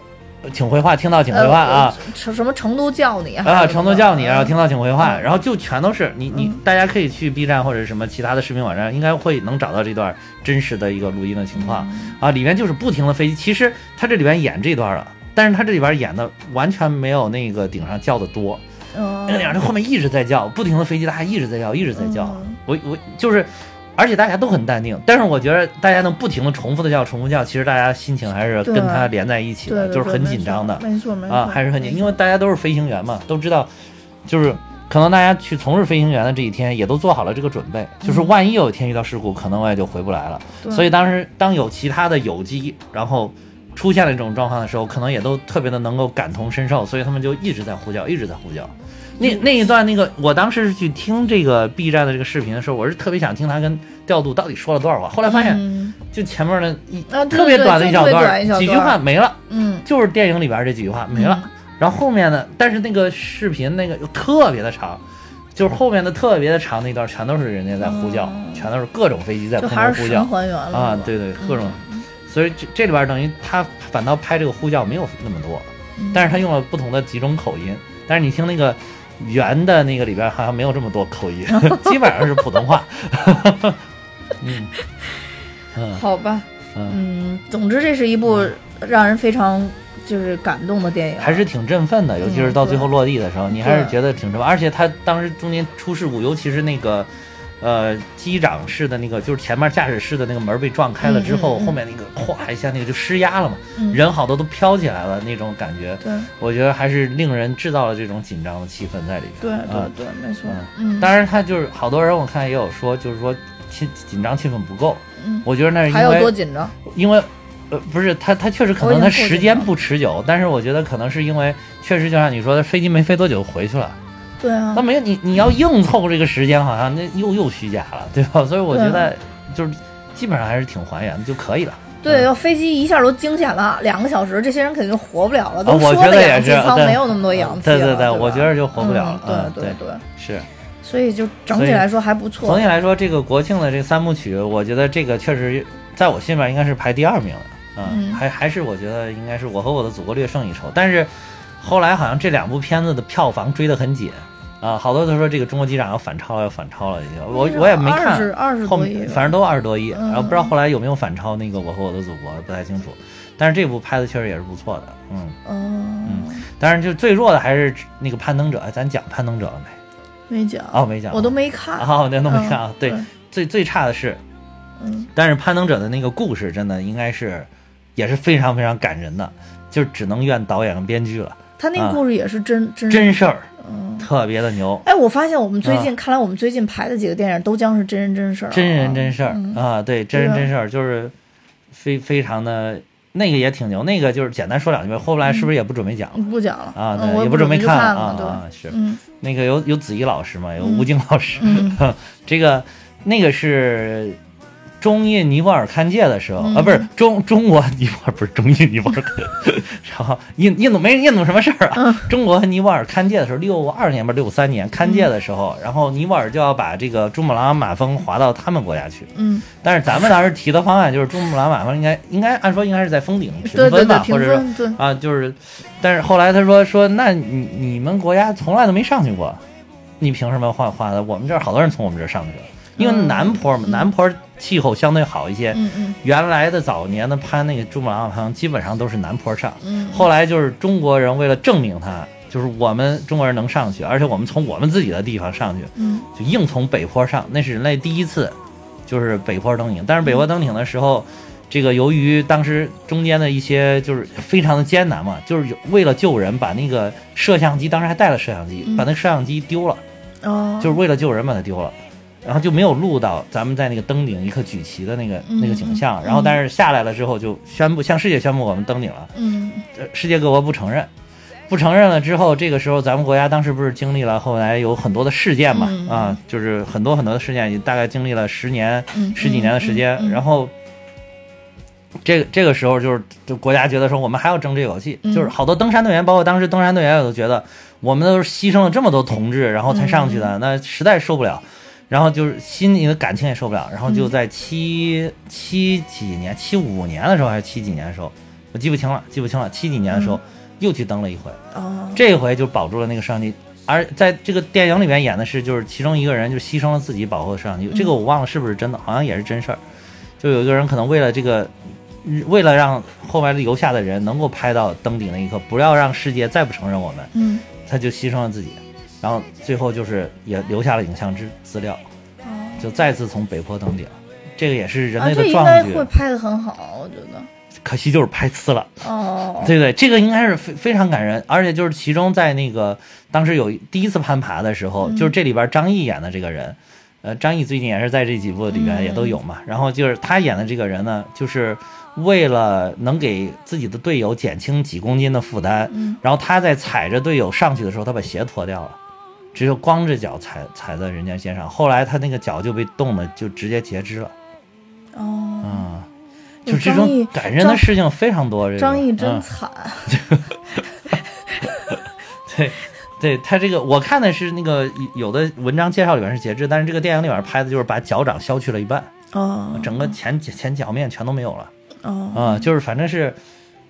[SPEAKER 2] 请回话，听到请回话啊。
[SPEAKER 1] 嗯呃，成什么成都叫你还
[SPEAKER 2] 啊，
[SPEAKER 1] 是什
[SPEAKER 2] 成
[SPEAKER 1] 么
[SPEAKER 2] 都叫你，
[SPEAKER 1] 嗯
[SPEAKER 2] 然后听到请回话，然后就全都是你你，大家可以去 B 站或者什么其他的视频网站，应该会能找到这段真实的一个录音的情况
[SPEAKER 1] 嗯
[SPEAKER 2] 啊，里面就是不停的飞机，其实他这里边演这段了，但是他这里边演的完全没有那个顶上叫的多，那个
[SPEAKER 1] 嗯
[SPEAKER 2] 顶上他后面一直在叫，不停的飞机大家一直在叫，一直在叫，
[SPEAKER 1] 嗯
[SPEAKER 2] 我我就是。而且大家都很淡定，但是我觉得大家能不停的重复的叫、重复地叫，其实大家心情还是跟
[SPEAKER 1] 对
[SPEAKER 2] 他连在一起
[SPEAKER 1] 对
[SPEAKER 2] 的，
[SPEAKER 1] 对
[SPEAKER 2] 就是
[SPEAKER 1] 对
[SPEAKER 2] 很
[SPEAKER 1] 没
[SPEAKER 2] 紧
[SPEAKER 1] 错
[SPEAKER 2] 张的。
[SPEAKER 1] 没错没错
[SPEAKER 2] 啊，还是很紧，
[SPEAKER 1] 哎没
[SPEAKER 2] 因为大家都是飞行员嘛，都知道，就是可能大家去从事飞行员的这一天，也都做好了这个准备，就是万一有一天遇到事故，可能我也就回不来了。
[SPEAKER 1] 嗯对
[SPEAKER 2] 所以当时当有其他的有机，然后出现了这种状况的时候，可能也都特别的能够感同身受，所以他们就一直在呼叫，一直在呼叫。那
[SPEAKER 1] 嗯
[SPEAKER 2] 那一段那个，我当时是去听这个 B 站的这个视频的时候，我是特别想听他跟调度到底说了多少话。后来发现，
[SPEAKER 1] 嗯
[SPEAKER 2] 就前面的一、
[SPEAKER 1] 啊对
[SPEAKER 2] 特别
[SPEAKER 1] 对
[SPEAKER 2] 短的
[SPEAKER 1] 就
[SPEAKER 2] 一小
[SPEAKER 1] 特别
[SPEAKER 2] 段
[SPEAKER 1] 短
[SPEAKER 2] 儿，
[SPEAKER 1] 一小
[SPEAKER 2] 几句
[SPEAKER 1] 段儿
[SPEAKER 2] 话没了。
[SPEAKER 1] 嗯
[SPEAKER 2] 就是电影里边这几句话没了。然后后面的，但是那个视频那个又特别的长，就是后面的特别的长那段，全都是人家在呼叫，全都是各种飞机在
[SPEAKER 1] 哦就
[SPEAKER 2] 空
[SPEAKER 1] 还
[SPEAKER 2] 中
[SPEAKER 1] 是
[SPEAKER 2] 呼
[SPEAKER 1] 神
[SPEAKER 2] 叫
[SPEAKER 1] 还原了
[SPEAKER 2] 啊
[SPEAKER 1] 是吧，
[SPEAKER 2] 对对，各种。所以这这里边等于他反倒拍这个呼叫没有那么多，
[SPEAKER 1] 嗯
[SPEAKER 2] 但是他用了不同的几种口音，但是你听那个。原的那个里边好像没有这么多口 音，基本上是普通话。 嗯
[SPEAKER 1] 好吧，嗯，总之这是一部让人非常就是感动的电影，
[SPEAKER 2] 嗯还是挺振奋的，尤其是到最后落地的时候，你还是
[SPEAKER 1] 嗯对
[SPEAKER 2] 觉得挺振奋。而且他当时中间出事故，尤其是那个，呃，机长室的那个，就是前面驾驶室的那个门被撞开了之
[SPEAKER 1] 嗯
[SPEAKER 2] 后，后面那个咵一下那个就施压了嘛，人好多都飘起来了那种感觉。
[SPEAKER 1] 对
[SPEAKER 2] 我觉得还是令人制造了这种紧张的气氛在里
[SPEAKER 1] 对
[SPEAKER 2] 边。啊
[SPEAKER 1] 对对，没错，
[SPEAKER 2] 嗯，当然他就是好多人我看也有说，就是说气紧张气氛不够。
[SPEAKER 1] 嗯
[SPEAKER 2] 我觉得那是因
[SPEAKER 1] 还有
[SPEAKER 2] 为
[SPEAKER 1] 多紧张？
[SPEAKER 2] 因为呃，不是它，它确实可
[SPEAKER 1] 我已经过
[SPEAKER 2] 能它
[SPEAKER 1] 去
[SPEAKER 2] 时间不持久，但是我觉得可能是因为确实就像你说的，飞机没飞多久就回去了，
[SPEAKER 1] 对啊
[SPEAKER 2] 那，没有你，你要硬凑这个时间，好像那又又虚假了，对吧？所以我觉得就是基本上还是挺还原的就可以了。
[SPEAKER 1] 对，要飞机一下都惊险了，两个小时，这些人肯定活不了了。
[SPEAKER 2] 啊，
[SPEAKER 1] 都
[SPEAKER 2] 我
[SPEAKER 1] 说
[SPEAKER 2] 觉得
[SPEAKER 1] 的
[SPEAKER 2] 也
[SPEAKER 1] 氧气
[SPEAKER 2] 是，
[SPEAKER 1] 舱
[SPEAKER 2] 对
[SPEAKER 1] 没有那么多氧气
[SPEAKER 2] 对
[SPEAKER 1] 了，对
[SPEAKER 2] 对
[SPEAKER 1] 吧，
[SPEAKER 2] 我觉得就活不了了。
[SPEAKER 1] 嗯
[SPEAKER 2] 嗯，
[SPEAKER 1] 对对对，
[SPEAKER 2] 是。
[SPEAKER 1] 所以就整
[SPEAKER 2] 所
[SPEAKER 1] 体
[SPEAKER 2] 以
[SPEAKER 1] 来说还不错
[SPEAKER 2] 总体。来说，这个国庆的这三部曲，我觉得这个确实在我心里面应该是排第二名的啊，
[SPEAKER 1] 嗯
[SPEAKER 2] 还还是我觉得应该是《我和我的祖国》略胜一筹。但是后来好像这两部片子的票房追得很紧啊，好多都说这个《中国机长》要反超，要反超了已经。我
[SPEAKER 1] 嗯
[SPEAKER 2] 我也没看，
[SPEAKER 1] 20多
[SPEAKER 2] 后面
[SPEAKER 1] 亿吧
[SPEAKER 2] 反正都二十多亿，
[SPEAKER 1] 嗯
[SPEAKER 2] 然后不知道后来有没有反超那个《我和我的祖国》，不太清楚。但是这部拍的确实也是不错的，嗯，
[SPEAKER 1] 嗯，
[SPEAKER 2] 当然就最弱的还是那个《攀登者》，哎咱讲《攀登者》了没？
[SPEAKER 1] 没讲，
[SPEAKER 2] 哦，没讲，
[SPEAKER 1] 我都没看。
[SPEAKER 2] 啊，那都没看啊
[SPEAKER 1] 嗯。
[SPEAKER 2] 对
[SPEAKER 1] 嗯，
[SPEAKER 2] 最最差的是，
[SPEAKER 1] 嗯，
[SPEAKER 2] 但是《攀登者》的那个故事真的应该是，也是非常非常感人的，就只能怨导演跟编剧了，
[SPEAKER 1] 他那个
[SPEAKER 2] 啊
[SPEAKER 1] 故事也是真真
[SPEAKER 2] 真事儿，
[SPEAKER 1] 嗯
[SPEAKER 2] 特别的牛，
[SPEAKER 1] 哎，我发现我们最
[SPEAKER 2] 啊
[SPEAKER 1] 近，看来我们最近排的几个电影都将是真人真事儿啊，
[SPEAKER 2] 真人真事儿啊，对，真人
[SPEAKER 1] 对啊
[SPEAKER 2] 真事儿就是非非常的那个也挺牛，那个就是简单说两句吧，后来是不是也不准备讲了？
[SPEAKER 1] 嗯不讲了
[SPEAKER 2] 啊，
[SPEAKER 1] 嗯
[SPEAKER 2] 对，
[SPEAKER 1] 我
[SPEAKER 2] 也
[SPEAKER 1] 不
[SPEAKER 2] 准备
[SPEAKER 1] 去
[SPEAKER 2] 看
[SPEAKER 1] 看
[SPEAKER 2] 了
[SPEAKER 1] 了，
[SPEAKER 2] 啊啊
[SPEAKER 1] 对，，
[SPEAKER 2] 是，
[SPEAKER 1] 嗯
[SPEAKER 2] 那个有有子怡老师嘛，有
[SPEAKER 1] 嗯
[SPEAKER 2] 吴京老师，
[SPEAKER 1] 嗯
[SPEAKER 2] 这个那个是中印尼泊尔勘界的时候、
[SPEAKER 1] 嗯
[SPEAKER 2] 啊，不是中中国尼泊尔不是中印尼泊尔， 然后印印度没印度什么事儿啊？
[SPEAKER 1] 嗯
[SPEAKER 2] 中国和尼泊尔勘界的时候，六二年吧，六三年勘界的时候，
[SPEAKER 1] 嗯
[SPEAKER 2] 然后尼泊尔就要把这个珠穆朗玛峰划到他们国家去。
[SPEAKER 1] 嗯，
[SPEAKER 2] 但是咱们当时提的方案就是珠穆朗玛峰应该应该按说应该是在峰顶
[SPEAKER 1] 对
[SPEAKER 2] 平
[SPEAKER 1] 对
[SPEAKER 2] 分
[SPEAKER 1] 对
[SPEAKER 2] 吧，，
[SPEAKER 1] 评
[SPEAKER 2] 或者说
[SPEAKER 1] 分对，
[SPEAKER 2] 啊，就是，但是后来他说说，那你你们国家从来都没上去过，你凭什么画画的？我们这儿好多人从我们这儿上去了，因为
[SPEAKER 1] 嗯
[SPEAKER 2] 南坡嘛，南坡气候相对好一些。
[SPEAKER 1] 嗯嗯
[SPEAKER 2] 原来的早年的攀那个珠穆朗玛峰，基本上都是南坡上。
[SPEAKER 1] 嗯，
[SPEAKER 2] 后来就是中国人为了证明它，就是我们中国人能上去，而且我们从我们自己的地方上去，
[SPEAKER 1] 嗯
[SPEAKER 2] 就硬从北坡上，那是人类第一次，就是北坡登顶。但是北坡登顶的时候，这个由于当时中间的一些就是非常的艰难嘛，就是有为了救人，把那个摄像机当时还带了摄像机，
[SPEAKER 1] 嗯
[SPEAKER 2] 把那个摄像机丢了，
[SPEAKER 1] 哦，
[SPEAKER 2] 就是为了救人把它丢了。然后就没有录到咱们在那个登顶一刻举旗的那个那个景象，
[SPEAKER 1] 嗯嗯
[SPEAKER 2] 然后但是下来了之后就宣布向世界宣布我们登顶了，
[SPEAKER 1] 嗯
[SPEAKER 2] 呃世界各国不承认，不承认了之后，这个时候咱们国家当时不是经历了后来有很多的事件嘛，
[SPEAKER 1] 嗯
[SPEAKER 2] 啊，就是很多很多的事件，大概经历了十年、
[SPEAKER 1] 嗯
[SPEAKER 2] 十几年的时间，然后。这个这个时候就是，就国家觉得说我们还要争这口气，
[SPEAKER 1] 嗯
[SPEAKER 2] 就是好多登山队员，包括当时登山队员也都觉得，我们都是牺牲了这么多同志，然后才上去的，那实在受不了，然后就是心里的感情也受不了，然后就在七、七几年，七五年的时候还是七几年的时候，我记不清了，记不清了，七几年的时候、又去登了一回，
[SPEAKER 1] 哦，
[SPEAKER 2] 这回就保住了那个摄像机。而在这个电影里面演的是，就是其中一个人就牺牲了自己保护的摄像机，这个我忘了是不是真的，好像也是真事儿。就有一个人可能为了这个，嗯为了让后面留下的人能够拍到登顶那一刻，不要让世界再不承认我们，
[SPEAKER 1] 嗯
[SPEAKER 2] 他就牺牲了自己，然后最后就是也留下了影像之资料，
[SPEAKER 1] 哦。
[SPEAKER 2] 就再次从北坡登顶。这个也是人
[SPEAKER 1] 啊，
[SPEAKER 2] 类
[SPEAKER 1] 这
[SPEAKER 2] 的
[SPEAKER 1] 应
[SPEAKER 2] 壮
[SPEAKER 1] 该
[SPEAKER 2] 举，
[SPEAKER 1] 会拍的很好，我觉得。
[SPEAKER 2] 可惜就是拍呲了。
[SPEAKER 1] 哦，
[SPEAKER 2] 对对，这个应该是非非常感人，而且就是其中在那个当时有第一次攀爬的时候，就是这里边张译演的这个人，呃，张译最近也是在这几部里边也都有
[SPEAKER 1] 嗯
[SPEAKER 2] 嘛。然后就是他演的这个人呢，就是为了能给自己的队友减轻几公斤的负担，
[SPEAKER 1] 嗯
[SPEAKER 2] 然后他在踩着队友上去的时候，他把鞋脱掉了。只有光着脚踩踩在人家肩上，后来他那个脚就被冻的，就直接截肢了。
[SPEAKER 1] 哦，
[SPEAKER 2] 啊、
[SPEAKER 1] 有
[SPEAKER 2] 就这
[SPEAKER 1] 哎张译
[SPEAKER 2] 种感人的
[SPEAKER 1] 张
[SPEAKER 2] 事情非常多。这个
[SPEAKER 1] 张译真
[SPEAKER 2] 嗯
[SPEAKER 1] 惨。
[SPEAKER 2] 对，对他这个我看的是那个有的文章介绍里面是截肢，但是这个电影里面拍的就是把脚掌削去了一半，
[SPEAKER 1] 哦
[SPEAKER 2] 整个前前脚面全都没有了
[SPEAKER 1] 哦，
[SPEAKER 2] 啊、就是反正是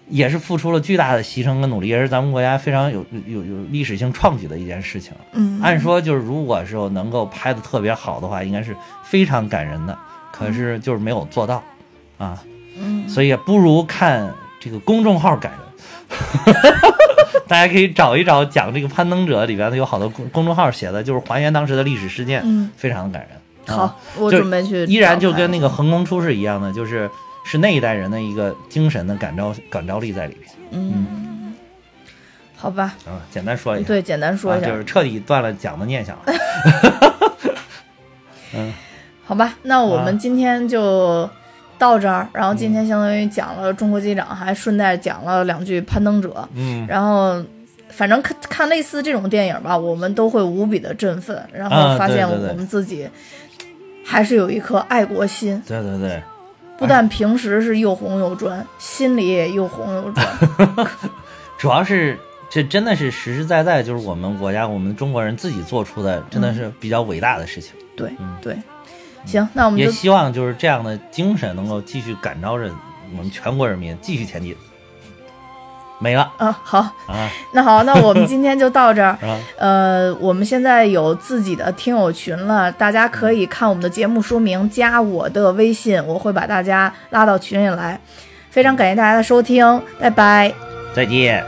[SPEAKER 2] 也是付出了巨大的牺牲跟努力，也是咱们国家非常有有有历史性创举的一件事情。
[SPEAKER 1] 嗯，
[SPEAKER 2] 按说就是如果是能够拍的特别好的话，应该是非常感人的，可是就是没有做到啊，
[SPEAKER 1] 嗯
[SPEAKER 2] 所以也不如看这个公众号感人。 大家可以找一找讲这个《攀登者》里边的有好多公公众号写的，就是还原当时的历史事件，
[SPEAKER 1] 嗯
[SPEAKER 2] 非常的感人。
[SPEAKER 1] 好
[SPEAKER 2] 啊，，
[SPEAKER 1] 我
[SPEAKER 2] 就
[SPEAKER 1] 准备去找看。
[SPEAKER 2] 依然就跟那个横空出世一样的，就是是那一代人的一个精神的感召感召力在里边
[SPEAKER 1] 嗯，好吧，
[SPEAKER 2] 啊。简单说一下，
[SPEAKER 1] 对，简单说一下
[SPEAKER 2] 啊，就，是彻底断了讲的念 想了。
[SPEAKER 1] 好吧，那我们
[SPEAKER 2] 啊嗯
[SPEAKER 1] 今天就到这儿，然后今天相当于讲了中国机长，还顺带讲了两句攀登者，
[SPEAKER 2] 嗯
[SPEAKER 1] 然后反正看看类似这种电影吧，我们都会无比的振奋，然后
[SPEAKER 2] 啊
[SPEAKER 1] 发
[SPEAKER 2] 对
[SPEAKER 1] 现
[SPEAKER 2] 对对
[SPEAKER 1] 我们自己还是有一颗爱国心，
[SPEAKER 2] 对对对，哎
[SPEAKER 1] 不但平时是又红又专，心里也又红又 专。
[SPEAKER 2] 主要是这真的是实实在在，就是我们国家我们中国人自己做出的，真的是比较伟大的事情。
[SPEAKER 1] 对对，行，那我们
[SPEAKER 2] 嗯也
[SPEAKER 1] 就
[SPEAKER 2] 希望就是这样的精神能够继续感召着我们全国人民继续前进。没了
[SPEAKER 1] 啊好，
[SPEAKER 2] 啊，
[SPEAKER 1] 那好，那我们今天就到这儿。
[SPEAKER 2] 是吧？
[SPEAKER 1] 呃，我们现在有自己的听友群了，大家可以看我们的节目说明，加我的微信，我会把大家拉到群里来。非常感谢大家的收听，拜拜。
[SPEAKER 2] 再见。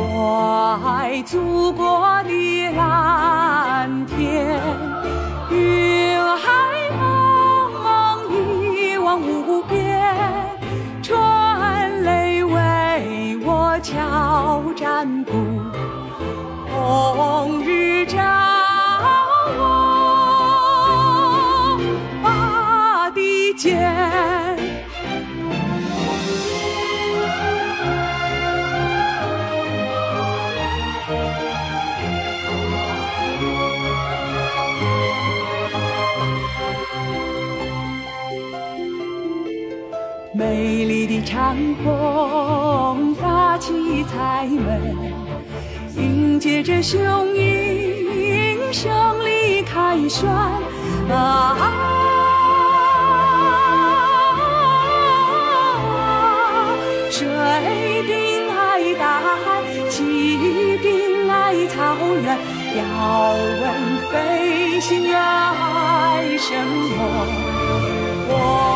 [SPEAKER 3] 我爱祖国的蓝天，云海茫茫一望无边，川泪为我敲战鼓，红日照我拔的剑。美丽的长虹搭起彩门，迎接着雄鹰胜利凯旋。啊！水兵爱大海，骑兵爱草原，要哦问飞行员爱什么？我。